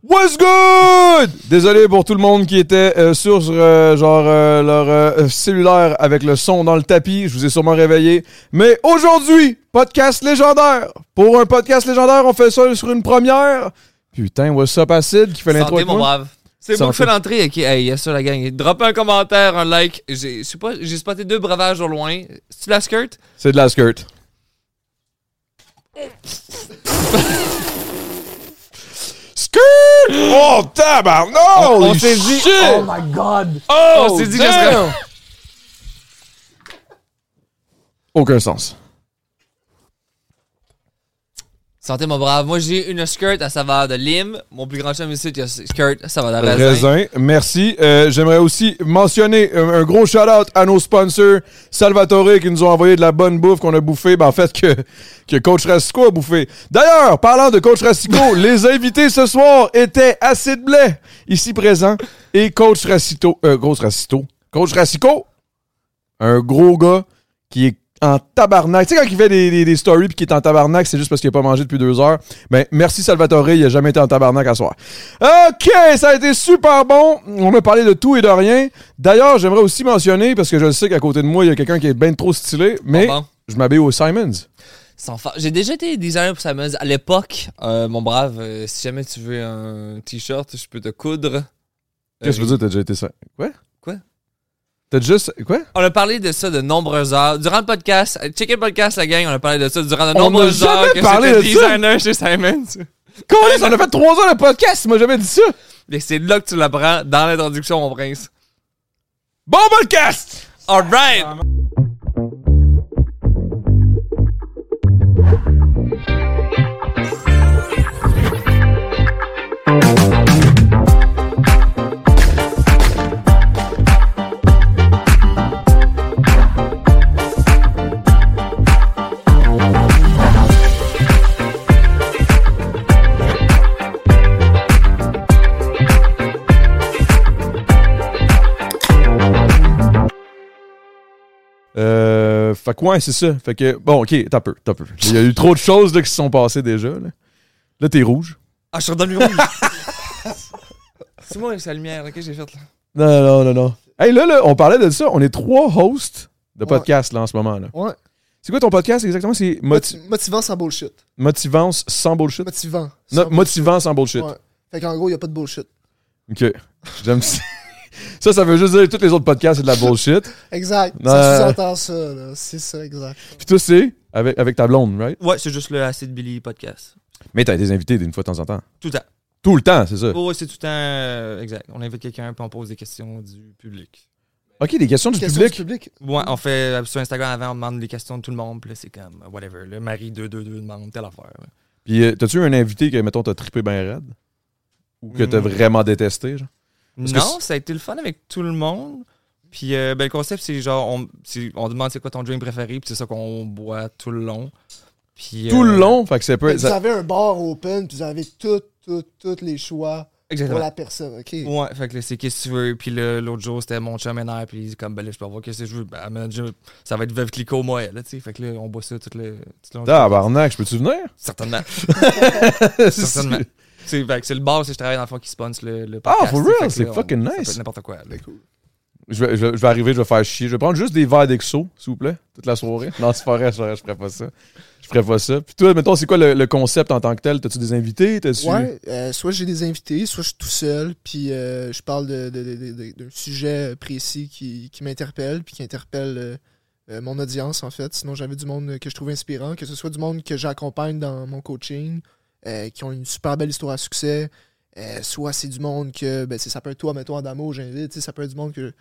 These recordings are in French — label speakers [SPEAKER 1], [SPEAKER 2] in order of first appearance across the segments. [SPEAKER 1] What's good? Désolé pour tout le monde qui était euh, sur euh, genre euh, leur euh, cellulaire avec le son dans le tapis. Je vous ai sûrement réveillé. Mais aujourd'hui, podcast légendaire. Pour un podcast légendaire, on fait ça sur une première. Putain, what's up Acid qui fait l'intro
[SPEAKER 2] Santé,
[SPEAKER 1] avec
[SPEAKER 2] mon
[SPEAKER 1] moi.
[SPEAKER 2] brave. C'est bon,
[SPEAKER 1] Santé.
[SPEAKER 2] je fais l'entrée. Ok, hey, yes, sir, la gang. Drop un commentaire, un like. J'ai je sais pas, j'ai spoté deux breuvages au loin. C'est-tu la skirt?
[SPEAKER 1] C'est de la skirt. skirt! Oh tabarnak!
[SPEAKER 2] On- on
[SPEAKER 1] Holy
[SPEAKER 2] s'est dit-
[SPEAKER 1] shit!
[SPEAKER 2] Oh
[SPEAKER 1] my god!
[SPEAKER 2] on s'est dit que ce
[SPEAKER 1] damn!
[SPEAKER 2] serait-
[SPEAKER 1] Aucun sens.
[SPEAKER 2] Santé, mon brave. Moi, j'ai une skirt à saveur de lime. Mon plus grand chum ici, il y a skirt à saveur de raisin.
[SPEAKER 1] Raisin, merci. Euh, J'aimerais aussi mentionner euh, un gros shout-out à nos sponsors Salvatore qui nous ont envoyé de la bonne bouffe qu'on a bouffée, ben, en fait que, que Coach Rastico a bouffé. D'ailleurs, parlant de Coach Rastico, les invités ce soir étaient Acid Blais, ici présent, et Coach Racito, euh, Coach Racito, Coach Rastico, un gros gars qui est en tabarnak. Tu sais, quand il fait des, des, des stories puis qu'il est en tabarnak, c'est juste parce qu'il a pas mangé depuis deux heures. Ben, merci Salvatore, il a jamais été en tabarnak à soir. OK, ça a été super bon. On m'a parlé de tout et de rien. D'ailleurs, j'aimerais aussi mentionner, parce que je le sais qu'à côté de moi, il y a quelqu'un qui est bien trop stylé, mais
[SPEAKER 2] bon.
[SPEAKER 1] je m'habille au Simons.
[SPEAKER 2] Sans fa- J'ai déjà été designer pour Samuz. À l'époque, euh, mon brave, euh, si jamais tu veux un t-shirt, je peux te coudre.
[SPEAKER 1] Qu'est-ce que tu
[SPEAKER 2] Euh,
[SPEAKER 1] veux dire, t'as déjà été ça? Quoi?
[SPEAKER 2] Quoi?
[SPEAKER 1] T'as juste. Quoi?
[SPEAKER 2] On a parlé de ça de nombreuses heures. Durant le podcast, euh, checkez le podcast, la gang, on a parlé de ça durant de
[SPEAKER 1] On
[SPEAKER 2] nombreuses
[SPEAKER 1] n'a jamais
[SPEAKER 2] heures que
[SPEAKER 1] parlé
[SPEAKER 2] j'étais
[SPEAKER 1] de ça.
[SPEAKER 2] designer chez Simons.
[SPEAKER 1] Colin, on a fait trois heures de podcast, il m'a jamais dit ça!
[SPEAKER 2] Mais c'est là que tu l'apprends dans l'introduction, mon prince.
[SPEAKER 1] Bon podcast!
[SPEAKER 2] Alright!
[SPEAKER 1] Euh, fait que ouais, c'est ça. Fait que, bon, ok, t'as peu, t'as peu. Il y a eu trop de choses là, qui se sont passées déjà. Là, là t'es rouge.
[SPEAKER 2] Ah, je suis redonne le rouge. c'est moi, c'est la lumière, ok, j'ai fait là.
[SPEAKER 1] Non, non, non, non. Hey, là, là, on parlait de ça. On est trois hosts de podcast là, en ce moment. là.
[SPEAKER 3] Ouais.
[SPEAKER 1] C'est quoi ton podcast exactement? C'est Moti-
[SPEAKER 3] Moti- motivant sans bullshit.
[SPEAKER 1] Motivance sans bullshit?
[SPEAKER 3] Motivant.
[SPEAKER 1] Non,
[SPEAKER 3] Sans
[SPEAKER 1] motivant sans bullshit.
[SPEAKER 3] bullshit. Ouais. Fait qu'en gros, il a pas de bullshit.
[SPEAKER 1] Ok. J'aime ça. Ça, ça veut juste dire que tous les autres podcasts, c'est de la bullshit.
[SPEAKER 3] Exact.
[SPEAKER 1] Ouais.
[SPEAKER 3] Ça sous-entend ça, là. C'est ça, exact.
[SPEAKER 1] Puis toi, c'est avec, avec ta blonde, right?
[SPEAKER 2] Ouais, c'est juste le Acid Billy podcast.
[SPEAKER 1] Mais t'as des invités d'une fois de temps en temps.
[SPEAKER 2] Tout le temps.
[SPEAKER 1] Tout le temps, c'est ça.
[SPEAKER 2] Oh, c'est tout le temps. euh, exact. On invite quelqu'un, puis on pose des questions du public.
[SPEAKER 1] Ok, des questions du
[SPEAKER 3] Question
[SPEAKER 1] public.
[SPEAKER 3] du public.
[SPEAKER 2] Ouais, on fait euh, sur Instagram avant, on demande les questions de tout le monde, puis là, c'est comme, euh, whatever. Le mari 222 demande telle affaire. là.
[SPEAKER 1] Puis euh, t'as-tu eu un invité que, mettons, t'as trippé bien raide? Ou que t'as
[SPEAKER 2] Mm.
[SPEAKER 1] vraiment détesté, genre? Parce que
[SPEAKER 2] Non, ça a été le fun avec tout le monde. Puis euh, ben, le concept, c'est genre, on, c'est- on demande c'est quoi ton drink préféré, puis c'est ça qu'on boit tout le long. Puis,
[SPEAKER 1] Tout
[SPEAKER 2] euh,
[SPEAKER 1] le long, fait que ça peut
[SPEAKER 3] Fait
[SPEAKER 1] être.
[SPEAKER 3] que Vous
[SPEAKER 1] ça-
[SPEAKER 3] avez un bar open, puis vous avez tous tout, tous les choix pour
[SPEAKER 2] Exactement.
[SPEAKER 3] la personne, OK?
[SPEAKER 2] Ouais, fait que là, c'est qu'est-ce que tu veux. Puis là, l'autre jour, c'était mon chum et nerf, Puis il dit, comme, ben là, je peux avoir qu'est-ce que je veux. Ben, man, je- ça va être Veuve Clicquot, moi, là, tu sais. Fait que là, on boit ça tout le. Tout le long.
[SPEAKER 1] Tabarnak, je peux-tu venir?
[SPEAKER 2] Certainement. Certainement.
[SPEAKER 1] Certainement.
[SPEAKER 2] Tu sais, fait que c'est le bar, c'est je travaille dans le fond qui sponsor le, le
[SPEAKER 1] Ah,
[SPEAKER 2] podcast.
[SPEAKER 1] for
[SPEAKER 2] tu sais,
[SPEAKER 1] real?
[SPEAKER 2] fait que
[SPEAKER 1] C'est fucking
[SPEAKER 2] là, on- ça peut
[SPEAKER 1] nice.
[SPEAKER 2] être N'importe quoi. là.
[SPEAKER 1] Je vais, je, vais- je vais arriver, je vais faire chier. Je vais prendre juste des verres d'exo, s'il vous plaît, toute la soirée. Non, c'est pas vrai, je, je ferais pas ça. Je ferais pas ça. Puis toi, mettons, c'est quoi le, le concept en tant que tel? T'as-tu des invités? T'as-tu...
[SPEAKER 3] Ouais, euh, soit j'ai des invités, soit je suis tout seul, puis euh, je parle de- de- de- de- de- d'un sujet euh, précis qui, qui m'interpelle, puis qui interpelle euh, euh, mon audience, en fait. Sinon, j'avais du monde que je trouve inspirant, que ce soit du monde que j'accompagne dans mon coaching, euh, qui ont une super belle histoire à succès, euh, soit c'est du monde que, ben, c'est- ça peut être toi, mais toi, Adamo, j'invite, tu sais, ça peut être du monde que,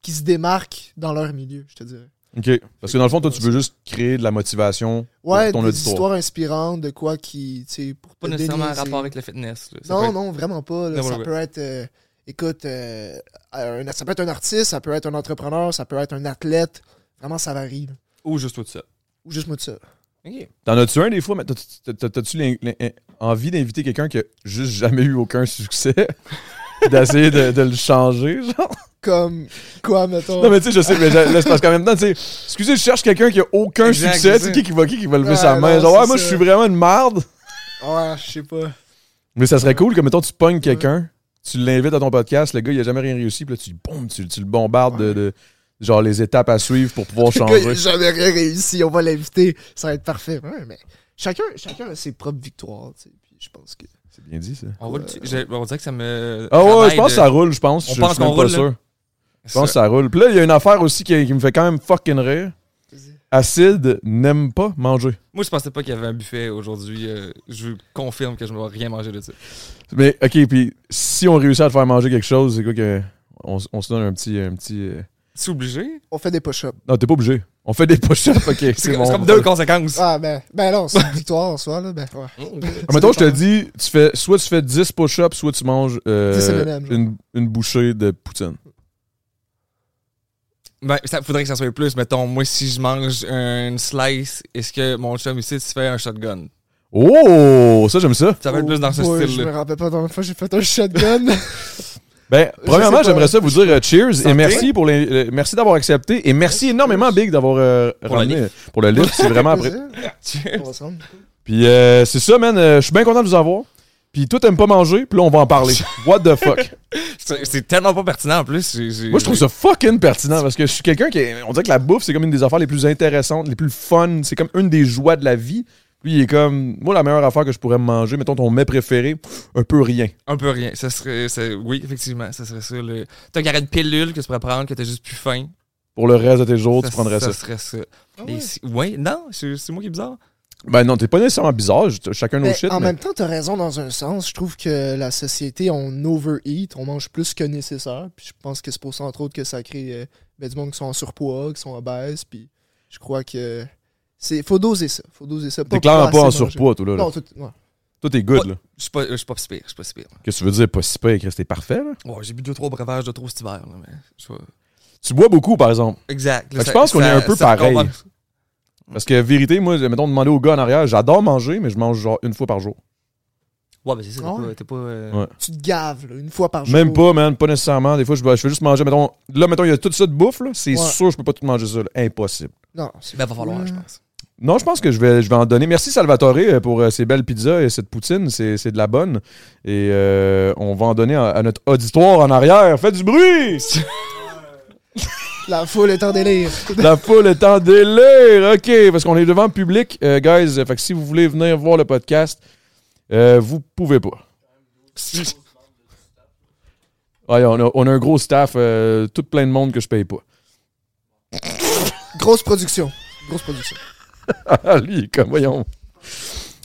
[SPEAKER 3] qui se démarque dans leur milieu, je te dirais.
[SPEAKER 1] OK. Parce que dans le fond, toi, tu veux juste créer de la motivation
[SPEAKER 3] Ouais,
[SPEAKER 1] pour ton
[SPEAKER 3] des
[SPEAKER 1] auditoire.
[SPEAKER 3] histoires inspirantes, de quoi qui, tu sais, pour te
[SPEAKER 2] Pas nécessairement un
[SPEAKER 3] dénier,
[SPEAKER 2] rapport
[SPEAKER 3] c'est-
[SPEAKER 2] avec le fitness. là. Ça peut
[SPEAKER 3] Non,
[SPEAKER 2] être-
[SPEAKER 3] non, vraiment pas. là.
[SPEAKER 2] Non, ouais,
[SPEAKER 3] ça
[SPEAKER 2] ouais.
[SPEAKER 3] peut être, euh, écoute, euh, un- ça peut être un artiste, ça peut être un entrepreneur, ça peut être un athlète. Vraiment, ça varie. là.
[SPEAKER 2] Ou juste tout ça.
[SPEAKER 3] Ou juste moi de ça.
[SPEAKER 2] OK.
[SPEAKER 1] T'en as-tu un des fois, mais t'as- t'as- t'as- t'as-tu l'in- l'in- envie d'inviter quelqu'un qui a juste jamais eu aucun succès? puis d'essayer de, de le changer, genre?
[SPEAKER 3] Comme quoi, mettons.
[SPEAKER 1] Non, mais tu sais, je sais, mais je- là, c'est parce qu'en même temps, tu sais, excusez, je cherche quelqu'un qui a aucun
[SPEAKER 2] Exact,
[SPEAKER 1] succès.
[SPEAKER 2] c'est
[SPEAKER 1] Tu
[SPEAKER 2] ça.
[SPEAKER 1] sais, qui, qui va, qui, qui va lever
[SPEAKER 3] Ouais,
[SPEAKER 1] sa main?
[SPEAKER 3] non,
[SPEAKER 1] Genre, ouais,
[SPEAKER 3] c'est
[SPEAKER 1] moi, je
[SPEAKER 3] ça.
[SPEAKER 1] suis vraiment une marde.
[SPEAKER 3] Ouais, Ah, je sais pas.
[SPEAKER 1] Mais ça serait cool que, mettons, tu pognes quelqu'un, tu l'invites à ton podcast, le gars, il a jamais rien réussi, puis là, tu, boum, tu, tu le bombardes de, de- genre, les étapes à suivre pour pouvoir
[SPEAKER 3] Le gars, il a
[SPEAKER 1] changer.
[SPEAKER 3] jamais rien réussi, on va l'inviter. Ça va être parfait. Ouais, mais chacun, chacun a ses propres victoires. tu sais. Puis je pense que.
[SPEAKER 1] C'est bien dit, ça.
[SPEAKER 2] On, roule- j'ai- on dirait que ça euh, me.
[SPEAKER 1] Ah ouais,
[SPEAKER 2] travaille
[SPEAKER 1] je pense que
[SPEAKER 2] de-
[SPEAKER 1] ça roule, je pense.
[SPEAKER 2] On
[SPEAKER 1] Je je
[SPEAKER 2] pense
[SPEAKER 1] suis même
[SPEAKER 2] qu'on
[SPEAKER 1] pas
[SPEAKER 2] roule, là.
[SPEAKER 1] sûr. Je pense que ça roule. Puis là, il y a une affaire aussi qui, qui me fait quand même fucking rire. Acide n'aime pas manger.
[SPEAKER 2] Moi, je pensais pas qu'il y avait un buffet aujourd'hui. euh, je vous confirme que je ne vais rien manger de ça.
[SPEAKER 1] Mais OK, puis si on réussit à te faire manger quelque chose, c'est quoi que on, s- on se donne un petit un petit euh,
[SPEAKER 2] C'est obligé?
[SPEAKER 3] On fait des push-ups.
[SPEAKER 1] Non, t'es pas obligé. On fait des push-ups, OK,
[SPEAKER 2] C'est
[SPEAKER 1] c'est bon.
[SPEAKER 2] comme deux conséquences.
[SPEAKER 3] Ah, ben, ben non, c'est une victoire en soi. Là, ben, ouais.
[SPEAKER 1] Ah, mettons, je te dis, tu fais soit tu fais 10 push-ups, soit tu manges euh,
[SPEAKER 3] 10 M&M, genre.
[SPEAKER 1] une, une bouchée de poutine.
[SPEAKER 2] Ben, ça faudrait que ça soit plus. Mettons, moi, si je mange une slice, est-ce que mon chum ici se fait un shotgun?
[SPEAKER 1] Oh, ça j'aime ça.
[SPEAKER 2] Ça va être plus dans ce
[SPEAKER 3] Oh, Ouais, Je me
[SPEAKER 2] style-là.
[SPEAKER 3] rappelle pas la dernière fois que j'ai fait un shotgun.
[SPEAKER 1] Ben,
[SPEAKER 3] Je
[SPEAKER 1] premièrement,
[SPEAKER 3] sais pas.
[SPEAKER 1] j'aimerais ça vous dire euh, cheers et merci pour les, le- merci d'avoir accepté et merci énormément Big d'avoir euh,
[SPEAKER 2] Pour la
[SPEAKER 1] ramené pour le livre, c'est vraiment après.
[SPEAKER 3] On va se rendre.
[SPEAKER 1] Puis euh, c'est ça man, euh, je suis bien content de vous avoir. Puis toi t'aimes pas manger, puis là on va en parler. What the fuck.
[SPEAKER 2] C'est c'est tellement pas pertinent en plus. j'ai- j'ai-
[SPEAKER 1] Moi je trouve ça fucking pertinent parce que je suis quelqu'un qui est- on dirait que la bouffe c'est comme une des affaires les plus intéressantes, les plus fun, c'est comme une des joies de la vie. Puis il est comme moi la meilleure affaire que je pourrais manger, mettons ton mets préféré, un peu rien.
[SPEAKER 2] Un peu rien. Ça serait, ça- oui, effectivement, ça serait ça. Le... T'as un carré de pilule que tu pourrais prendre, que t'as juste plus faim.
[SPEAKER 1] Pour le reste de tes jours, tu prendrais ça.
[SPEAKER 2] Oh, Ça serait ça.
[SPEAKER 3] Ah
[SPEAKER 2] Et si- ouais, non, c'est c'est moi qui est bizarre.
[SPEAKER 1] Ben non, t'es pas nécessairement bizarre, je- chacun nos
[SPEAKER 3] Mais
[SPEAKER 1] shit.
[SPEAKER 3] en
[SPEAKER 1] mais-
[SPEAKER 3] même temps, t'as raison dans un sens. Je trouve que la société, on overeat, on mange plus que nécessaire. Puis je pense que c'est pour ça, entre autres, que ça crée euh, ben, du monde qui sont en surpoids, qui sont obèses. Puis je crois que c'est faut doser ça. Faut doser ça.
[SPEAKER 1] T'es clairement pas
[SPEAKER 3] assez
[SPEAKER 1] en
[SPEAKER 3] manger.
[SPEAKER 1] surpoids, toi, là. là.
[SPEAKER 3] Non, tout- ouais.
[SPEAKER 1] Toi, t'es good,
[SPEAKER 2] Pas-
[SPEAKER 1] là.
[SPEAKER 2] Je suis pas, je suis pas si pire, je suis pas si pire.
[SPEAKER 1] Qu'est-ce que tu veux dire, pas si pire, Chris, t'es parfait, là?
[SPEAKER 2] Ouais, j'ai bu deux, trois breuvages de trop cet hiver. là, mais je Ben, vais-
[SPEAKER 1] Tu bois beaucoup, par exemple.
[SPEAKER 2] Exact.
[SPEAKER 1] Fait que je pense qu'on est un peu pareil.
[SPEAKER 2] compense.
[SPEAKER 1] Parce que, vérité, moi, mettons, demander au gars en arrière, j'adore manger, mais je mange genre une fois par jour.
[SPEAKER 2] Ouais, ben c'est ça, t'es
[SPEAKER 3] Ah
[SPEAKER 2] pas-
[SPEAKER 3] ouais.
[SPEAKER 2] t'es pas. euh,
[SPEAKER 1] Ouais.
[SPEAKER 3] Tu te gaves là, une fois par jour.
[SPEAKER 1] Même pas, man, pas nécessairement. Des fois, je, je fais juste manger, mettons, là, mettons, il y a tout ça de bouffe, là. C'est
[SPEAKER 3] Ouais.
[SPEAKER 1] sûr, je peux pas tout manger ça, là. Impossible.
[SPEAKER 3] Non, c'est Mm.
[SPEAKER 2] Ben, va falloir,
[SPEAKER 3] fou,
[SPEAKER 2] je
[SPEAKER 3] là.
[SPEAKER 2] pense.
[SPEAKER 1] Non, je pense que je vais, je vais en donner. Merci, Salvatore, euh, pour euh, ces belles pizzas et cette poutine. C'est c'est de la bonne. Et euh, on va en donner à, à notre auditoire en arrière. Faites du bruit!
[SPEAKER 3] La foule est en délire.
[SPEAKER 1] La foule est en délire. OK, parce qu'on est devant le public, euh, guys. euh, Fait que si vous voulez venir voir le podcast, euh, vous pouvez pas. Ouais, on, a, on a un gros staff, euh, tout plein de monde que je paye pas.
[SPEAKER 3] Grosse production. Grosse production.
[SPEAKER 1] Ah, lui, il est comme, voyons.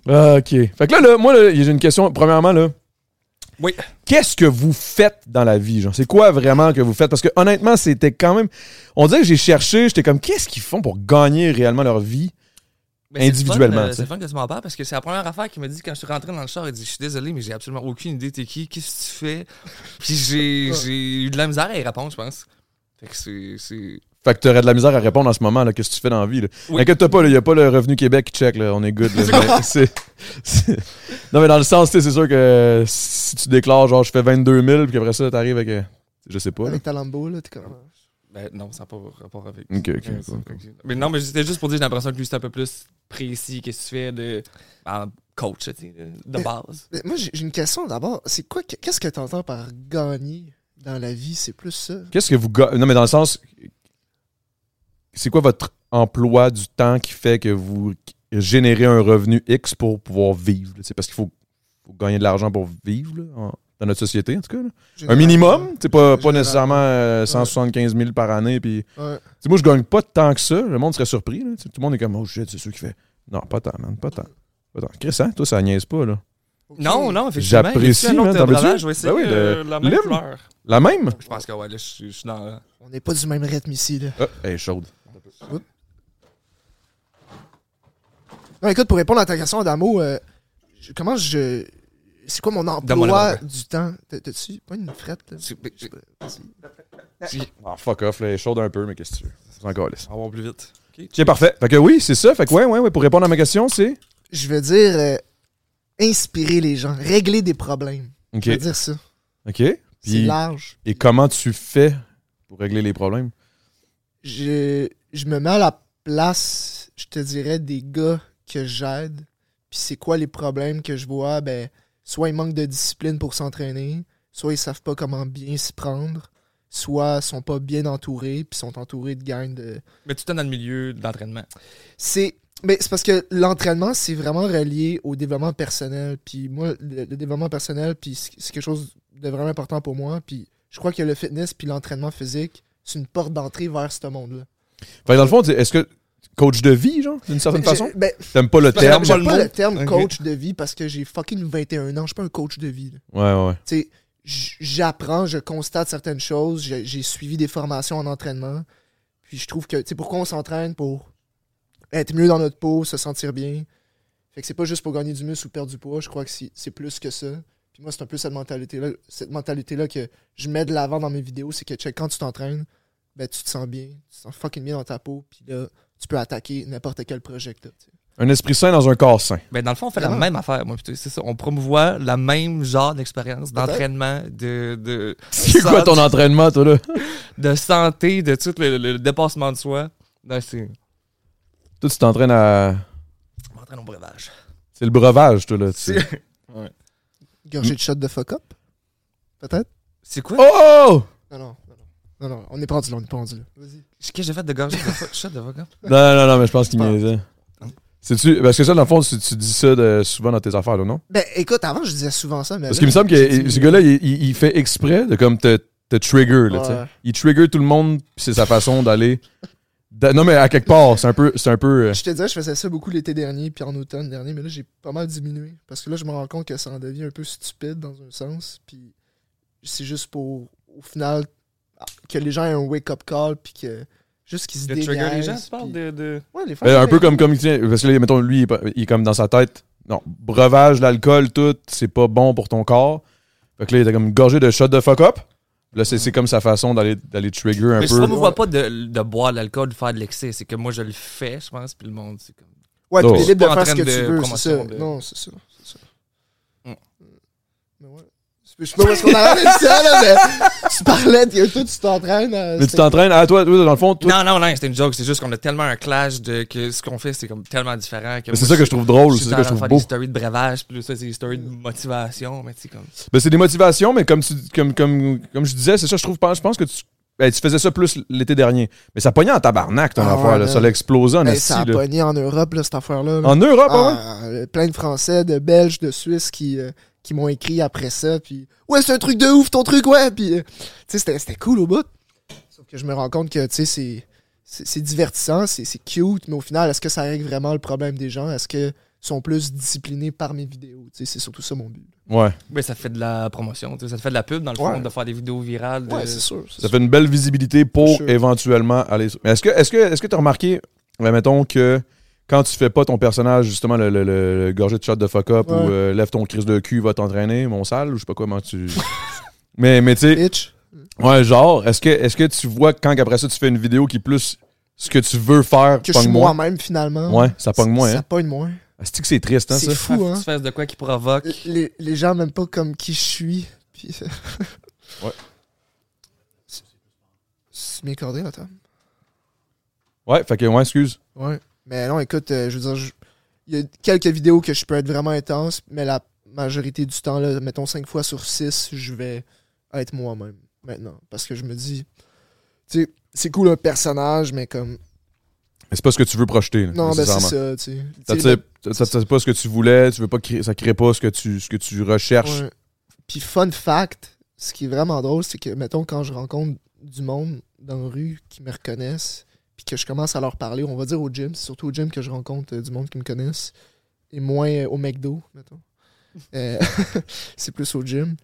[SPEAKER 1] Ah, OK. Fait que là, là, moi, là, j'ai une question. Premièrement, là.
[SPEAKER 2] Oui.
[SPEAKER 1] Qu'est-ce que vous faites dans la vie, genre? C'est quoi vraiment que vous faites? Parce que honnêtement, c'était quand même. On dirait que j'ai cherché, j'étais comme, qu'est-ce qu'ils font pour gagner réellement leur vie?
[SPEAKER 2] Ben, c'est le
[SPEAKER 1] Individuellement,
[SPEAKER 2] fun, euh,
[SPEAKER 1] tu sais.
[SPEAKER 2] C'est le fun que tu m'en parles parce que c'est la première affaire qu'il m'a dit quand je suis rentré dans le char. Il dit Je suis désolé, mais j'ai absolument aucune idée t'es qui, qu'est-ce que tu fais. Puis j'ai j'ai eu de la misère à y répondre, je pense. Fait que c'est- c'est.
[SPEAKER 1] Fait que t'aurais de la misère à répondre en ce moment, là, qu'est-ce que tu fais dans la vie, là.
[SPEAKER 2] Oui.
[SPEAKER 1] Inquiète-toi pas, il y a pas le Revenu Québec qui check, là, on est good, là. Mais c'est- c'est- Non, mais dans le sens, tu sais, c'est sûr que si tu déclares, genre, je fais 22 000, puis après ça, t'arrives avec, euh, je sais pas, là.
[SPEAKER 3] Avec ta Lambo, là, t'es comme. euh,
[SPEAKER 2] Ben non, ça n'a pas rapport avec.
[SPEAKER 1] Ok, ok,
[SPEAKER 2] Ouais,
[SPEAKER 1] ok,
[SPEAKER 2] ça. Euh,
[SPEAKER 1] ok.
[SPEAKER 2] Mais non, mais c'était juste pour dire, j'ai l'impression que lui, c'est un peu plus précis. Qu'est-ce que tu fais de. en coach, tu sais, de de base.
[SPEAKER 3] Mais Moi, j'ai j'ai une question d'abord. C'est quoi que- Qu'est-ce que t'entends par gagner dans la vie C'est plus ça.
[SPEAKER 1] Qu'est-ce que vous. ga- Non, mais dans le sens. C'est quoi votre emploi du temps qui fait que vous générez un revenu X pour pouvoir vivre? là? C'est parce qu'il faut, faut gagner de l'argent pour vivre, là, en- dans notre société, en tout cas. là. Un minimum, c'est pas, pas
[SPEAKER 3] Généralement.
[SPEAKER 1] nécessairement euh, 175 000 par année. Puis,
[SPEAKER 3] Ouais.
[SPEAKER 1] Tu sais, moi, je gagne pas tant que ça. Le monde serait surpris. là. Tu sais, Tout le monde est comme, oh shit, c'est sûr qui fait. Non, pas tant, man, pas tant. Pas tant. Chris, hein, toi, ça niaise pas, là.
[SPEAKER 3] Ok.
[SPEAKER 2] Non, non, effectivement.
[SPEAKER 1] J'apprécie,
[SPEAKER 2] Y a-t-il un autre
[SPEAKER 1] man, t'en veux-tu?
[SPEAKER 2] branlage? Je vais essayer
[SPEAKER 1] Ben oui, le-
[SPEAKER 2] euh, la même
[SPEAKER 1] lime.
[SPEAKER 2] couleur.
[SPEAKER 1] La même?
[SPEAKER 2] Je pense que ouais, là, je suis- je suis dans.
[SPEAKER 3] On n'est pas du même rythme ici, là.
[SPEAKER 1] Ah, elle est chaude.
[SPEAKER 3] Non, écoute, pour répondre à ta question, Adamo, euh, je- comment je. C'est quoi mon
[SPEAKER 2] Donne-moi la
[SPEAKER 3] emploi
[SPEAKER 2] barbe.
[SPEAKER 3] du temps T'as- T'as-tu pas une frette, là?
[SPEAKER 1] Ah, fuck off, là, elle est chaude un peu, mais qu'est-ce que tu veux? C'est encore lisse.
[SPEAKER 2] On va plus vite.
[SPEAKER 1] Tiens, parfait. Fait que oui, c'est ça. Fait que ouais, ouais, ouais, pour répondre à ma question, c'est.
[SPEAKER 3] Je veux dire, euh, inspirer les gens, régler des problèmes.
[SPEAKER 1] OK.
[SPEAKER 3] Je veux dire ça.
[SPEAKER 1] OK.
[SPEAKER 3] C'est
[SPEAKER 1] Puis,
[SPEAKER 3] large.
[SPEAKER 1] et comment tu fais pour régler les problèmes?
[SPEAKER 3] Je, je me mets à la place, je te dirais, des gars que j'aide. Puis c'est quoi les problèmes que je vois? Ben, soit ils manquent de discipline pour s'entraîner, soit ils savent pas comment bien s'y prendre, soit sont pas bien entourés, puis sont entourés de gangs de,
[SPEAKER 2] Mais tu es dans le milieu de l'entraînement.
[SPEAKER 3] C'est mais c'est parce que l'entraînement, c'est vraiment relié au développement personnel. Puis moi, le, le développement personnel, puis c'est c'est quelque chose de vraiment important pour moi. Puis je crois que le fitness puis l'entraînement physique, c'est une porte d'entrée vers ce monde-là.
[SPEAKER 1] Fait que dans le fond, t'es- est-ce que coach de vie, genre, d'une certaine
[SPEAKER 3] J'ai-
[SPEAKER 1] façon?
[SPEAKER 3] ben,
[SPEAKER 1] T'aimes pas le
[SPEAKER 2] parce que
[SPEAKER 1] terme?
[SPEAKER 2] j'aime
[SPEAKER 3] j'aime pas le terme
[SPEAKER 2] Ok.
[SPEAKER 3] coach de vie parce que j'ai fucking 21 ans. Je suis pas un coach de vie. là.
[SPEAKER 1] Ouais, ouais, ouais.
[SPEAKER 3] Tu sais, j- j'apprends, je constate certaines choses. J'ai j'ai suivi des formations en entraînement. Puis je trouve que, tu sais, pourquoi on s'entraîne pour être mieux dans notre peau, se sentir bien. Fait que c'est pas juste pour gagner du muscle ou perdre du poids. Je crois que c'est c'est plus que ça. Puis moi, c'est un peu cette mentalité-là, cette mentalité-là que je mets de l'avant dans mes vidéos. C'est que, check, quand tu t'entraînes, ben, tu te sens bien. Tu te sens fucking bien dans ta peau. Puis là, tu peux attaquer n'importe quel projet que t'as, tu sais.
[SPEAKER 1] Un esprit sain dans un corps sain.
[SPEAKER 2] Ben, dans le fond, on fait la
[SPEAKER 3] Vraiment.
[SPEAKER 2] même affaire. Moi, plutôt. c'est ça. On promouvoit la même genre d'expérience, d'entraînement, de, de,
[SPEAKER 1] C'est quoi
[SPEAKER 2] santé-
[SPEAKER 1] ton entraînement, toi, là?
[SPEAKER 2] de santé, de tout le, le dépassement de soi. Non, c'est.
[SPEAKER 1] Toi, tu t'entraînes à.
[SPEAKER 2] On m'entraîne au breuvage.
[SPEAKER 1] C'est le breuvage, toi, là. tu sais. Mm.
[SPEAKER 3] Gorgée de shot de fuck-up? Peut-être?
[SPEAKER 2] C'est quoi?
[SPEAKER 1] Oh!
[SPEAKER 3] Non, non, non, non. Non, non, on est pas rendu là, on est pas rendu là. Vas-y.
[SPEAKER 2] Qu'est-ce que j'ai fait de gorge de fuck- shot de vodka?
[SPEAKER 1] Non, non, non, non, mais je pense qu'il
[SPEAKER 3] Je pense.
[SPEAKER 1] niaisait. C'est-tu. Parce que ça, dans le fond, tu, tu dis ça de- souvent dans tes affaires, là, non?
[SPEAKER 3] Ben, écoute, avant, je disais souvent ça, mais.
[SPEAKER 1] Parce
[SPEAKER 3] Ben là,
[SPEAKER 1] qu'il me semble que
[SPEAKER 3] j'ai dit-
[SPEAKER 1] il- ce gars-là, il, il- il fait exprès de comme te, te trigger. Là,
[SPEAKER 3] Ouais.
[SPEAKER 1] tu sais. Il trigger tout le monde, puis c'est sa façon d'aller. d'a- Non, mais à quelque part, c'est un peu. C'est un peu euh,
[SPEAKER 3] Je te disais, je faisais ça beaucoup l'été dernier, puis en automne dernier, mais là, j'ai pas mal diminué. Parce que là, je me rends compte que ça en devient un peu stupide dans un sens, puis c'est juste pour, au final, que les gens aient un wake-up call, puis que. Juste qu'ils se
[SPEAKER 2] De
[SPEAKER 3] dégagent.
[SPEAKER 2] trigger les gens, tu parles
[SPEAKER 3] puis-
[SPEAKER 2] de. de...
[SPEAKER 3] Ouais, les ben,
[SPEAKER 1] euh, un peu comme. comme tiens, parce que là, mettons, lui, il est pas- il est comme dans sa tête. Non, breuvage, l'alcool, tout, c'est pas bon pour ton corps. Fait que là, il était comme gorgé de shot de fuck-up. Là, c'est c'est comme sa façon d'aller d'aller trigger un
[SPEAKER 2] Mais je
[SPEAKER 1] peu.
[SPEAKER 2] ne promouvois pas de, de boire de l'alcool, de faire de l'excès. C'est que moi, je le fais, je pense, puis le monde, c'est comme.
[SPEAKER 3] Ouais,
[SPEAKER 1] Oh.
[SPEAKER 3] puis t'es
[SPEAKER 1] Je suis
[SPEAKER 3] libre
[SPEAKER 2] pas
[SPEAKER 3] de
[SPEAKER 2] en
[SPEAKER 3] faire ce que
[SPEAKER 2] train
[SPEAKER 3] tu
[SPEAKER 2] de
[SPEAKER 3] veux, c'est
[SPEAKER 2] promotion
[SPEAKER 3] ça.
[SPEAKER 2] de-
[SPEAKER 3] Non, c'est ça. c'est ça.
[SPEAKER 2] Mm.
[SPEAKER 3] Euh, Mais ouais. Je sais pas où est-ce qu'on arrête avec ça, là, mais tu parlais de toi, tu t'entraînes. à-
[SPEAKER 1] Mais tu t'entraînes. Ah, toi, toi, dans le fond, toi,
[SPEAKER 2] Non, non, non, c'était une joke. C'est juste qu'on a tellement un clash de que ce qu'on fait, c'est comme tellement différent.
[SPEAKER 1] Mais c'est ça que je trouve drôle, c'est ça que je trouve beau.
[SPEAKER 2] des stories de breuvage, puis ça, c'est des stories de motivation, mais tu sais, comme.
[SPEAKER 1] Ben, c'est des motivations, mais comme, tu, comme, comme, comme je disais, c'est ça, je trouve, je pense que tu, ben, tu faisais ça plus l'été dernier. Mais ça pognait en tabarnak, ton
[SPEAKER 3] Ah
[SPEAKER 1] affaire.
[SPEAKER 3] ouais,
[SPEAKER 1] là.
[SPEAKER 3] man.
[SPEAKER 1] ça l'a explosé en
[SPEAKER 3] Hey,
[SPEAKER 1] esti,
[SPEAKER 3] ça a
[SPEAKER 1] là.
[SPEAKER 3] pogné en Europe, là, cette affaire-là. là.
[SPEAKER 1] En Europe, ah ouais?
[SPEAKER 3] Ah, euh, plein de Français, de Belges, de Suisses qui, euh, qui m'ont écrit après ça. Puis, ouais, c'est un truc de ouf, ton truc, ouais. Puis, euh, tu sais, c'était- c'était cool au bout. Sauf que je me rends compte que, tu sais, c'est- c'est c'est divertissant, c'est c'est cute, mais au final, est-ce que ça règle vraiment le problème des gens? Est-ce qu'ils sont plus disciplinés par mes vidéos? Tu sais, c'est surtout ça mon but.
[SPEAKER 1] Ouais.
[SPEAKER 2] Mais Ben, ça fait de la promotion, tu sais, ça te fait de la pub, dans le fond,
[SPEAKER 3] Ouais.
[SPEAKER 2] de faire des vidéos virales. De...
[SPEAKER 3] Ouais, c'est sûr. c'est
[SPEAKER 1] Ça
[SPEAKER 3] sûr.
[SPEAKER 1] fait une belle visibilité pour
[SPEAKER 3] Sure.
[SPEAKER 1] éventuellement aller. sur- Mais est-ce que est-ce que est-ce que t'as remarqué, ben, mettons que quand tu fais pas ton personnage, justement, le, le, le- le gorgé de shot de fuck up
[SPEAKER 3] Ouais.
[SPEAKER 1] ou euh, lève ton crise de cul, va t'entraîner, mon sale, ou je sais pas comment tu. mais mais tu sais,
[SPEAKER 3] Bitch.
[SPEAKER 1] Ouais, genre, est-ce que, est que tu vois que quand après ça tu fais une vidéo qui est plus ce que tu veux faire,
[SPEAKER 3] Que je
[SPEAKER 1] pogne
[SPEAKER 3] suis
[SPEAKER 1] moins?
[SPEAKER 3] moi-même finalement.
[SPEAKER 1] Ouais, ça pogne moins,
[SPEAKER 3] Ça
[SPEAKER 1] hein.
[SPEAKER 3] pogne moins.
[SPEAKER 1] Est-ce que c'est triste, hein, ça?
[SPEAKER 3] C'est fou, hein.
[SPEAKER 2] Tu fasses de quoi qui provoque.
[SPEAKER 3] Les, les gens même pas comme qui je suis. Puis...
[SPEAKER 1] Ouais.
[SPEAKER 3] C'est- C'est bien cordé, attends.
[SPEAKER 1] Ouais, fait que, ouais, excuse.
[SPEAKER 3] Ouais. Mais non, écoute, euh, je veux dire, je- il y a quelques vidéos que je peux être vraiment intense, mais la majorité du temps, là, mettons 5 fois sur 6, je vais être moi-même maintenant. Parce que je me dis, tu sais, c'est cool un personnage, mais comme.
[SPEAKER 1] Mais c'est pas ce que tu veux projeter, là,
[SPEAKER 3] Non, ben c'est
[SPEAKER 1] nécessairement.
[SPEAKER 3] ça, tu sais.
[SPEAKER 1] Ça
[SPEAKER 3] Tu
[SPEAKER 1] tire-
[SPEAKER 3] sais.
[SPEAKER 1] ça tire pas ce que tu voulais, tu veux pas créer, ça crée pas ce que tu, ce que tu recherches.
[SPEAKER 3] Ouais. Puis fun fact, ce qui est vraiment drôle, c'est que, mettons, quand je rencontre du monde dans la rue qui me reconnaissent, puis que je commence à leur parler, on va dire au gym, c'est surtout au gym que je rencontre euh, du monde qui me connaissent, et moins euh, au McDo, mettons. Euh, c'est plus au gym.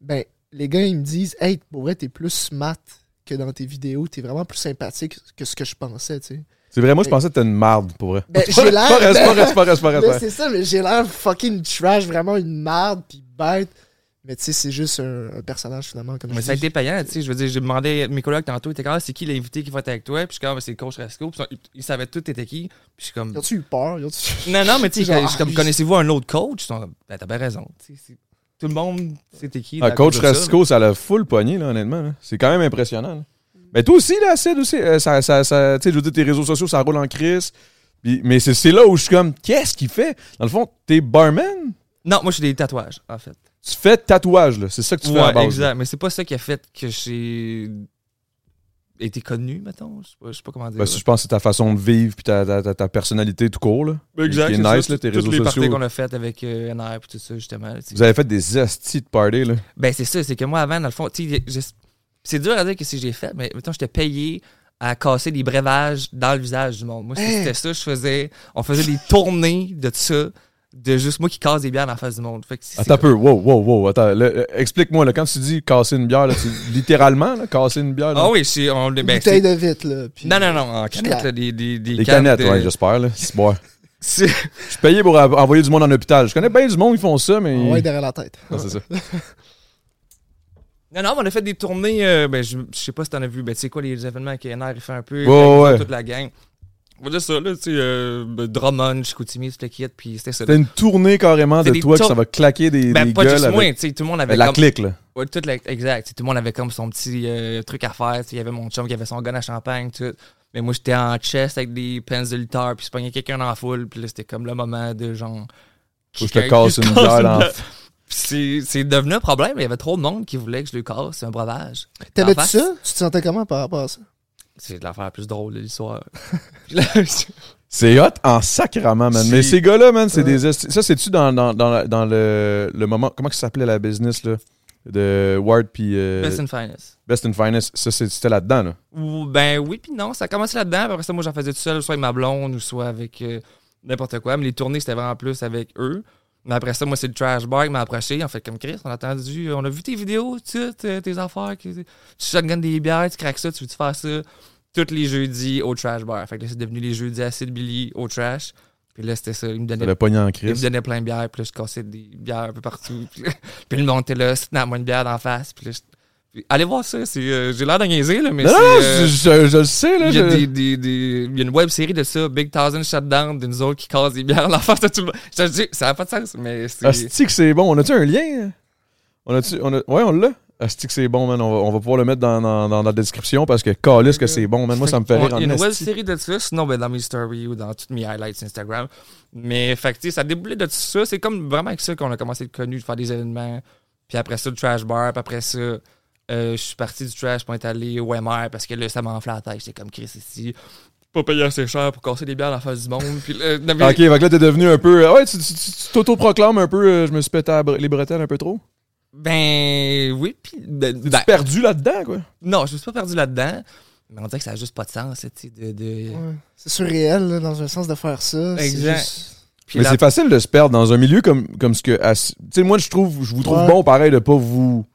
[SPEAKER 3] Ben, les gars, ils me disent, hey, pour vrai, t'es plus smart que dans tes vidéos, t'es vraiment plus sympathique que ce que je pensais, tu sais.
[SPEAKER 1] C'est vrai, moi, je
[SPEAKER 3] Ouais.
[SPEAKER 1] pensais que t'es une marde, pour vrai.
[SPEAKER 3] Ben, j'ai l'air-
[SPEAKER 1] Forest, forest, forest, forest,
[SPEAKER 3] Là,
[SPEAKER 1] forest.
[SPEAKER 3] c'est ça, mais j'ai l'air fucking trash, vraiment une merde, puis bête. Mais tu sais, c'est juste un, un personnage finalement. Comme
[SPEAKER 2] Mais
[SPEAKER 3] je
[SPEAKER 2] ça a
[SPEAKER 3] dis.
[SPEAKER 2] été payant, tu sais. Je veux dire, j'ai demandé à mes collègues tantôt, ils étaient comme, Ah, c'est qui l'invité qui va être avec toi? Puis je suis comme, Ah, c'est le coach Rasco. Puis ils- ils savaient tout, t'étais qui. Puis je suis comme,
[SPEAKER 3] Ils ont-tu eu peur? Ils ont-tu-
[SPEAKER 2] non, non, mais tu sais,
[SPEAKER 3] Genre, ah,
[SPEAKER 2] je suis comme,
[SPEAKER 3] lui-
[SPEAKER 2] connaissez-vous un autre coach? Ils sont comme, ben, t'as bien raison. Tu sais, c'est- Tout le monde, c'était qui?
[SPEAKER 1] Ah,
[SPEAKER 2] à cause
[SPEAKER 1] coach
[SPEAKER 2] de ça.
[SPEAKER 1] Rasco, ça l'a full poigné, là, honnêtement. là. C'est quand même impressionnant. là. Mais toi aussi, là, Sid, aussi, euh, ça, ça, ça- tu sais, je veux dire, tes réseaux sociaux, ça roule en crise. Puis- mais c'est c'est là où je suis comme, qu'est-ce qu'il fait? Dans le fond, t'es barman,
[SPEAKER 2] Non, moi, je fais des tatouages, en fait.
[SPEAKER 1] tu fais tatouage, là. C'est ça que tu fais à la
[SPEAKER 2] Ouais,
[SPEAKER 1] base.
[SPEAKER 2] exact. Mais c'est pas ça qui a fait que j'ai été connu, mettons. Je sais pas, je sais pas comment dire.
[SPEAKER 1] Ben,
[SPEAKER 2] ça.
[SPEAKER 1] je pense que c'est ta façon de vivre puis ta, ta, ta- ta personnalité tout court, là.
[SPEAKER 2] Exact.
[SPEAKER 1] Qui est
[SPEAKER 2] c'est
[SPEAKER 1] nice,
[SPEAKER 2] ça,
[SPEAKER 1] là, tes
[SPEAKER 2] toutes
[SPEAKER 1] réseaux
[SPEAKER 2] les parties
[SPEAKER 1] sociaux.
[SPEAKER 2] qu'on a faites avec euh, NR et tout ça, justement. là, tu sais.
[SPEAKER 1] Vous avez fait des hosties de party, là.
[SPEAKER 2] Ben, c'est ça, c'est que moi, avant, dans le fond, tu sais, je- c'est dur à dire que si j'ai fait, mais mettons, j'étais payé à casser des breuvages dans le visage du monde.
[SPEAKER 3] Hein?
[SPEAKER 2] Moi, c'était ça, je faisais. On faisait des tournées de ça, de juste moi qui casse des bières dans la face du monde. Fait que c'est-
[SPEAKER 1] Attends un Ah, peu, wow, wow, wow, attends. là, euh, Explique-moi, là, quand tu dis casser une bière, là, tu, littéralement, là, casser une bière, là,
[SPEAKER 2] Ah oui, c'est. on- ben, c'est-
[SPEAKER 3] Bouteille de vite, là. puis-
[SPEAKER 2] Non, non, non, en
[SPEAKER 3] Jusqu'à-
[SPEAKER 2] canette, là, des, des, des
[SPEAKER 1] des
[SPEAKER 2] cannes
[SPEAKER 1] canettes,
[SPEAKER 2] de-
[SPEAKER 1] ouais, j'espère, là. C'est bon.
[SPEAKER 2] C'est-
[SPEAKER 1] Je suis payé pour av- envoyer du monde en hôpital. Je connais bien du monde qui font ça, mais.
[SPEAKER 3] Ouais, derrière la tête.
[SPEAKER 1] Ah, c'est ça.
[SPEAKER 2] Non, non, mais on a fait des tournées. euh, ben, je, je sais pas si t'en as vu. Ben, tu sais quoi, les événements que NR il fait un peu.
[SPEAKER 1] Ouais, ouais, ouais.
[SPEAKER 2] Toute la gang. On va dire ça, là, tu sais, euh, ben, Drummond, Chicoutimi, tout le kit, puis c'était ça. là.
[SPEAKER 1] T'as une tournée carrément de
[SPEAKER 2] C'était des
[SPEAKER 1] toi que
[SPEAKER 2] tours-
[SPEAKER 1] ça va claquer des,
[SPEAKER 2] Ben,
[SPEAKER 1] des
[SPEAKER 2] pas
[SPEAKER 1] gueules
[SPEAKER 2] juste moi,
[SPEAKER 1] avec-
[SPEAKER 2] tu sais, tout le monde
[SPEAKER 1] avec
[SPEAKER 2] avait
[SPEAKER 1] la
[SPEAKER 2] comme-
[SPEAKER 1] clique, là.
[SPEAKER 2] Ouais, tout la- exact. tu sais, Tout le monde avait comme son petit euh, truc à faire. tu sais, Il y avait mon chum qui avait son gun à champagne, tout. Mais moi, j'étais en chest avec des pens de lutteur, puis je pognais quelqu'un en foule, puis là, c'était comme le moment de genre.
[SPEAKER 1] Faut que je te casse une bière en-
[SPEAKER 2] Puis C'est c'est devenu un problème. Il y avait trop de monde qui voulait que je le casse. C'est un breuvage. En
[SPEAKER 3] T'avais-tu
[SPEAKER 2] face,
[SPEAKER 3] ça? Tu te sentais comment par rapport à ça?
[SPEAKER 2] C'est de l'affaire la plus drôle de l'histoire. Euh, Puis là, je-
[SPEAKER 1] C'est hot en sacrament, man. Mais
[SPEAKER 2] C'est-
[SPEAKER 1] ces gars-là, man, c'est
[SPEAKER 3] Ouais.
[SPEAKER 1] des. esti- Ça, c'est-tu dans, dans, dans, la- dans le, le moment. Comment ça s'appelait la business, là De Ward puis euh,
[SPEAKER 2] Best and finest.
[SPEAKER 1] Best in Finance. Ça, c'est- c'était là-dedans, là.
[SPEAKER 2] Ou, ben oui, puis non, ça commençait là-dedans. puis Après ça, moi, j'en faisais tout seul, soit avec ma blonde ou soit avec euh, n'importe quoi. Mais les tournées, c'était vraiment plus avec eux. Mais après ça, moi, c'est le trash bar qui m'a approché. En fait, comme Chris, on a attendu, euh, on a vu tes vidéos, tu sais, tes, euh, tes affaires. qui- tu shotguns des bières, tu craques ça, tu veux-tu faire ça? Tous les jeudis au trash bar. Fait que là, c'est devenu les jeudis acide Billy au trash. Puis là, c'était ça. Ils me donnaient
[SPEAKER 1] Le pognon en
[SPEAKER 2] Il me
[SPEAKER 1] crise.
[SPEAKER 2] donnait plein de bières, puis là, je cassais des bières un peu partout. Puis, là- puis le monde était là, c'était moi une bière d'en face. Puis là, je- puis allez voir ça, c'est, euh, j'ai l'air de niaiser, là, mais
[SPEAKER 1] Non, non,
[SPEAKER 2] c'est,
[SPEAKER 1] je,
[SPEAKER 2] euh,
[SPEAKER 1] je- je le sais, là.
[SPEAKER 2] il y, a
[SPEAKER 1] je-
[SPEAKER 2] des, des- des- il y a une web série de ça, Big Thousand Shutdown, d'une zone qui casse des bières d'en face de tout le monde. Je te dis, ça n'a pas de sens, mais c'est.
[SPEAKER 1] Asti que c'est bon. On a-tu un lien? hein? On a-tu. On a... Ouais, on l'a. Asti que c'est bon, man. On va, on va pouvoir le mettre dans, dans, dans la description parce que calisse que c'est bon, man. Moi,
[SPEAKER 2] Fait
[SPEAKER 1] ça me
[SPEAKER 2] que,
[SPEAKER 1] fait rire
[SPEAKER 2] on- Il y a
[SPEAKER 1] en
[SPEAKER 2] une web
[SPEAKER 1] asti.
[SPEAKER 2] série de ça, sinon ben, dans mes stories ou dans toutes mes highlights Instagram. Mais fait que, tu sais, ça déboulait de tout ça. C'est comme vraiment avec ça qu'on a commencé à être connu, de faire des événements. Puis après ça, le trash bar. Puis après ça, euh, je suis parti du trash pour être allé au MR parce que là, ça m'enflait la tête. J'étais comme Chris ici. Pas payer assez cher pour casser des bières dans la face du monde. Puis là, non, mais-
[SPEAKER 1] Ok, fait que là, t'es devenu un peu. euh, Ouais, tu tu- tu- tu t'auto-proclames un peu. euh, je me suis pété à bre- les bretelles un peu trop.
[SPEAKER 2] ben oui. Puis, ben, ben,
[SPEAKER 1] Perdu là-dedans, quoi.
[SPEAKER 2] non, je me suis pas perdu là-dedans. Mais on dirait que ça n'a juste pas de sens, tu sais, de. de-
[SPEAKER 3] Ouais. C'est surréel, là, dans un sens, de faire ça. C'est
[SPEAKER 2] Exact.
[SPEAKER 3] juste-
[SPEAKER 2] Puis
[SPEAKER 1] mais
[SPEAKER 2] la-
[SPEAKER 1] c'est facile de se perdre dans un milieu comme, comme ce que. à ce- Tu sais, moi, je trouve, je vous trouve
[SPEAKER 3] Ouais.
[SPEAKER 1] bon, pareil, de pas vous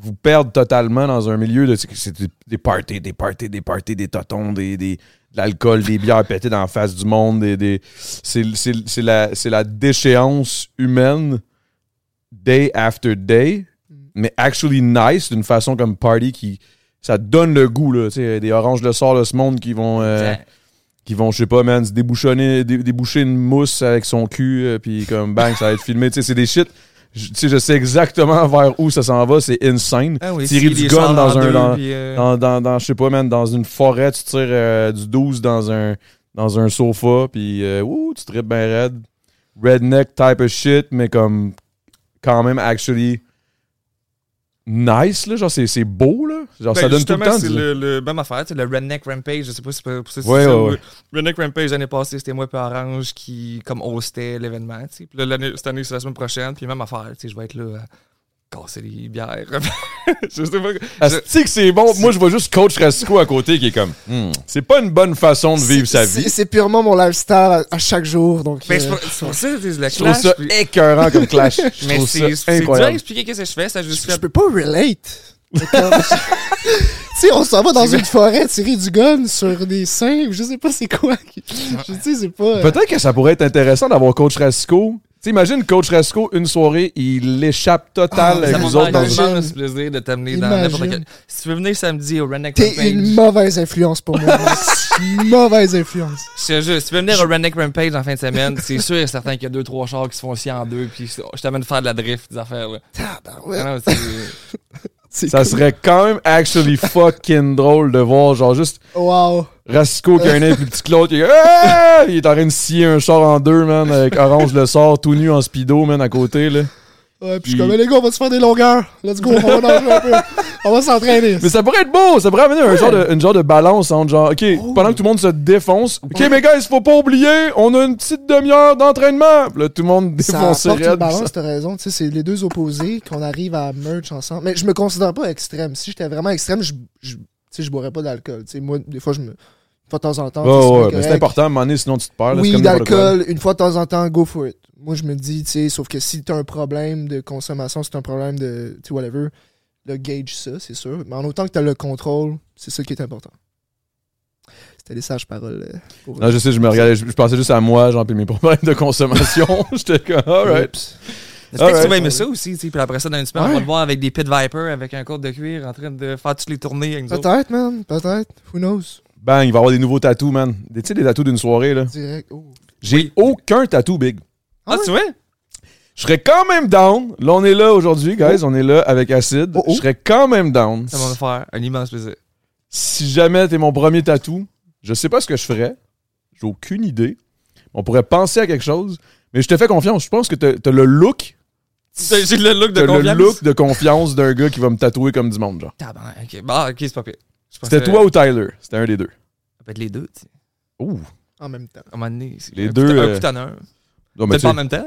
[SPEAKER 1] vous perdre totalement dans un milieu de c'est des, des parties, des parties, des parties, des totons, des, des de l'alcool, des bières pétées dans la face du monde, des, des c'est c'est c'est la c'est la déchéance humaine day after day, mais actually nice, d'une façon comme party qui. Ça te donne le goût, là. Tu sais, des oranges de sort de ce monde qui vont. euh, qui vont, je sais pas, man, se débouchonner, dé- déboucher une mousse avec son cul, euh, puis comme bang, ça va être filmé. Tu sais, c'est des shit. Je- Tu sais, je sais exactement vers où ça s'en va, c'est insane.
[SPEAKER 2] Ah oui,
[SPEAKER 1] Tirer
[SPEAKER 2] si
[SPEAKER 1] du
[SPEAKER 2] les
[SPEAKER 1] gun
[SPEAKER 2] sort
[SPEAKER 1] dans
[SPEAKER 2] en
[SPEAKER 1] un.
[SPEAKER 2] deux,
[SPEAKER 1] dans-
[SPEAKER 2] puis, euh,
[SPEAKER 1] dans, dans, dans je sais pas, man, dans une forêt, tu tires euh, du 12 dans un, dans un sofa, puis euh, ouh, tu tripes bien raide. Redneck type of shit, mais comme quand même actually nice, là. Genre, c'est c'est beau, là. Genre, Oh,
[SPEAKER 2] Ben,
[SPEAKER 1] ça donne tout le
[SPEAKER 2] justement,
[SPEAKER 1] temps.
[SPEAKER 2] C'est
[SPEAKER 1] du-
[SPEAKER 2] le, le- même affaire, tu sais, le Redneck Rampage, je sais pas si c'est pour ça. si
[SPEAKER 1] Ouais,
[SPEAKER 2] c'est ça,
[SPEAKER 1] ouais,
[SPEAKER 2] ou- Redneck Rampage, l'année passée, c'était moi et Orange qui comme hostait l'événement. tu sais. Puis là, l'année- cette année, c'est la semaine prochaine. Puis même affaire, tu sais, je vais être là à casser les bières. je sais pas. je-
[SPEAKER 1] Asti Ah, que c'est bon. Moi, je vois juste Coach Rasco à côté qui est comme, Hmm, c'est pas une bonne façon de vivre sa
[SPEAKER 3] C'est-
[SPEAKER 1] vie.
[SPEAKER 3] C'est purement mon lifestyle à, à chaque jour. Donc,
[SPEAKER 2] Ben, c'est
[SPEAKER 3] euh,
[SPEAKER 2] pour c'est pour ça, tu sais, le
[SPEAKER 1] Je trouve
[SPEAKER 2] clash.
[SPEAKER 1] ça
[SPEAKER 2] puis-
[SPEAKER 1] écœurant comme clash. Je
[SPEAKER 2] mais
[SPEAKER 1] trouve
[SPEAKER 2] c'est
[SPEAKER 1] ça
[SPEAKER 2] c'est dur à
[SPEAKER 1] incroyable.
[SPEAKER 2] expliquer qu'est-ce que je fais. Ça juste
[SPEAKER 3] je
[SPEAKER 2] fait.
[SPEAKER 3] peux pas relate. Comme- tu sais, on s'en va dans une forêt tirer du gun sur des singes, je sais pas c'est quoi. Je sais, c'est pas. euh,
[SPEAKER 1] Peut-être que ça pourrait être intéressant d'avoir Coach Rasco. Tu imagines Coach Rasco, une soirée, il échappe total
[SPEAKER 3] Ah,
[SPEAKER 1] avec
[SPEAKER 2] Ça
[SPEAKER 3] vous
[SPEAKER 1] nous
[SPEAKER 2] m'a
[SPEAKER 1] autres.
[SPEAKER 2] fait
[SPEAKER 3] dans une-
[SPEAKER 2] tellement le plaisir de t'amener dans
[SPEAKER 3] Imagine.
[SPEAKER 2] n'importe quel. Si tu veux venir samedi au Redneck
[SPEAKER 3] T'es une
[SPEAKER 2] Rampage,
[SPEAKER 3] mauvaise influence pour moi. Max. mauvaise influence.
[SPEAKER 2] c'est juste, si tu veux venir au Redneck Rampage en fin de semaine, c'est sûr et certain qu'il y a deux, trois chars qui se font scier en deux, puis je t'amène faire de la drift, des affaires. Là.
[SPEAKER 3] ouais.
[SPEAKER 2] Ah Non, c'est-
[SPEAKER 3] C'est
[SPEAKER 1] Ça serait quand même actually fucking drôle de voir, genre, juste
[SPEAKER 3] Wow.
[SPEAKER 1] Rasco qui a un œil plus petit que l'autre, qui est, Ah! il est en train de scier un char en deux, man, avec Orange le sort, tout nu en speedo, man, à côté, là.
[SPEAKER 3] Ouais, puis je suis comme, les gars, on va se faire des longueurs. Let's go, on va nager un peu. On va s'entraîner.
[SPEAKER 1] Mais ça pourrait être beau, ça pourrait amener un genre de, une genre de balance entre genre, OK,
[SPEAKER 3] Oh.
[SPEAKER 1] pendant que tout le monde se défonce, OK, mais guys, faut pas oublier, on a une petite demi-heure d'entraînement. Puis Là, tout le monde
[SPEAKER 3] Ça
[SPEAKER 1] défonce
[SPEAKER 3] apporte une
[SPEAKER 1] raide. puis ça-
[SPEAKER 3] balance, t'as raison. Tu sais, c'est les deux opposés qu'on arrive à merge ensemble. Mais je me considère pas extrême. Si j'étais vraiment extrême, je, je, tu sais, je boirais pas d'alcool. Tu sais, moi, des fois, je me... Une fois de temps en temps, tu sais,
[SPEAKER 1] Ouais, ouais,
[SPEAKER 3] bien
[SPEAKER 1] mais c'est
[SPEAKER 3] correct.
[SPEAKER 1] important à un moment donné, sinon tu te perds. là, c'est
[SPEAKER 3] Oui,
[SPEAKER 1] comme n'importe quoi.
[SPEAKER 3] d'alcool, une fois de temps en temps, go for it. Moi, je me dis, tu sais, sauf que si t'as un problème de consommation, si t'as un problème de, tu sais, whatever, le gauge ça, c'est sûr. Mais en autant que t'as le contrôle, c'est ça qui est important. C'était des sages paroles. euh, pour-
[SPEAKER 1] Non, je sais, je me regardais, je, je pensais juste à moi, genre, puis mes problèmes de consommation. J'étais comme, alright.
[SPEAKER 3] Oups.
[SPEAKER 2] Peut-être que
[SPEAKER 1] Alright.
[SPEAKER 2] tu vas aimer ça aussi, tu sais. Puis après ça, dans une semaine, on
[SPEAKER 3] Ouais.
[SPEAKER 2] va le voir avec des pit vipers, avec un code de cuir, en train de faire toutes les tournées avec nous autres.
[SPEAKER 3] Peut-être, man. Peut-être. Who knows?
[SPEAKER 1] Bang, il va y avoir des nouveaux tatous, man. Des- Tu sais, des tatous d'une soirée, là.
[SPEAKER 3] Direct. Oh.
[SPEAKER 1] J'ai aucun tatou, big.
[SPEAKER 2] Ah, tu vois?
[SPEAKER 1] Je serais quand même down. Là, on est là aujourd'hui, guys. On est là avec Acid.
[SPEAKER 3] Oh, oh.
[SPEAKER 1] Je serais quand même down.
[SPEAKER 2] Ça va me faire un immense plaisir.
[SPEAKER 1] Si jamais t'es mon premier tatou, je sais pas ce que je ferais. J'ai aucune idée. On pourrait penser à quelque chose. Mais je te fais confiance. Je pense que t'as t'as le look.
[SPEAKER 2] T'as- J'ai le look
[SPEAKER 1] T'as
[SPEAKER 2] de
[SPEAKER 1] le
[SPEAKER 2] confiance.
[SPEAKER 1] look de confiance d'un gars qui va me tatouer comme du monde, genre.
[SPEAKER 2] Tabarnak, ok. Bah, ok, c'est pas pire. Je pensais-
[SPEAKER 1] C'était toi ou Tyler? C'était un des deux.
[SPEAKER 2] Ça peut être les deux, tu sais.
[SPEAKER 1] Ouh.
[SPEAKER 3] En même temps.
[SPEAKER 2] À un moment donné, c'est-
[SPEAKER 1] Les
[SPEAKER 2] un
[SPEAKER 1] deux,
[SPEAKER 2] coup t'en-
[SPEAKER 1] euh,
[SPEAKER 2] Un coup t'en as un.
[SPEAKER 1] Non, mais
[SPEAKER 2] Peut-être
[SPEAKER 1] tu sais,
[SPEAKER 2] pas en même Oh. temps,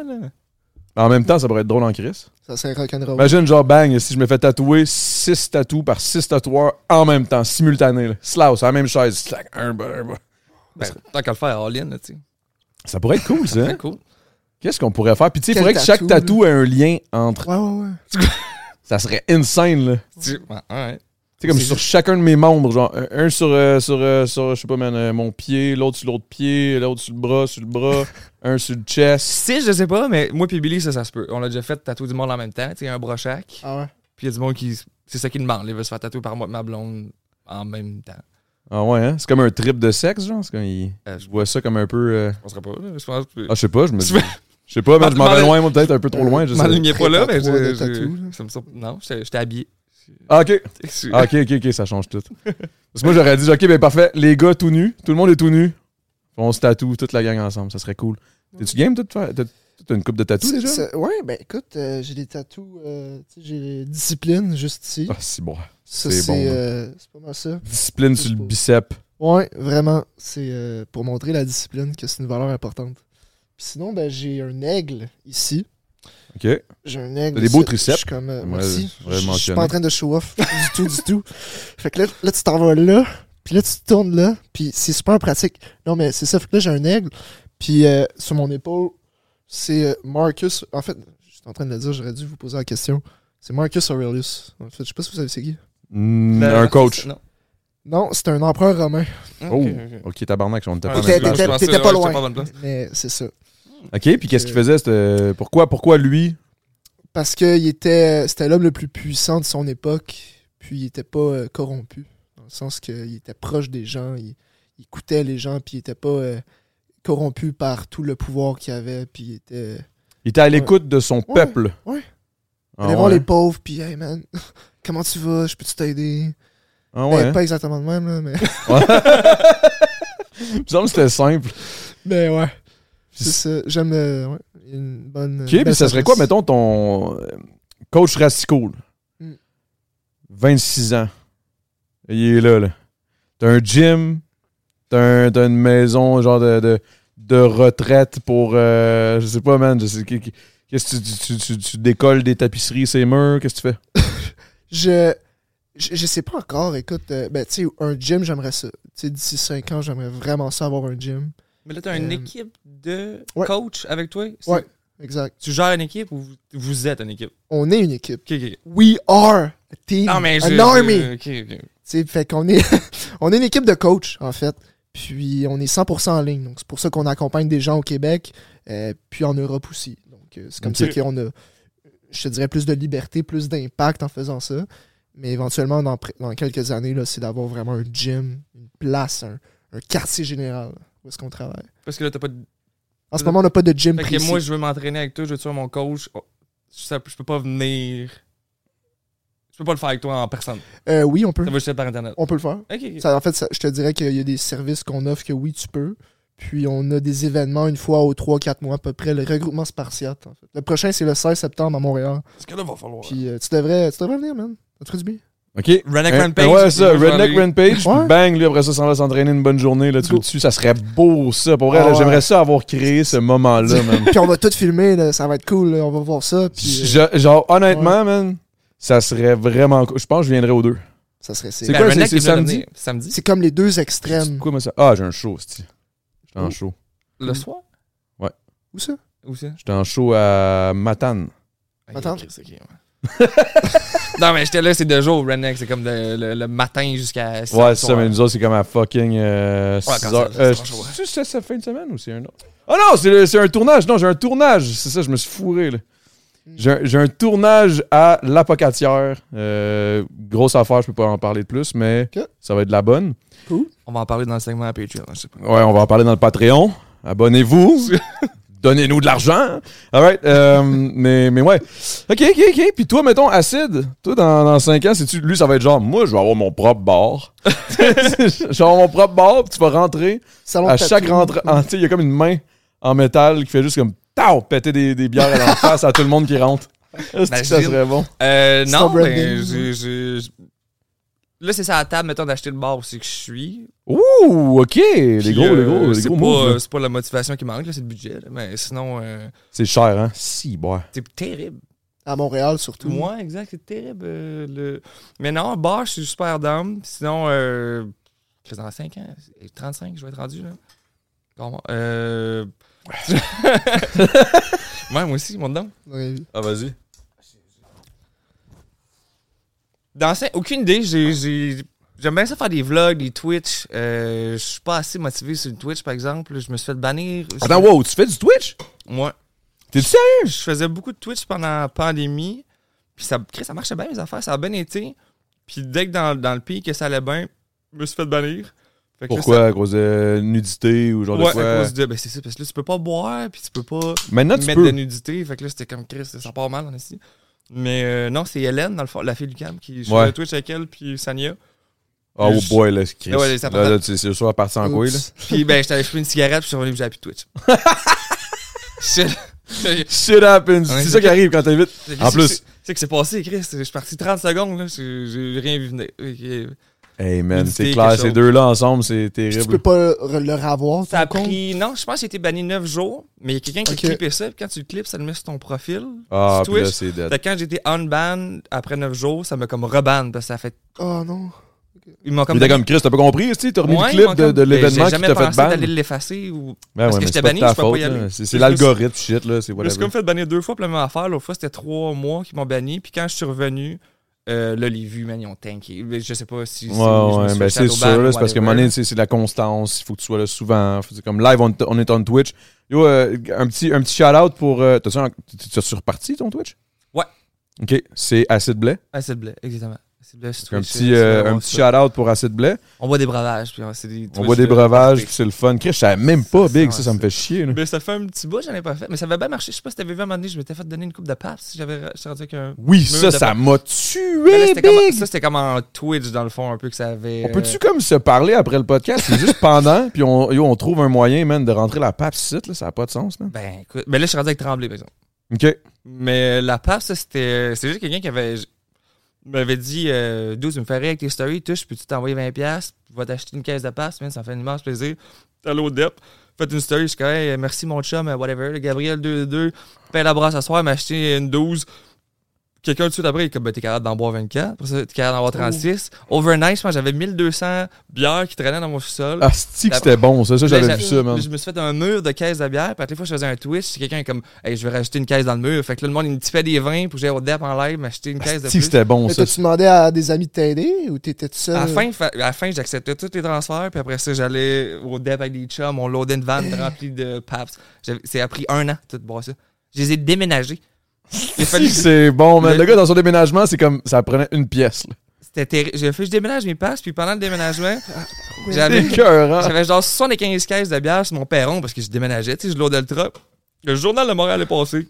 [SPEAKER 2] là.
[SPEAKER 1] en même temps, ça pourrait être drôle en crise.
[SPEAKER 3] Ça serait rock'n'roll.
[SPEAKER 1] Imagine, genre, bang, si Ben, je me fais tatouer 6 tatous par 6 tatoueurs en même temps, simultané. là. Slouse, à la même chaise. Slack, un bas, un bas.
[SPEAKER 2] Ben, tant qu'à le faire all-in, là, tu sais.
[SPEAKER 1] Ça pourrait être cool, ça.
[SPEAKER 2] Très
[SPEAKER 1] hein?
[SPEAKER 2] cool.
[SPEAKER 1] Qu'est-ce qu'on pourrait faire? Puis, tu sais, il
[SPEAKER 3] Quel
[SPEAKER 1] faudrait que chaque
[SPEAKER 3] tatou,
[SPEAKER 1] tatou
[SPEAKER 3] là?
[SPEAKER 1] ait un lien entre.
[SPEAKER 3] Ouais, ouais, ouais.
[SPEAKER 1] Ça serait insane, là.
[SPEAKER 2] Tu- ouais, ouais.
[SPEAKER 1] Tu sais, comme
[SPEAKER 2] C'est
[SPEAKER 1] sur chacun de mes membres, genre, un, un sur, euh, sur, euh, sur, je sais pas, man, euh, mon pied, l'autre sur l'autre pied, l'autre sur le bras, sur le bras, un sur le chest.
[SPEAKER 2] Si, je sais pas, mais moi puis Billy, ça, ça se peut. On a déjà fait tatouer du monde en même temps, tu sais, un brochac.
[SPEAKER 3] Ah ouais.
[SPEAKER 2] Puis il y a du monde qui. C'est ça qui demande, il veut se faire tatouer par moi et ma blonde en même temps.
[SPEAKER 1] Ah ouais, hein? C'est comme un trip de sexe, genre. C'est comme, il-
[SPEAKER 2] Euh,
[SPEAKER 1] Je vois ça comme un peu. euh,
[SPEAKER 2] On sera pas là, je pense. que-
[SPEAKER 1] Ah, je sais pas, je me dis.
[SPEAKER 2] Tu veux-
[SPEAKER 1] Je sais pas, man, je m'en vais
[SPEAKER 2] M'en-
[SPEAKER 1] loin, moi, peut-être un peu trop loin, je sais.
[SPEAKER 2] M'alignais pas là,
[SPEAKER 3] Prêt à
[SPEAKER 2] mais
[SPEAKER 3] trois de
[SPEAKER 2] je,
[SPEAKER 3] tatou,
[SPEAKER 2] je-
[SPEAKER 3] là.
[SPEAKER 2] ça me sort- Non, j'étais j'étais habillé.
[SPEAKER 1] Ah, ok. Ah, ok, ok, ok, ça change tout. Parce que moi, j'aurais dit, ok, ben parfait, les gars tout nus, tout le monde est tout nu. On se tatoue toute la gang ensemble, ça serait cool. T'es-tu game, toi, de faire. T'as t'as une coupe de tatou
[SPEAKER 3] C'est-
[SPEAKER 1] déjà?
[SPEAKER 3] c'est- Ouais, ben écoute, euh, j'ai des tatous. euh, tu sais, j'ai les disciplines juste ici.
[SPEAKER 1] Ah, c'est bon.
[SPEAKER 3] ça,
[SPEAKER 1] c'est
[SPEAKER 3] c'est
[SPEAKER 1] bon, là.
[SPEAKER 3] euh, c'est pas mal ça.
[SPEAKER 1] Discipline sur le bicep.
[SPEAKER 3] Ouais, vraiment. C'est euh, pour montrer la discipline que c'est une valeur importante. Puis sinon, ben, j'ai un aigle ici.
[SPEAKER 1] Ok. T'as
[SPEAKER 3] J'ai un aigle.
[SPEAKER 1] des
[SPEAKER 3] ici.
[SPEAKER 1] beaux triceps.
[SPEAKER 3] Je suis comme. euh,
[SPEAKER 1] J'aimerais-
[SPEAKER 3] merci.
[SPEAKER 1] j'aimerais
[SPEAKER 3] Je je suis
[SPEAKER 1] mentionner.
[SPEAKER 3] pas en train de show off du tout, du tout. Fait que là, là tu t'en vas là. Puis là, tu te tournes là. Puis c'est super pratique. Non, mais c'est ça. Fait que là, j'ai un aigle. Puis euh, sur mon épaule, c'est euh, Marcus. En fait, je suis en train de le dire, j'aurais dû vous poser la question. C'est Marcus Aurelius. En fait, je sais pas si vous savez c'est qui.
[SPEAKER 1] Mm, un coach.
[SPEAKER 2] Non.
[SPEAKER 3] Non, c'est un empereur romain.
[SPEAKER 1] Oh, ok, tabarnak, on était pas
[SPEAKER 2] Ouais,
[SPEAKER 1] en
[SPEAKER 3] T'étais
[SPEAKER 2] je
[SPEAKER 1] même
[SPEAKER 2] pense
[SPEAKER 1] place.
[SPEAKER 2] que-
[SPEAKER 3] t'étais
[SPEAKER 2] ouais,
[SPEAKER 3] pas
[SPEAKER 2] j'étais
[SPEAKER 3] loin.
[SPEAKER 2] à bonne place.
[SPEAKER 3] Mais c'est ça.
[SPEAKER 1] Ok, puis qu'est-ce qu'il faisait? c'était- Pourquoi, pourquoi lui?
[SPEAKER 3] Parce que il était, c'était l'homme le plus puissant de son époque, puis il était pas euh, corrompu. Dans le sens qu'il était proche des gens, il, il écoutait les gens, puis il était pas euh, corrompu par tout le pouvoir qu'il avait, puis il était.
[SPEAKER 1] Il était à l'écoute de son
[SPEAKER 3] Ouais.
[SPEAKER 1] peuple.
[SPEAKER 3] Ouais.
[SPEAKER 1] Ah
[SPEAKER 3] allait voir
[SPEAKER 1] ouais.
[SPEAKER 3] les pauvres, puis hey man, comment tu vas, je peux-tu t'aider?
[SPEAKER 1] Ah
[SPEAKER 3] Ben,
[SPEAKER 1] ouais.
[SPEAKER 3] Pas exactement de même, là, mais.
[SPEAKER 1] Il me semble que c'était simple.
[SPEAKER 3] mais Ben, ouais.
[SPEAKER 1] Puis
[SPEAKER 3] C'est ça, j'aime euh, ouais, une bonne.
[SPEAKER 1] OK, puis ça serait quoi, mettons, ton euh, coach Rastico? là?
[SPEAKER 3] Mm.
[SPEAKER 1] 26 ans. Il est là, là. T'as un gym, t'as un- t'as une maison, genre de, de, de retraite pour. euh, je sais pas, man. je sais- qu'est- qu'est- Qu'est-ce que tu, tu, tu- tu décolles des tapisseries, ces murs? Qu'est-ce que tu fais?
[SPEAKER 3] Je, je, je sais pas encore, écoute, euh, ben, tu sais, un gym, j'aimerais ça. Tu sais, d'ici 5 ans, j'aimerais vraiment ça avoir un gym.
[SPEAKER 2] Mais là, t'as une
[SPEAKER 3] Euh,
[SPEAKER 2] équipe de
[SPEAKER 3] ouais.
[SPEAKER 2] coach avec toi? C'est-
[SPEAKER 3] Ouais. Exact.
[SPEAKER 2] Tu gères une équipe ou vous- vous êtes une équipe?
[SPEAKER 3] On est une équipe.
[SPEAKER 2] Ok, ok.
[SPEAKER 3] We are a team.
[SPEAKER 2] Non, mais
[SPEAKER 3] an
[SPEAKER 2] je-
[SPEAKER 3] army. Tu
[SPEAKER 2] Ok, ok.
[SPEAKER 3] sais, fait qu'on est, on est une équipe de coach, en fait. Puis on est 100% en ligne. Donc, c'est pour ça qu'on accompagne des gens au Québec, euh, puis en Europe aussi. Donc, euh, c'est comme
[SPEAKER 1] Ok.
[SPEAKER 3] ça qu'on a, je te dirais, plus de liberté, plus d'impact en faisant ça. Mais éventuellement, dans, pr- dans quelques années, là, c'est d'avoir vraiment un gym, une place, un, un quartier général où est-ce qu'on travaille.
[SPEAKER 2] Parce que là, t'as pas de
[SPEAKER 3] En ce moment, on n'a pas de gym
[SPEAKER 2] Fait que
[SPEAKER 3] précis.
[SPEAKER 2] moi, je veux m'entraîner avec toi, je veux tuer mon coach. Oh, ça- je peux pas venir. Je peux pas le faire avec toi en personne.
[SPEAKER 3] Euh, oui, on peut.
[SPEAKER 2] Ça va juste être par Internet.
[SPEAKER 3] On peut le faire.
[SPEAKER 2] Ok, ok.
[SPEAKER 3] Ça, en fait, ça- je te dirais qu'il y a des services qu'on offre que oui, tu peux. Puis on a des événements une fois aux 3-4 mois à peu près, le regroupement spartiate. en fait. Le prochain, c'est le 16 septembre à Montréal.
[SPEAKER 2] Parce que là, va falloir.
[SPEAKER 3] Puis euh, tu, devrais, tu devrais venir, man. Ça te ferait du bien.
[SPEAKER 1] OK.
[SPEAKER 2] Redneck
[SPEAKER 1] Hein,
[SPEAKER 2] Rampage.
[SPEAKER 1] ouais, ça,
[SPEAKER 2] moi, je vais
[SPEAKER 1] Redneck
[SPEAKER 2] aller.
[SPEAKER 1] Rampage,
[SPEAKER 3] Ouais.
[SPEAKER 1] puis bang, lui, après ça, s'en va s'entraîner une bonne journée, là, tu
[SPEAKER 3] Go.
[SPEAKER 1] le tues, ça serait beau, ça. Pour vrai,
[SPEAKER 3] Ah
[SPEAKER 1] là,
[SPEAKER 3] ouais.
[SPEAKER 1] j'aimerais ça avoir créé ce moment-là, man.
[SPEAKER 3] puis on va tout filmer, là, ça va être cool, là, on va voir ça. Puis euh,
[SPEAKER 1] Je- genre, honnêtement, man, ça serait vraiment cool. Je pense que je viendrais aux deux.
[SPEAKER 3] ça serait
[SPEAKER 1] C'est
[SPEAKER 3] c'est,
[SPEAKER 2] Ben,
[SPEAKER 1] quoi,
[SPEAKER 2] Redneck
[SPEAKER 1] c'est-
[SPEAKER 2] vient de
[SPEAKER 1] samedi?
[SPEAKER 2] venir. Samedi.
[SPEAKER 3] c'est comme les deux extrêmes.
[SPEAKER 1] Quoi, moi, ça? Ah, j'ai un show, c'ti. J'étais en
[SPEAKER 3] Oh.
[SPEAKER 1] show.
[SPEAKER 2] Le soir
[SPEAKER 3] Où ça
[SPEAKER 2] Ou Mm-hmm. ça
[SPEAKER 1] J'étais en show à Matane.
[SPEAKER 2] Ok,
[SPEAKER 3] Attends.
[SPEAKER 2] ok, c'est ok, ouais. non, mais j'étais là, c'est deux jours, Redneck. C'est comme le, le- le matin jusqu'à. six heures
[SPEAKER 1] Ouais,
[SPEAKER 2] du
[SPEAKER 1] c'est ça,
[SPEAKER 2] soir.
[SPEAKER 1] mais nous autres, c'est comme à fucking 6
[SPEAKER 2] Ouais, quand ça-
[SPEAKER 1] heures.
[SPEAKER 2] ça
[SPEAKER 1] Euh,
[SPEAKER 2] se tranche, ouais.
[SPEAKER 1] c'est c'est cette fin de semaine ou c'est un autre? Ah non, c'est le- c'est un tournage. Non, j'ai un tournage. C'est ça, je me suis fourré, là.
[SPEAKER 3] Hmm.
[SPEAKER 1] J'ai un- j'ai un tournage à l'apocatière. Euh, grosse affaire, je peux pas en parler de plus, mais
[SPEAKER 3] Ok.
[SPEAKER 1] ça va être de la bonne.
[SPEAKER 2] On va en parler dans le segment à Patreon. Je sais pas.
[SPEAKER 1] Ouais, on va en parler dans le Patreon. Abonnez-vous. Donnez-nous de l'argent. All right. euh, mais, mais ouais. OK, OK, OK. Puis toi, mettons, Acide, toi, dans, dans 5 ans, c'est-tu, lui, ça va être genre, moi, je vais avoir mon propre bar. je vais avoir mon propre bar, puis tu vas rentrer.
[SPEAKER 3] Salon
[SPEAKER 1] À
[SPEAKER 3] de
[SPEAKER 1] chaque
[SPEAKER 3] tatou.
[SPEAKER 1] rentrée, en- tu sais, il y a comme une main en métal qui fait juste comme, tao, péter des, des bières à l'en face à tout le monde qui rentre. Est-ce que ça
[SPEAKER 2] Imagine.
[SPEAKER 1] serait bon?
[SPEAKER 2] Euh,
[SPEAKER 3] C'est
[SPEAKER 2] non,
[SPEAKER 3] ton
[SPEAKER 2] mais
[SPEAKER 3] branding.
[SPEAKER 2] j'ai- j'ai- j'ai- Là, c'est ça à la table, mettons, d'acheter le bar aussi que je suis.
[SPEAKER 1] Ouh, OK. Les
[SPEAKER 2] Puis,
[SPEAKER 1] gros, les
[SPEAKER 2] euh,
[SPEAKER 1] gros, les
[SPEAKER 2] c'est
[SPEAKER 1] gros
[SPEAKER 2] pas-
[SPEAKER 1] moves, là.
[SPEAKER 2] C'est pas la motivation qui manque, là, c'est le budget. là. Mais sinon, euh,
[SPEAKER 1] C'est cher, hein? Si, boy.
[SPEAKER 2] c'est terrible.
[SPEAKER 3] À Montréal, surtout.
[SPEAKER 2] Moi, exact, c'est terrible. euh, le... Mais non, bar, je suis super dame. Sinon, euh, Chris, dans 5 ans, 35, je vais être rendu. Là. Comment? Euh... ouais, moi aussi, mon dame.
[SPEAKER 3] dans la vie.
[SPEAKER 1] Ah, vas-y.
[SPEAKER 2] Dans cinq- aucune idée. J'ai, j'ai- j'aime bien ça faire des vlogs, des Twitch. Euh, je suis pas assez motivé sur le Twitch, par exemple. Je me suis fait bannir.
[SPEAKER 1] Attends, wow, tu fais du Twitch?
[SPEAKER 2] Moi,
[SPEAKER 1] T'es-tu sérieux?
[SPEAKER 2] je faisais beaucoup de Twitch pendant la pandémie. Puis ça, Chris, ça marchait bien, les affaires. Ça a bien été. Puis dès que dans, dans le pays que ça allait bien, je me suis fait bannir. Fait que là,
[SPEAKER 1] Pourquoi? À cause de nudité ou genre
[SPEAKER 2] Ouais,
[SPEAKER 1] de quoi?
[SPEAKER 2] à cause de. Ben, c'est ça, parce que là, tu peux pas boire, puis tu peux pas
[SPEAKER 1] Maintenant, tu
[SPEAKER 2] mettre
[SPEAKER 1] peux.
[SPEAKER 2] de la nudité. Fait que là, c'était comme Chris, ça part mal, en ici. Mais euh, non, c'est Hélène, dans le fond, la fille du cam, qui. Je
[SPEAKER 1] Ouais.
[SPEAKER 2] faisais Twitch avec elle, puis Sania.
[SPEAKER 1] Oh
[SPEAKER 2] Je-
[SPEAKER 1] boy, là, Chris.
[SPEAKER 2] Ouais, ouais, ça
[SPEAKER 1] là,
[SPEAKER 2] part-
[SPEAKER 1] là, tu- c'est sûr, parti en couille, là.
[SPEAKER 3] Oups.
[SPEAKER 2] Puis, ben, j'étais allé fumer une cigarette, puis je suis revenu, puis j'ai appuyé Twitch. Shit.
[SPEAKER 1] Shit happens.
[SPEAKER 2] Ouais.
[SPEAKER 1] C'est ça qui arrive quand t'invites. En
[SPEAKER 2] C'est-
[SPEAKER 1] plus.
[SPEAKER 2] c'est- C'est que c'est passé, Chris. Je suis parti 30 secondes, là. J'ai j'ai rien vu venir. Ok.
[SPEAKER 1] Hey, man,
[SPEAKER 2] Nudité,
[SPEAKER 1] c'est clair,
[SPEAKER 2] quelque
[SPEAKER 1] ces
[SPEAKER 2] chose.
[SPEAKER 1] deux-là ensemble, c'est
[SPEAKER 3] Puis tu peux
[SPEAKER 1] terrible.
[SPEAKER 3] pas le, le revoir,
[SPEAKER 2] Ça a
[SPEAKER 3] ton compte?
[SPEAKER 2] pris. Non, je pense que j'ai été banni 9 jours, mais il y a quelqu'un qui
[SPEAKER 3] Ok.
[SPEAKER 2] a clippé ça, puis quand tu le clips, ça le met sur ton profil.
[SPEAKER 1] Ah,
[SPEAKER 2] sur
[SPEAKER 1] puis là,
[SPEAKER 2] Twitch.
[SPEAKER 1] c'est dead.
[SPEAKER 2] Fait que quand j'étais on-ban après 9 jours, ça m'a comme reban, parce que ça a fait.
[SPEAKER 3] Oh non.
[SPEAKER 2] Ils m'ont comme.
[SPEAKER 1] Puis t'es comme Chris, t'as pas compris, tu sais, t'as remis
[SPEAKER 2] Ouais,
[SPEAKER 1] le
[SPEAKER 2] ils m'ont
[SPEAKER 1] clip de,
[SPEAKER 2] comme-
[SPEAKER 1] de
[SPEAKER 2] Ben,
[SPEAKER 1] l'événement
[SPEAKER 2] j'ai
[SPEAKER 1] qui
[SPEAKER 2] jamais
[SPEAKER 1] t'a fait
[SPEAKER 2] pensé
[SPEAKER 1] ban.
[SPEAKER 2] d'aller l'effacer ou.
[SPEAKER 1] Ben
[SPEAKER 2] parce
[SPEAKER 1] ouais,
[SPEAKER 2] que
[SPEAKER 1] mais
[SPEAKER 2] j'étais
[SPEAKER 1] c'est pas de
[SPEAKER 2] banni,
[SPEAKER 1] ta
[SPEAKER 2] je peux pas
[SPEAKER 1] faute,
[SPEAKER 2] y
[SPEAKER 1] là.
[SPEAKER 2] aller.
[SPEAKER 1] C'est
[SPEAKER 2] Je
[SPEAKER 1] c'est
[SPEAKER 2] me
[SPEAKER 1] l'algorithme, shit, là. C'est
[SPEAKER 2] Je me suis
[SPEAKER 1] whatever.
[SPEAKER 2] comme fait bannir deux fois pour la même affaire. L'autre fois, c'était trois mois qu'ils m'ont banni. Puis quand je suis revenu, euh, là, les vues, man, ils ont tanké. Mais Je sais pas si.
[SPEAKER 1] Ouais,
[SPEAKER 2] si je me
[SPEAKER 1] ouais,
[SPEAKER 2] suis
[SPEAKER 1] ben
[SPEAKER 2] fait
[SPEAKER 1] c'est
[SPEAKER 2] shadowban
[SPEAKER 1] sûr, là,
[SPEAKER 2] ou
[SPEAKER 1] c'est parce que
[SPEAKER 2] whatever.
[SPEAKER 1] monnaie, c'est de la constance, il faut que tu sois là souvent. Faut- c'est Comme live, on, est- on est on Twitch. Yo, euh, un petit, un petit shout-out pour. euh, T'as-tu un- t'as-tu reparti ton Twitch?
[SPEAKER 2] Ouais.
[SPEAKER 1] OK. C'est Acid Blais.
[SPEAKER 2] Acid Blais, Ah, exactement. Acid Blais, sur
[SPEAKER 1] Un
[SPEAKER 2] Twitch,
[SPEAKER 1] petit,
[SPEAKER 2] euh,
[SPEAKER 1] euh,
[SPEAKER 2] c'est
[SPEAKER 1] un
[SPEAKER 2] vraiment
[SPEAKER 1] petit
[SPEAKER 2] ça.
[SPEAKER 1] shout-out pour Acid Blais.
[SPEAKER 2] On boit des breuvages. Puis on, c'est des
[SPEAKER 1] On
[SPEAKER 2] Twitch
[SPEAKER 1] voit des
[SPEAKER 2] de-
[SPEAKER 1] breuvages, puis c'est le fun. Chris, je savais même pas,
[SPEAKER 2] Ça,
[SPEAKER 1] Big.
[SPEAKER 2] ouais,
[SPEAKER 1] Ça, ça me
[SPEAKER 2] ça.
[SPEAKER 1] fait chier. là.
[SPEAKER 2] Mais Ben, ça fait un petit bout, j'en ai pas fait. Mais ça avait bien marché. Je sais pas si t'avais vu à un moment donné, je m'étais fait donner une coupe de paps. J'avais j'étais rendu avec un.
[SPEAKER 1] Oui,
[SPEAKER 2] Je
[SPEAKER 1] ça,
[SPEAKER 2] me demande-
[SPEAKER 1] ça m'a
[SPEAKER 2] Mais là,
[SPEAKER 1] tué,
[SPEAKER 2] c'était comme-
[SPEAKER 1] Big.
[SPEAKER 2] ça, c'était comme en Twitch, dans le fond, un peu que ça avait.
[SPEAKER 1] On peut-tu comme se parler après le podcast? C'est juste pendant, puis on, yo, on trouve un moyen, man, de rentrer la pape site, là, ça n'a pas de sens, là.
[SPEAKER 2] Ben, écoute. Mais là, je suis rendu avec Tremblay, par exemple.
[SPEAKER 1] OK.
[SPEAKER 2] Mais la pape, ça, c'était. C'est juste quelqu'un qui avait. m'avait dit, euh, Dude, tu me fais rire avec tes stories, touche, peux-tu t'envoyer 20$, tu vas t'acheter une caisse de passe, man, ça me fait un immense plaisir. Allô, Dep, faites une story, je suis comme, Hey, merci mon chum, euh, whatever, Gabriel 2-2, paye la brasse à soir, m'acheter une 12. Quelqu'un tout de suite après, il est comme, ben, t'es capable d'en boire 24, après ça, t'es capable d'en boire 36. Overnight, je pense, que j'avais 1200 bières qui traînaient dans mon sous-sol.
[SPEAKER 1] Ah, c'est que c'était bon, ça. Ça, j'avais
[SPEAKER 2] Là,
[SPEAKER 1] vu
[SPEAKER 2] j'a-
[SPEAKER 1] ça, man.
[SPEAKER 2] Ben, Je me suis fait un mur de caisses de bière. Puis à toutes les fois, je faisais un Twitch. c'est Quelqu'un est comme, hey, je vais rajouter une caisse dans le mur. Fait que là, le monde, il me tipait des vins pour que j'aille au DEP en live, m'acheter une caisse de
[SPEAKER 1] Asti que
[SPEAKER 2] plus.
[SPEAKER 1] c'était bon,
[SPEAKER 3] Mais
[SPEAKER 1] ça.
[SPEAKER 3] t'as-tu demandé à des amis de t'aider ou t'étais tout seul?
[SPEAKER 2] À la fin, fa- à la fin, j'acceptais tous les transferts. Puis après ça, j'allais au DEP avec des chums. On loadait une van remplie de paps. J'avais- C'est a pris un an, tout boire ça. Je les ai déménagés. Il a
[SPEAKER 1] Asti
[SPEAKER 2] fallu-
[SPEAKER 1] que c'est bon, man.
[SPEAKER 2] Le-
[SPEAKER 1] Le gars, dans son déménagement, c'est comme, ça prenait une pièce, là.
[SPEAKER 2] C'était terrible. J'ai fait, je déménage mes passes. Puis pendant le déménagement,
[SPEAKER 1] C'est
[SPEAKER 2] j'avais.
[SPEAKER 1] écœurant.
[SPEAKER 2] J'avais genre 75 caisses de bière sur mon perron parce que je déménageais, tu sais, je loadais le truck. Le journal de Montréal est passé.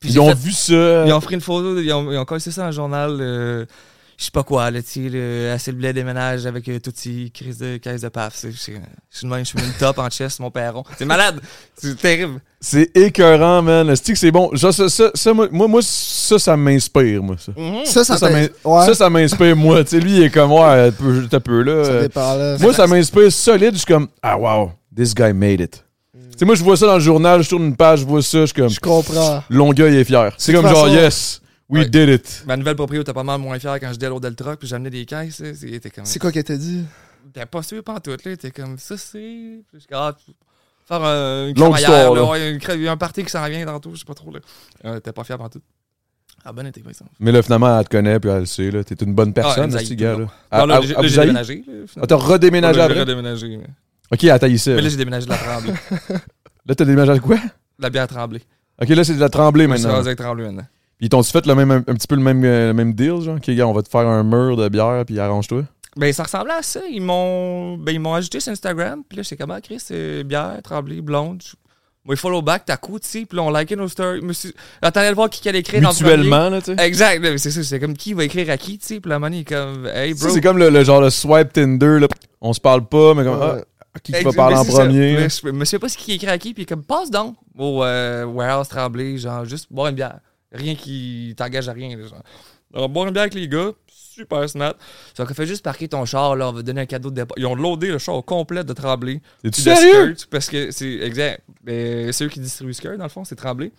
[SPEAKER 2] Puis
[SPEAKER 1] Ils
[SPEAKER 2] j'ai
[SPEAKER 1] ont
[SPEAKER 2] fait-
[SPEAKER 1] vu ça.
[SPEAKER 2] Ils ont pris une photo, ils ont, ils ont collé ça dans le journal, euh, je sais pas quoi, là, tu sais, le- assez le blé déménage avec euh, tout ces crise de caisse de paf. c'est- c'est- Je suis de même, je suis une top en chest, mon perron. C'est malade, c'est terrible.
[SPEAKER 1] C'est écœurant, man. Asti que c'est bon. Ça, ça, ça, ça, moi, moi, moi, ça, ça m'inspire, moi, ça.
[SPEAKER 2] Mm.
[SPEAKER 3] ça, ça,
[SPEAKER 1] Ça, ça
[SPEAKER 3] t'a-
[SPEAKER 1] m'in-
[SPEAKER 3] ouais,
[SPEAKER 1] ça, ça m'inspire, moi. Tu sais, lui, il est comme, ouais, peu- t'as peu, là.
[SPEAKER 3] ça
[SPEAKER 1] euh,
[SPEAKER 3] dépend, là.
[SPEAKER 1] Moi, ça m'inspire solide. Je suis comme, ah, wow, this guy made it.
[SPEAKER 2] Mm.
[SPEAKER 1] Tu sais, moi, je vois ça dans le journal, je tourne une page, je vois ça, je suis comme,
[SPEAKER 3] Je comprends.
[SPEAKER 1] Longueuil est fier. C'est
[SPEAKER 3] De
[SPEAKER 1] comme
[SPEAKER 3] toute
[SPEAKER 1] genre,
[SPEAKER 3] façon-
[SPEAKER 1] yes, we
[SPEAKER 2] Ouais.
[SPEAKER 1] did it.
[SPEAKER 2] Ma nouvelle proprio était pas mal moins fière quand je déloadais le truck, puis j'amenais des caisses, là, c'était comme...
[SPEAKER 3] C'est quoi qu'elle t'a dit?
[SPEAKER 2] T'as pas sûr pas en tout, là. T'es comme ça, c'est. Puis je suis comme, ah, tu- faire un, une
[SPEAKER 1] Longue
[SPEAKER 2] crémaillère,
[SPEAKER 1] histoire,
[SPEAKER 2] là,
[SPEAKER 1] là.
[SPEAKER 2] ouais, une cré- un party qui s'en vient tantôt, je sais pas trop, là. Euh, T'es pas fier en tout. Ah, bon été, par exemple.
[SPEAKER 1] Mais là, finalement, elle te connaît, puis elle le sait, là. T'es une bonne
[SPEAKER 2] Ah, elle
[SPEAKER 1] personne,
[SPEAKER 2] nous
[SPEAKER 1] ce
[SPEAKER 2] haït
[SPEAKER 1] petit
[SPEAKER 2] tout
[SPEAKER 1] gars,
[SPEAKER 2] le
[SPEAKER 1] là.
[SPEAKER 2] long.
[SPEAKER 1] À-
[SPEAKER 2] non, là,
[SPEAKER 1] à-
[SPEAKER 2] j'ai
[SPEAKER 1] à-
[SPEAKER 2] là, j'ai
[SPEAKER 1] vous haït?
[SPEAKER 2] déménagé, là.
[SPEAKER 1] Ah,
[SPEAKER 2] finalement.
[SPEAKER 1] t'as redéménagé
[SPEAKER 2] Ouais, là, j'ai
[SPEAKER 1] après?
[SPEAKER 2] redéménagé. Mais,
[SPEAKER 1] Ok, elle taillé ça.
[SPEAKER 2] mais là,
[SPEAKER 1] Là,
[SPEAKER 2] j'ai déménagé de la tremblée.
[SPEAKER 1] Là, t'as déménagé à quoi?
[SPEAKER 2] la bière tremblée.
[SPEAKER 1] Ok, là, c'est de la tremblée
[SPEAKER 2] Je suis
[SPEAKER 1] maintenant.
[SPEAKER 2] rendu avec tremblée maintenant.
[SPEAKER 1] Puis ils t'ont-tu fait le même, un, un petit peu le même, euh, le même deal, genre? Ok, gars, on va te faire un mur de bière, puis arrange-toi.
[SPEAKER 2] Ben, ça ressemblait à ça. Ils m'ont ben, ils m'ont ajouté sur Instagram. Puis là, j'étais comme, ah, Chris, euh, bière, tremblée, blonde. Je- Moi, il follow back, t'as coup, tu sais. Puis là, on likait nos stories. Je me suis- J'attendais de voir qui allait écrire dans le premier.
[SPEAKER 1] Mutuellement, là, tu sais.
[SPEAKER 2] Exact, là, mais c'est ça, c'est comme qui va écrire à qui, tu sais, puis la money est comme Hey
[SPEAKER 1] Ça,
[SPEAKER 2] bro.
[SPEAKER 1] c'est comme le, le genre le swipe Tinder, là. On se parle pas, mais comme,
[SPEAKER 3] Ouais.
[SPEAKER 1] ah, qui va parler en premier?
[SPEAKER 2] Mais je me sais pas ce qui écrit à qui, puis comme passe donc au euh, warehouse tremblé, genre juste boire une bière. Rien qui t'engage à rien, là, genre. Alors, boire une bière avec les gars, super snap. Ça fait juste parquer ton char, là, on va te donner un cadeau de départ. Ils ont loadé le char au complet de tremblé.
[SPEAKER 1] T'es-tu
[SPEAKER 2] Puis de
[SPEAKER 1] sérieux?
[SPEAKER 2] Skirt, parce que c'est exact. Mais c'est eux qui distribuent Skirt, dans le fond, c'est tremblé.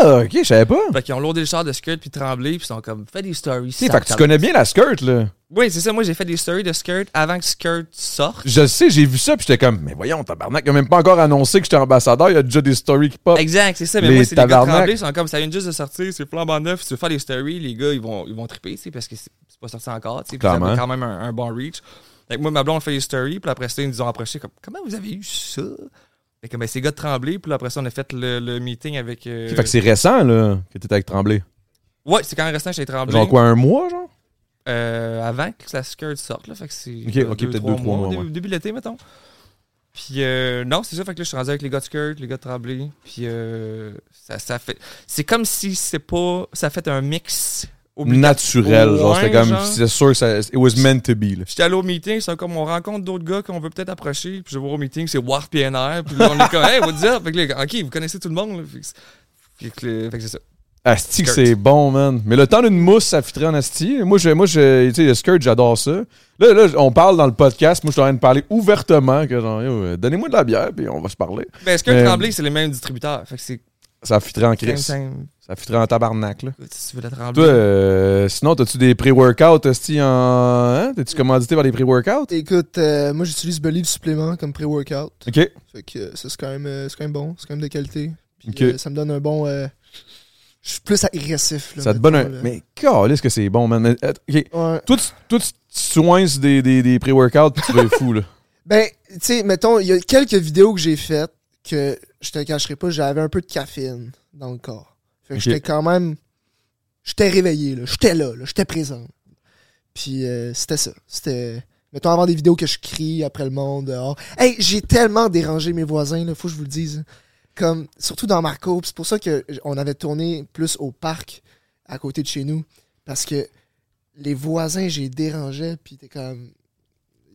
[SPEAKER 1] Ah, ok, je savais pas.
[SPEAKER 2] Fait qu'ils ont loadé le char de Skirt, puis tremblé, puis ils sont comme, fais des stories.
[SPEAKER 1] Tu sais,
[SPEAKER 2] ça,
[SPEAKER 1] fait que tu
[SPEAKER 2] ça-
[SPEAKER 1] connais bien la skirt, là.
[SPEAKER 2] Oui, c'est ça. Moi, j'ai fait des stories de Skirt avant que Skirt sorte.
[SPEAKER 1] Je sais, j'ai vu ça, puis j'étais comme, mais voyons, tabarnak, il a même pas encore annoncé que j'étais ambassadeur, il y a déjà des stories qui pop.
[SPEAKER 2] Exact, c'est ça. Mais
[SPEAKER 1] Les
[SPEAKER 2] moi, c'est les gars de
[SPEAKER 1] tabarnak.
[SPEAKER 2] Tremblay, ils sont comme ça vient juste de sortir, c'est flambant neuf, si tu veux faire des stories, les gars, ils vont, ils vont triper, tu sais, parce que c'est c'est pas sorti encore, tu sais, puis ça
[SPEAKER 1] Clairement.
[SPEAKER 2] a quand même un, un bon reach. Fait que moi, ma blonde, on fait des stories, puis après ça, ils nous ont approché, comme, comment vous avez eu ça? Fait que, ben, c'est les gars de Tremblay, puis là, après ça, on a fait le, le meeting avec. euh,
[SPEAKER 1] Ok, Fait que c'est récent, là, que t'étais avec Tremblay.
[SPEAKER 2] Ouais, c'est quand même restant chez Tremblay.
[SPEAKER 1] Genre quoi, un mois, genre?
[SPEAKER 2] Euh, avant que la skirt sorte. Là, fait que c'est
[SPEAKER 1] Ok,
[SPEAKER 2] euh,
[SPEAKER 1] ok,
[SPEAKER 2] deux,
[SPEAKER 1] peut-être
[SPEAKER 2] trois
[SPEAKER 1] deux, trois mois,
[SPEAKER 2] dé-
[SPEAKER 1] ouais.
[SPEAKER 2] Début de l'été, mettons. Puis euh, non, c'est ça. Fait que là, je suis rendu avec les gars de skirt, les gars de Tremblay. Puis euh, ça, ça fait. C'est comme si c'est pas. Ça a fait un mix obligatoire.
[SPEAKER 1] Naturel, genre, c'était
[SPEAKER 2] Ouais,
[SPEAKER 1] comme,
[SPEAKER 2] genre.
[SPEAKER 1] c'est sûr que ça, it was meant to be, là.
[SPEAKER 2] J'étais allé au meeting, c'est comme on rencontre d'autres gars qu'on veut peut-être approcher. Puis je vais au meeting, c'est Warp PNR. Puis là, on est comme, hey, what's up? Fait que là, ok, vous connaissez tout le monde. là. Fait que c'est- fait que le- fait que c'est ça.
[SPEAKER 1] Asti, que
[SPEAKER 2] Skirt.
[SPEAKER 1] c'est bon, man. Mais le temps d'une mousse, ça fitterait en Asti. Moi, je, moi je, tu sais, le skirt, j'adore ça. Là, là, on parle dans le podcast. Moi, je suis en train de parler ouvertement que, genre, yo, euh, donnez-moi de la bière, puis on va se parler.
[SPEAKER 2] Ben, Skirt
[SPEAKER 1] Euh,
[SPEAKER 2] Tremblay, c'est les mêmes distributeurs. Fait que c'est.
[SPEAKER 1] Ça fitterait en crise.
[SPEAKER 2] Time, time.
[SPEAKER 1] Ça fitterait en tabarnak, là.
[SPEAKER 2] Si tu veux la Tremblay.
[SPEAKER 1] Toi, euh, sinon, t'as-tu des pré-workouts, Asti, en. Hein? T'es-tu commandité par des pré-workouts?
[SPEAKER 3] Écoute, euh, moi, j'utilise Believe Supplément comme pré-workout.
[SPEAKER 1] OK.
[SPEAKER 3] Fait que euh, ça, c'est quand, même, euh, c'est quand même bon. C'est quand même de qualité. Puis,
[SPEAKER 1] Ok.
[SPEAKER 3] euh, ça me donne un bon... euh, je suis plus agressif. Là,
[SPEAKER 1] Ça te donne un.
[SPEAKER 3] mettons, là.
[SPEAKER 1] Mais, est-ce que c'est bon, man. Mais, euh, OK.
[SPEAKER 3] Ouais.
[SPEAKER 1] Toi, tu, toi, tu soins des, des, des pré-workouts, puis tu vas être fou, là.
[SPEAKER 3] Ben, tu sais, mettons, il y a quelques vidéos que j'ai faites que je te cacherai pas, j'avais un peu de caféine dans le corps. Fait que
[SPEAKER 1] Ok.
[SPEAKER 3] j'étais quand même J'étais réveillé, là. J'étais là, là. J'étais présent. Puis euh, c'était ça. C'était. Mettons avant des vidéos que je crie après le monde dehors. Hey, j'ai tellement dérangé mes voisins, là, faut que je vous le dise. Comme, surtout dans Marco. Puis C'est pour ça que j- on avait tourné plus au parc à côté de chez nous. Parce que les voisins, j'ai dérangé, puis t'es comme.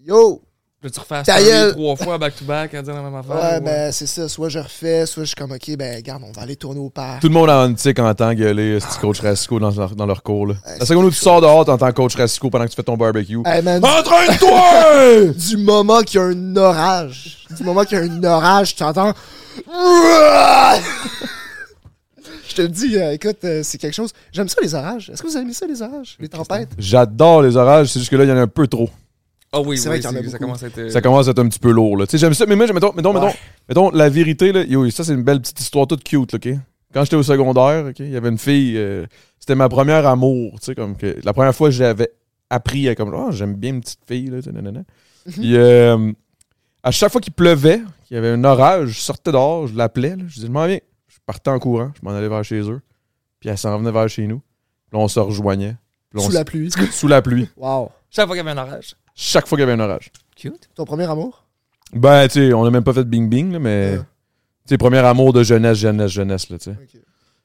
[SPEAKER 3] Yo!
[SPEAKER 2] Là, tu refais
[SPEAKER 3] Ta
[SPEAKER 2] ça
[SPEAKER 3] gueule.
[SPEAKER 2] trois fois back-to-back à dire la même
[SPEAKER 3] Ouais,
[SPEAKER 2] affaire.
[SPEAKER 1] euh,
[SPEAKER 2] ou- euh?
[SPEAKER 3] ben c'est ça. Soit je refais, soit je suis comme, ok, ben regarde, on va aller tourner au parc.
[SPEAKER 1] Tout le monde en tic entend gueuler ce petit coach Rasco dans leur, dans leur cours. Là.
[SPEAKER 3] Ouais,
[SPEAKER 1] La seconde où tu sors dehors, t'entends coach Rasco pendant que tu fais ton barbecue.
[SPEAKER 3] Hey, man,
[SPEAKER 1] Entraîne-toi!
[SPEAKER 3] du moment qu'il y a un orage, du moment qu'il y a un orage, tu entends. Je te le dis, euh, écoute, euh, c'est quelque chose. J'aime ça les orages. Est-ce que vous aimez ça les orages, les tempêtes
[SPEAKER 1] J'adore les orages, c'est juste que là, il y en a un peu trop.
[SPEAKER 2] Ah oui,
[SPEAKER 3] C'est
[SPEAKER 2] c'est
[SPEAKER 3] vrai
[SPEAKER 2] vrai
[SPEAKER 3] qu'il y en a
[SPEAKER 2] ça
[SPEAKER 3] beaucoup.
[SPEAKER 2] commence à être. euh,
[SPEAKER 1] Ça commence à être un petit peu lourd. là. Tu sais, j'aime ça, mais moi, j'aime- mettons, mettons, mettons,
[SPEAKER 3] Ouais.
[SPEAKER 1] mettons, la vérité, là, yo, ça, c'est une belle petite histoire toute cute, là, OK? Quand j'étais au secondaire, OK, il y avait une fille, euh, c'était ma première amour, tu sais, comme que la première fois que j'avais appris à comme, oh, j'aime bien une petite fille, là, tu sais, nanana. Puis, euh, à chaque fois qu'il pleuvait, qu'il y avait un orage, je sortais dehors, je l'appelais, là, je disais, je m'en viens. Je partais en courant, je m'en allais vers chez eux, puis elle s'en venait vers chez nous. Puis là, on se rejoignait. Puis là, on
[SPEAKER 3] sous
[SPEAKER 1] s-
[SPEAKER 3] la pluie
[SPEAKER 1] sous la pluie,
[SPEAKER 3] Wow.
[SPEAKER 2] Chaque fois qu'il y avait un orage.
[SPEAKER 1] chaque fois qu'il y avait un orage.
[SPEAKER 2] Cute.
[SPEAKER 3] Ton premier amour
[SPEAKER 1] Ben, tu sais, on a même pas fait Bing Bing, là, mais.
[SPEAKER 3] Ouais.
[SPEAKER 1] Tu sais, premier amour de jeunesse, jeunesse, jeunesse, là, tu sais.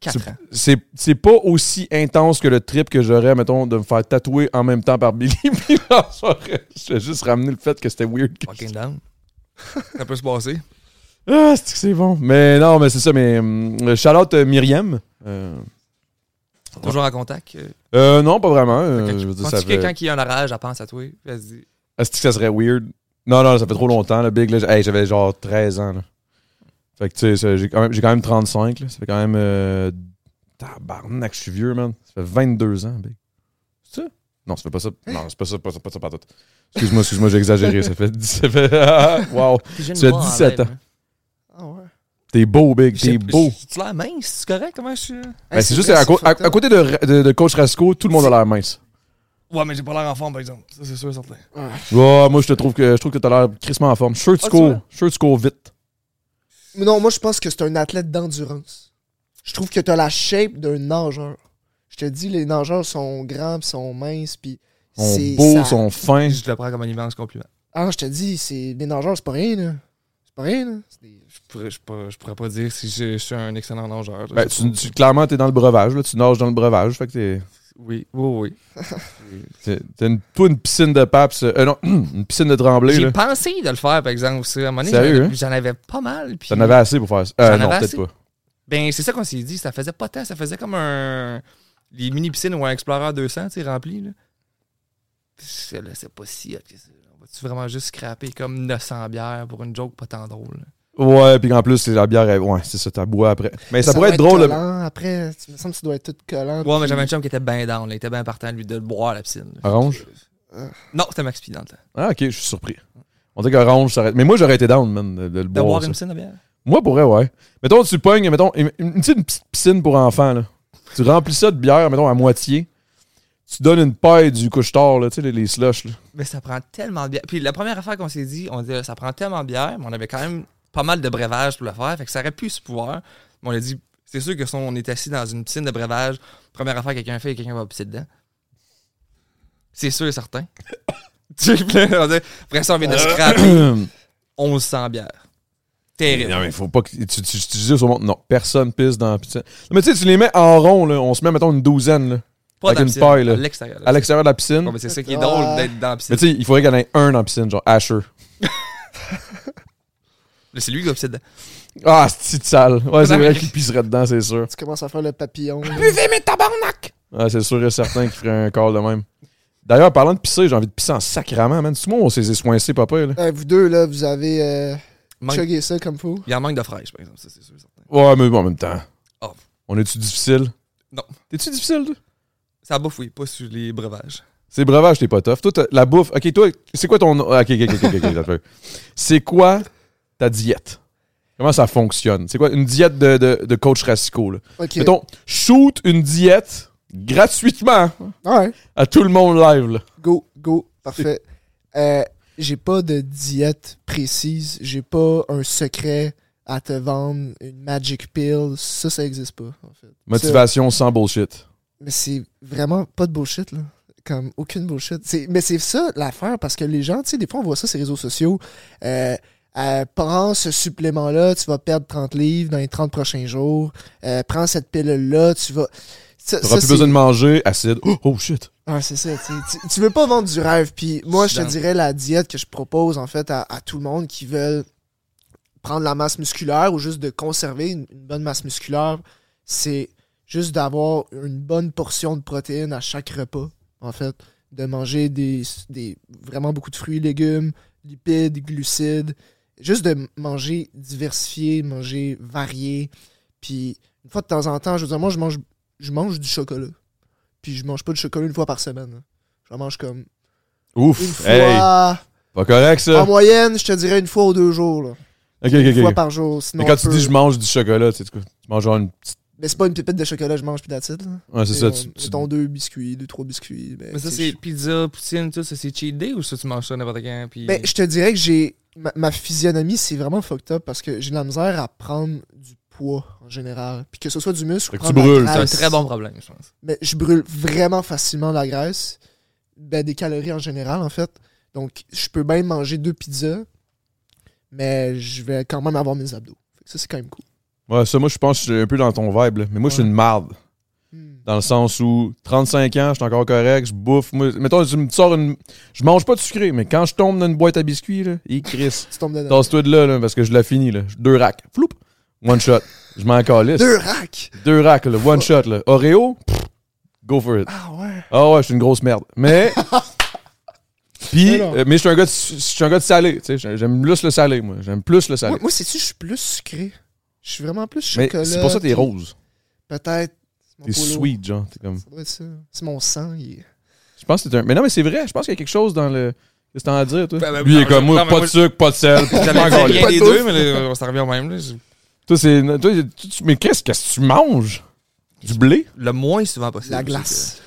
[SPEAKER 2] Quatre ans.
[SPEAKER 1] C'est- C'est pas aussi intense que le trip que j'aurais, mettons, de me faire tatouer en même temps par Billy. Puis là, j'aurais- je vais juste ramener le fait que c'était weird. que-
[SPEAKER 2] Fucking down. ça peut se passer.
[SPEAKER 1] Ah, c'est que c'est bon. Mais non, mais c'est ça, mais. hum, Charlotte euh, Myriam. Euh,
[SPEAKER 2] Toujours en contact. euh,
[SPEAKER 1] euh, non, pas vraiment. euh,
[SPEAKER 2] quand-
[SPEAKER 1] je veux dire, ça
[SPEAKER 2] Penses-tu
[SPEAKER 1] fait.
[SPEAKER 2] que quand il y a un orage, elle pense à toi? puis Elle se dit.
[SPEAKER 1] Est-ce que ça serait weird? Non, non, ça fait trop longtemps, le Big. Là, Hey, j'avais genre 13 ans. Là. Fait que, tu sais, ça, j'ai quand, même- j'ai quand même 35. Là. Ça fait quand même. Euh, tabarnak, je suis vieux, man. Ça fait 22 ans, Big. C'est ça? Non, ça fait pas ça. Non, c'est pas ça, pas ça, pas ça, pas tout. Excuse-moi, excuse-moi, j'ai exagéré. ça fait. Ça fait wow. Tu as 17 ans.
[SPEAKER 3] Ah ouais.
[SPEAKER 1] T'es beau, Big. T'es beau.
[SPEAKER 2] Tu l'air mince, c'est correct? Comment je suis. hein?
[SPEAKER 1] Ben,
[SPEAKER 3] Hey,
[SPEAKER 1] c'est juste
[SPEAKER 3] vrai, hein.
[SPEAKER 1] à, co- à-
[SPEAKER 3] fucked up.
[SPEAKER 1] à côté de, de, de Coach Rasco, tout le monde a l'air mince.
[SPEAKER 2] Ouais, mais j'ai pas l'air en forme, par exemple. Ça, c'est sûr, certain.
[SPEAKER 1] Ouais, moi, je te trouve que je trouve que t'as l'air crissement en forme. Je suis sûr que tu
[SPEAKER 2] Ah, tu
[SPEAKER 1] cours.
[SPEAKER 2] vois?
[SPEAKER 1] Je suis sûr que tu cours vite.
[SPEAKER 3] Mais Non, moi je pense que c'est un athlète d'endurance. Je trouve que t'as la shape d'un nageur. Je te dis, les nageurs sont grands, pis sont minces, puis
[SPEAKER 1] Ils sont
[SPEAKER 3] c'est
[SPEAKER 1] beaux,
[SPEAKER 3] ça-
[SPEAKER 1] ils sont fins.
[SPEAKER 2] Je te le prends comme un immense compliment.
[SPEAKER 3] Ah, je te dis, c'est les nageurs, c'est pas rien là. C'est pas rien là. C'est des-
[SPEAKER 2] Je pourrais, je pourrais, je pourrais pas dire si je, je suis un excellent nageur.
[SPEAKER 1] Ben, tu, tu- clairement, t'es dans le breuvage, là. tu nages dans le breuvage. Fait que t'es-
[SPEAKER 2] Oui, oui,
[SPEAKER 1] t'es- t'es une- toi, une piscine de paps, euh, non, une piscine de
[SPEAKER 2] oui.
[SPEAKER 1] tremblay.
[SPEAKER 2] J'ai
[SPEAKER 1] là.
[SPEAKER 2] pensé de le faire, par exemple, aussi. À un moment donné,
[SPEAKER 1] Sérieux,
[SPEAKER 2] j'en
[SPEAKER 1] hein?
[SPEAKER 2] avais- j'en avais pas mal. puis-
[SPEAKER 1] T'en avais assez pour faire ça. Euh,
[SPEAKER 2] J'en
[SPEAKER 1] non,
[SPEAKER 2] avais
[SPEAKER 1] peut-être
[SPEAKER 2] assez.
[SPEAKER 1] pas.
[SPEAKER 2] Ben, c'est ça qu'on s'est dit. Ça faisait pas tant. Ça faisait comme un. Les mini-piscines ou un Explorer 200, tu sais, rempli, là. C'est- là, c'est pas si hot que ça. On va-tu vraiment juste scraper comme 900 bières pour une joke pas tant drôle? là?
[SPEAKER 1] Ouais, puis en plus, la bière, elle- ouais, c'est ça, t'as bois après. Mais ça, pourrait
[SPEAKER 3] doit
[SPEAKER 1] être drôle. là.
[SPEAKER 3] collant. Après, tu me semble que ça doit être tout collant.
[SPEAKER 2] Ouais, mais
[SPEAKER 3] puis-
[SPEAKER 2] j'avais un chum qui était bien down. là. Il était bien partant, lui, de le boire à la piscine. là.
[SPEAKER 1] Orange?
[SPEAKER 2] Non, c'était Max P dans le temps.
[SPEAKER 1] Ah, ok, je suis surpris. On dit qu'orange, ça aurait- Mais moi, j'aurais été down, man, de, de le
[SPEAKER 2] De
[SPEAKER 1] boire.
[SPEAKER 2] boire
[SPEAKER 1] ça.
[SPEAKER 2] une piscine de bière?
[SPEAKER 1] Moi, pourrais, ouais. Mettons, tu pognes, mettons, une, une- tu sais, une petite piscine pour enfants, là. Tu remplis ça de bière, mettons, à moitié. Tu donnes une paille du couche-tard, là, tu sais, les, les slushs, là.
[SPEAKER 2] Mais ça prend tellement de bière. Puis la première affaire qu'on s'est dit, on dit ça prend tellement de bière, mais on avait quand même pas mal de breuvages pour le faire. Fait que ça aurait pu se pouvoir. Mais on a dit, c'est sûr que si on est assis dans une piscine de breuvage, première affaire que quelqu'un fait, quelqu'un va pisser dedans. C'est sûr et certain. Tu sais, puis là, on dit, Après ça, on
[SPEAKER 1] Euh.
[SPEAKER 2] vient de scraper 1100 bières. Terrible.
[SPEAKER 1] Non, mais faut pas que. Tu, tu, tu dis au monde, non, personne pisse dans la piscine. Non, mais tu sais, tu les mets en rond, là. On se met, mettons, une douzaine, là,
[SPEAKER 2] Pas
[SPEAKER 1] avec
[SPEAKER 2] dans la
[SPEAKER 1] une
[SPEAKER 2] piscine,
[SPEAKER 1] paille, là.
[SPEAKER 2] À l'extérieur.
[SPEAKER 1] à l'extérieur de la piscine.
[SPEAKER 2] Ouais, mais c'est ça qui est drôle d'être dans la
[SPEAKER 1] Mais
[SPEAKER 2] piscine.
[SPEAKER 1] tu sais, il faudrait qu'il y en ait un dans la piscine, genre Asher.
[SPEAKER 2] Mais c'est lui qui va pisser dedans.
[SPEAKER 1] Ah, c'est sale. Ouais, c'est
[SPEAKER 2] Non,
[SPEAKER 1] vrai
[SPEAKER 2] mais-
[SPEAKER 1] qu'il pisserait dedans, c'est sûr.
[SPEAKER 3] Tu commences à faire le papillon. là.
[SPEAKER 1] Ouais, c'est sûr et certain qu'il ferait un call de même. D'ailleurs, parlant de pisser, j'ai envie de pisser en sacrament, man. Tout le monde, on s'est soincé, papa, là.
[SPEAKER 3] Euh, vous deux, là, vous avez euh,
[SPEAKER 2] Manque-
[SPEAKER 3] chugué ça comme fou.
[SPEAKER 2] Il en manque de fraîche, par exemple. Ça, c'est sûr et certain.
[SPEAKER 1] Ouais, mais bon, en même temps.
[SPEAKER 2] Oh.
[SPEAKER 1] On est-tu difficile?
[SPEAKER 2] Non.
[SPEAKER 1] T'es-tu difficile, toi?
[SPEAKER 2] Ça bouffe, oui, pas sur les breuvages.
[SPEAKER 1] C'est breuvage, t'es pas tough. Toi, t'as- la bouffe. Ok, toi, c'est quoi ton. Ok, ok, ok, ok, ok, attends un peu. C'est quoi ta diète? Comment ça fonctionne? C'est quoi une diète de, de, de coach Rassico? Là?
[SPEAKER 3] Ok.
[SPEAKER 1] Mettons, shoot une diète gratuitement
[SPEAKER 3] Ouais.
[SPEAKER 1] à tout le monde live. Là.
[SPEAKER 3] Go, go. Parfait. Euh, j'ai pas de diète précise. J'ai pas un secret à te vendre, une magic pill. Ça, ça existe pas, en fait. Ça,
[SPEAKER 1] Motivation sans bullshit.
[SPEAKER 3] Mais c'est vraiment pas de bullshit, là. Comme aucune bullshit. C'est- mais c'est ça l'affaire, parce que les gens, tu sais, des fois, on voit ça sur les réseaux sociaux. Euh, euh, prends ce supplément-là, tu vas perdre 30 livres dans les 30 prochains jours. Euh, prends cette pilule-là, tu vas. Ça,
[SPEAKER 1] T'auras
[SPEAKER 3] ça,
[SPEAKER 1] plus
[SPEAKER 3] c'est-
[SPEAKER 1] besoin de manger, acide. Oh, oh, shit.
[SPEAKER 3] Ouais, c'est ça. tu sais. Tu, tu veux pas vendre du rêve. Puis moi, je te
[SPEAKER 2] Dans-
[SPEAKER 3] dirais la diète que je propose en fait à, à tout le monde qui veulent prendre la masse musculaire ou juste de conserver une, une bonne masse musculaire, c'est juste d'avoir une bonne portion de protéines à chaque repas, en fait. De manger des, des vraiment beaucoup de fruits, légumes, lipides, glucides. Juste de manger diversifié, manger varié. Puis une fois de temps en temps, je veux dire, moi, je mange, je mange du chocolat. Puis je mange pas de chocolat une fois par semaine. Je mange comme une
[SPEAKER 1] Ouf.
[SPEAKER 3] fois
[SPEAKER 1] Hey, pas correct, ça.
[SPEAKER 3] en moyenne, je te dirais une fois ou deux jours. là.
[SPEAKER 1] Ok,
[SPEAKER 3] Une
[SPEAKER 1] ok,
[SPEAKER 3] fois
[SPEAKER 1] ok.
[SPEAKER 3] par jour. Sinon
[SPEAKER 1] Mais quand
[SPEAKER 3] un
[SPEAKER 1] tu
[SPEAKER 3] peu-
[SPEAKER 1] dis je mange du chocolat, tu sais, tu tu manges genre une petite.
[SPEAKER 3] Mais c'est pas une pipette de chocolat, je mange plus d'attitude.
[SPEAKER 1] Ouais, c'est ça. Tu, tu-
[SPEAKER 3] ton deux biscuits, deux, trois biscuits. ben,
[SPEAKER 2] Mais ça,
[SPEAKER 3] tu
[SPEAKER 2] c'est
[SPEAKER 3] sais,
[SPEAKER 2] pizza, poutine, tout ça, c'est cheat day ou ça, tu manges ça n'importe quand? Puis...
[SPEAKER 3] je- Ben, je te dirais que j'ai. Ma, ma physionomie, c'est vraiment fucked up parce que j'ai de la misère à prendre du poids en général. Puis que ce soit du muscle.
[SPEAKER 1] Fait
[SPEAKER 3] ou
[SPEAKER 1] que tu
[SPEAKER 3] prendre de la
[SPEAKER 1] brûles.
[SPEAKER 2] c'est un
[SPEAKER 3] graisse.
[SPEAKER 2] très bon problème, je pense.
[SPEAKER 3] mais je brûle vraiment facilement la graisse, ben, des calories en général, en fait. Donc, je peux bien manger deux pizzas, mais je vais quand même avoir mes abdos. Fait que ça, c'est quand même cool.
[SPEAKER 1] Ouais, ça, moi, je pense que je suis un peu dans ton vibe, là. Mais moi, je suis
[SPEAKER 3] Ouais.
[SPEAKER 1] une marde.
[SPEAKER 3] Hmm.
[SPEAKER 1] Dans le sens où 35 ans, je suis encore correct, je bouffe. Moi, mettons, tu me sors une. Je mange pas de sucré, mais quand je tombe dans une boîte à biscuits, là, et Chris.
[SPEAKER 3] Tu tombes dedans.
[SPEAKER 1] Tasse-toi de là, là, parce que je l'ai fini, là. Deux racks. Floup. One shot. Je m'en calisse.
[SPEAKER 3] Deux racks!
[SPEAKER 1] Deux racks, là. One shot, là. Oreo, pff, go for it.
[SPEAKER 3] Ah ouais!
[SPEAKER 1] Ah ouais, je suis une grosse merde. Mais. Puis,
[SPEAKER 3] Mais non.
[SPEAKER 1] euh, mais je suis un gars de, je suis un gars de salé, tu sais. J'aime- J'aime plus le salé, moi. J'aime plus le salé.
[SPEAKER 3] Moi, moi sais-tu, je suis plus sucré. Je suis vraiment plus
[SPEAKER 1] mais
[SPEAKER 3] chocolat.
[SPEAKER 1] c'est pour ça que t'es
[SPEAKER 3] puis
[SPEAKER 1] rose.
[SPEAKER 3] Peut-être. c'est mon
[SPEAKER 1] T'es
[SPEAKER 3] polo.
[SPEAKER 1] sweet, genre. T'es comme.
[SPEAKER 3] Ça doit être ça. C'est mon sang. il est-
[SPEAKER 1] Je pense que c'est un. Mais non, mais c'est vrai. Je pense qu'il y a quelque chose dans le. Qu'est-ce que t'en as à dire, toi?
[SPEAKER 2] Ben, ben,
[SPEAKER 1] Lui, il est
[SPEAKER 2] non,
[SPEAKER 1] comme
[SPEAKER 2] je-
[SPEAKER 1] moi,
[SPEAKER 2] non, mais
[SPEAKER 1] pas
[SPEAKER 2] moi,
[SPEAKER 1] de sucre, pas de sel. je m'en
[SPEAKER 2] J'avais dit
[SPEAKER 1] calisse.
[SPEAKER 2] rien
[SPEAKER 3] Pas de
[SPEAKER 2] des
[SPEAKER 3] bouffe.
[SPEAKER 2] deux, mais là, on s'en revient au même. là. Je-
[SPEAKER 1] Toi, c'est. toi, tu- tu- Mais qu'est-ce qu'est-ce que tu manges? Du blé?
[SPEAKER 2] Le moins souvent possible.
[SPEAKER 3] La
[SPEAKER 2] c'est
[SPEAKER 3] glace.
[SPEAKER 2] que-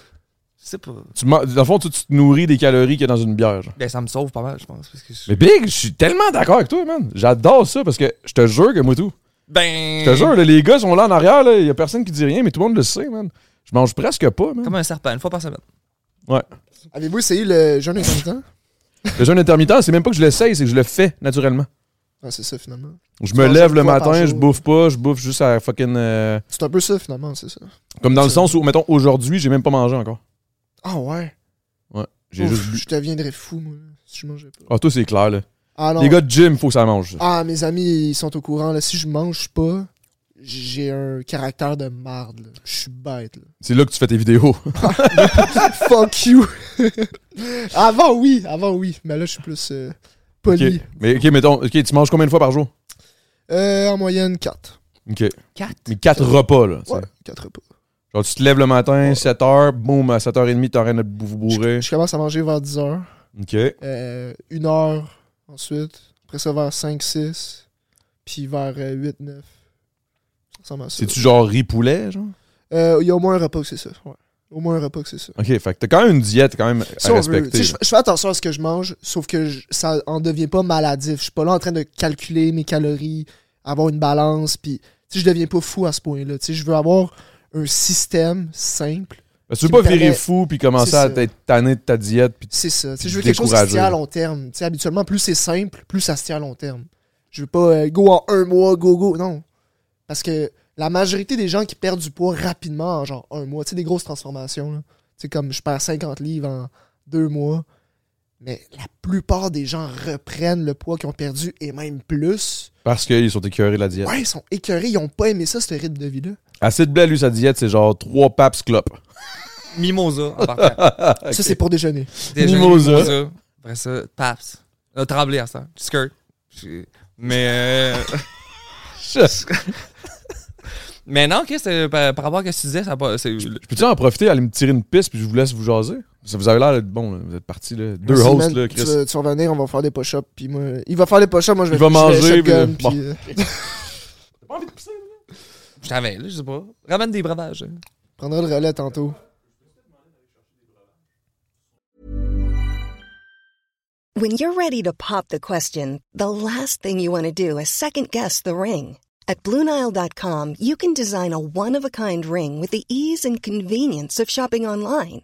[SPEAKER 2] Je sais pas.
[SPEAKER 1] Tu man- Dans le fond, tu tu te nourris des calories qu'il y a dans une bière, genre.
[SPEAKER 2] Ben, ça me sauve pas mal, je pense. Parce que je-
[SPEAKER 1] Mais Big, je suis tellement d'accord avec toi, man. J'adore ça parce que je te jure que moi tout.
[SPEAKER 2] Ben.
[SPEAKER 1] Je te jure, là, les gars sont là en arrière, il y a personne qui dit rien, mais tout le monde le sait, man. Je mange presque pas, man.
[SPEAKER 2] Comme un serpent, une fois par semaine.
[SPEAKER 3] Avez-vous essayé le jeûne intermittent?
[SPEAKER 1] Le jeûne intermittent, c'est même pas que je l'essaye, c'est que je le fais naturellement.
[SPEAKER 3] Ah, c'est ça, finalement.
[SPEAKER 1] Je
[SPEAKER 3] Tu
[SPEAKER 1] me
[SPEAKER 3] manges
[SPEAKER 1] lève
[SPEAKER 3] une
[SPEAKER 1] le
[SPEAKER 3] fois par
[SPEAKER 1] matin, je
[SPEAKER 3] jour.
[SPEAKER 1] bouffe pas, je bouffe juste à fucking. euh,
[SPEAKER 3] C'est un peu ça, finalement, c'est ça.
[SPEAKER 1] Comme dans le
[SPEAKER 3] C'est-
[SPEAKER 1] sens où, mettons, aujourd'hui, j'ai même pas mangé encore.
[SPEAKER 3] Ah ouais!
[SPEAKER 1] J'ai
[SPEAKER 3] Ouf,
[SPEAKER 1] juste bu.
[SPEAKER 3] Je deviendrais fou, moi, si je mangeais pas.
[SPEAKER 1] Ah, toi, c'est clair, là.
[SPEAKER 3] Ah non.
[SPEAKER 1] Les gars de gym, faut que ça mange. ça.
[SPEAKER 3] Ah, mes amis, ils sont au courant. Là. Si je mange pas, j'ai un caractère de marde. là. Je suis bête. Là.
[SPEAKER 1] C'est là que tu fais tes vidéos.
[SPEAKER 3] Fuck you! avant, oui. Avant, oui. Mais là, je suis plus euh,
[SPEAKER 1] OK.
[SPEAKER 3] poli.
[SPEAKER 1] Mais, OK, mettons, OK, tu manges combien de fois par jour?
[SPEAKER 3] Euh, en moyenne, 4.
[SPEAKER 1] OK.
[SPEAKER 2] Quatre.
[SPEAKER 1] Mais quatre repas, là. tu sais.
[SPEAKER 3] Ouais, 4 repas.
[SPEAKER 1] Genre, tu te lèves le matin, 7h, boum, à 7h30, t'es en train de bou- bourrer.
[SPEAKER 3] Je commence à manger vers 10 heures.
[SPEAKER 1] OK.
[SPEAKER 3] Euh, une heure ensuite. Après ça, vers 5, 6. Puis vers 8, 9. Ça ressemble à ça.
[SPEAKER 1] C'est-tu genre riz poulet, genre?
[SPEAKER 3] Euh, Il y a au moins un repas que c'est ça. Ouais. Au moins un repas que c'est ça.
[SPEAKER 1] OK, fait que t'as quand même une diète quand même
[SPEAKER 3] Si
[SPEAKER 1] à
[SPEAKER 3] on veut.
[SPEAKER 1] respecter.
[SPEAKER 3] Tu sais, Je, je fais attention à ce que je mange, sauf que je- ça en devient pas maladif. Je suis pas là en train de calculer mes calories, avoir une balance, puis tu sais, je deviens pas fou à ce point-là. Tu sais, je veux avoir un système simple.
[SPEAKER 1] Parce que tu
[SPEAKER 3] tu
[SPEAKER 1] veux
[SPEAKER 3] me
[SPEAKER 1] pas virer
[SPEAKER 3] permets-
[SPEAKER 1] fou puis commencer
[SPEAKER 3] C'est
[SPEAKER 1] à
[SPEAKER 3] ça.
[SPEAKER 1] être tanné de ta diète. Puis...
[SPEAKER 3] C'est ça. Tu sais,
[SPEAKER 1] Puis
[SPEAKER 3] je veux quelque chose qui se
[SPEAKER 1] décourager.
[SPEAKER 3] tient à long terme. Tu sais, habituellement, plus c'est simple, plus ça se tient à long terme. Je veux pas euh, go en un mois, go go. Non. Parce que la majorité des gens qui perdent du poids rapidement en genre un mois, tu sais, des grosses transformations, là. Tu sais, comme je perds 50 livres en deux mois. Mais la plupart des gens reprennent le poids qu'ils ont perdu et même plus.
[SPEAKER 1] Parce qu'ils sont écœurés de la diète.
[SPEAKER 3] Ouais, ils sont écœurés, ils ont pas aimé ça, ce rythme de vie-là.
[SPEAKER 1] Acide blé, lui, sa diète, c'est genre trois papes clopes.
[SPEAKER 2] Mimosa, en partant.
[SPEAKER 3] Ça, c'est pour déjeuner.
[SPEAKER 2] Déjeuner,
[SPEAKER 1] Mimosa.
[SPEAKER 2] Après ça, Paps. Là, tremblé à ça. Skirt. J'ai- Mais. euh, Mais non, Chris, euh, par, par rapport à ce que tu disais, ça a pas. c'est-
[SPEAKER 1] Je peux-tu en profiter, aller me tirer une piste puis je vous laisse vous jaser? Ça vous avez l'air d'être bon, là. Vous êtes partis, là. Deux
[SPEAKER 3] Cette
[SPEAKER 1] hosts,
[SPEAKER 3] semaine,
[SPEAKER 1] là,
[SPEAKER 3] Tu,
[SPEAKER 1] Chris.
[SPEAKER 3] vas- tu vas venir, on va faire des push-ups, puis moi. Il va faire des push-ups, moi je vais
[SPEAKER 1] Il va
[SPEAKER 3] je vais
[SPEAKER 1] manger,
[SPEAKER 3] shotgun,
[SPEAKER 1] puis- bon.
[SPEAKER 3] puis, euh,
[SPEAKER 2] Je t'avais, là, je sais pas. Ramène des breuvages. hein.
[SPEAKER 3] prendra le relais tantôt.
[SPEAKER 4] When you're ready to pop the question, the last thing you want to do is second guess the ring. At Bluenile.com, you can design a one of a kind ring with the ease and convenience of shopping online.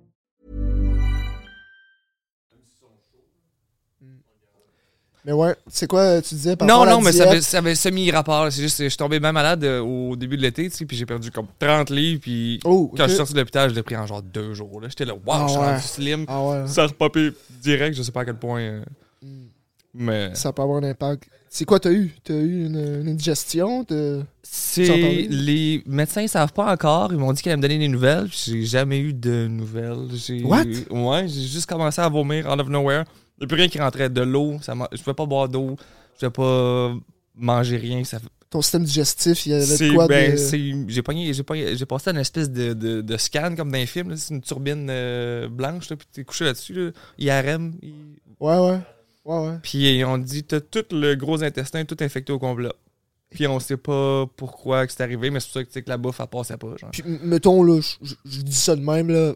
[SPEAKER 3] Mais ouais, c'est quoi tu disais par
[SPEAKER 2] Non,
[SPEAKER 3] rapport à
[SPEAKER 2] non,
[SPEAKER 3] la
[SPEAKER 2] mais ça
[SPEAKER 3] diète?
[SPEAKER 2] avait, ça avait semi-rapport. là. C'est juste, que je suis tombé bien malade euh, au début de l'été, tu sais, puis j'ai perdu comme 30 livres, puis
[SPEAKER 3] Oh,
[SPEAKER 2] quand
[SPEAKER 3] ok.
[SPEAKER 2] je suis sorti de l'hôpital, je l'ai pris en genre deux jours. là. J'étais là, waouh,
[SPEAKER 3] Ah
[SPEAKER 2] je suis
[SPEAKER 3] ouais.
[SPEAKER 2] rendu slim.
[SPEAKER 3] Ah ouais,
[SPEAKER 2] Ça a repopé direct, je sais pas à quel point. euh, Mais
[SPEAKER 3] ça peut avoir un impact. C'est quoi t'as eu? T'as eu une, une indigestion? t'as- Sans
[SPEAKER 2] c'est
[SPEAKER 3] parler.
[SPEAKER 2] les médecins ils savent pas encore. Ils m'ont dit qu'ils allaient me donner des nouvelles. puis J'ai jamais eu de nouvelles. J'ai-
[SPEAKER 3] What?
[SPEAKER 2] Ouais, j'ai juste commencé à vomir out of nowhere. Il n'y a plus rien qui rentrait. De l'eau, ça m'a- je pouvais pas boire d'eau, je pouvais pas manger rien. Ça
[SPEAKER 3] Ton système digestif, il y avait
[SPEAKER 2] C'est
[SPEAKER 3] de quoi
[SPEAKER 2] ben,
[SPEAKER 3] Euh, de...
[SPEAKER 2] c'est- j'ai pogné- j'ai pogné- j'ai passé à une espèce de, de- de scan comme dans les films, là. c'est une turbine euh, blanche là, puis t'es couché là-dessus là, IRM il-
[SPEAKER 3] Ouais, ouais. Ouais, ouais.
[SPEAKER 2] puis on dit t'as tout le gros intestin tout infecté au complet. Puis on sait pas pourquoi que c'est arrivé mais c'est pour ça que, tu sais, que la bouffe elle passait pas genre.
[SPEAKER 3] Puis, m- mettons, là, je- je je dis ça de même, là,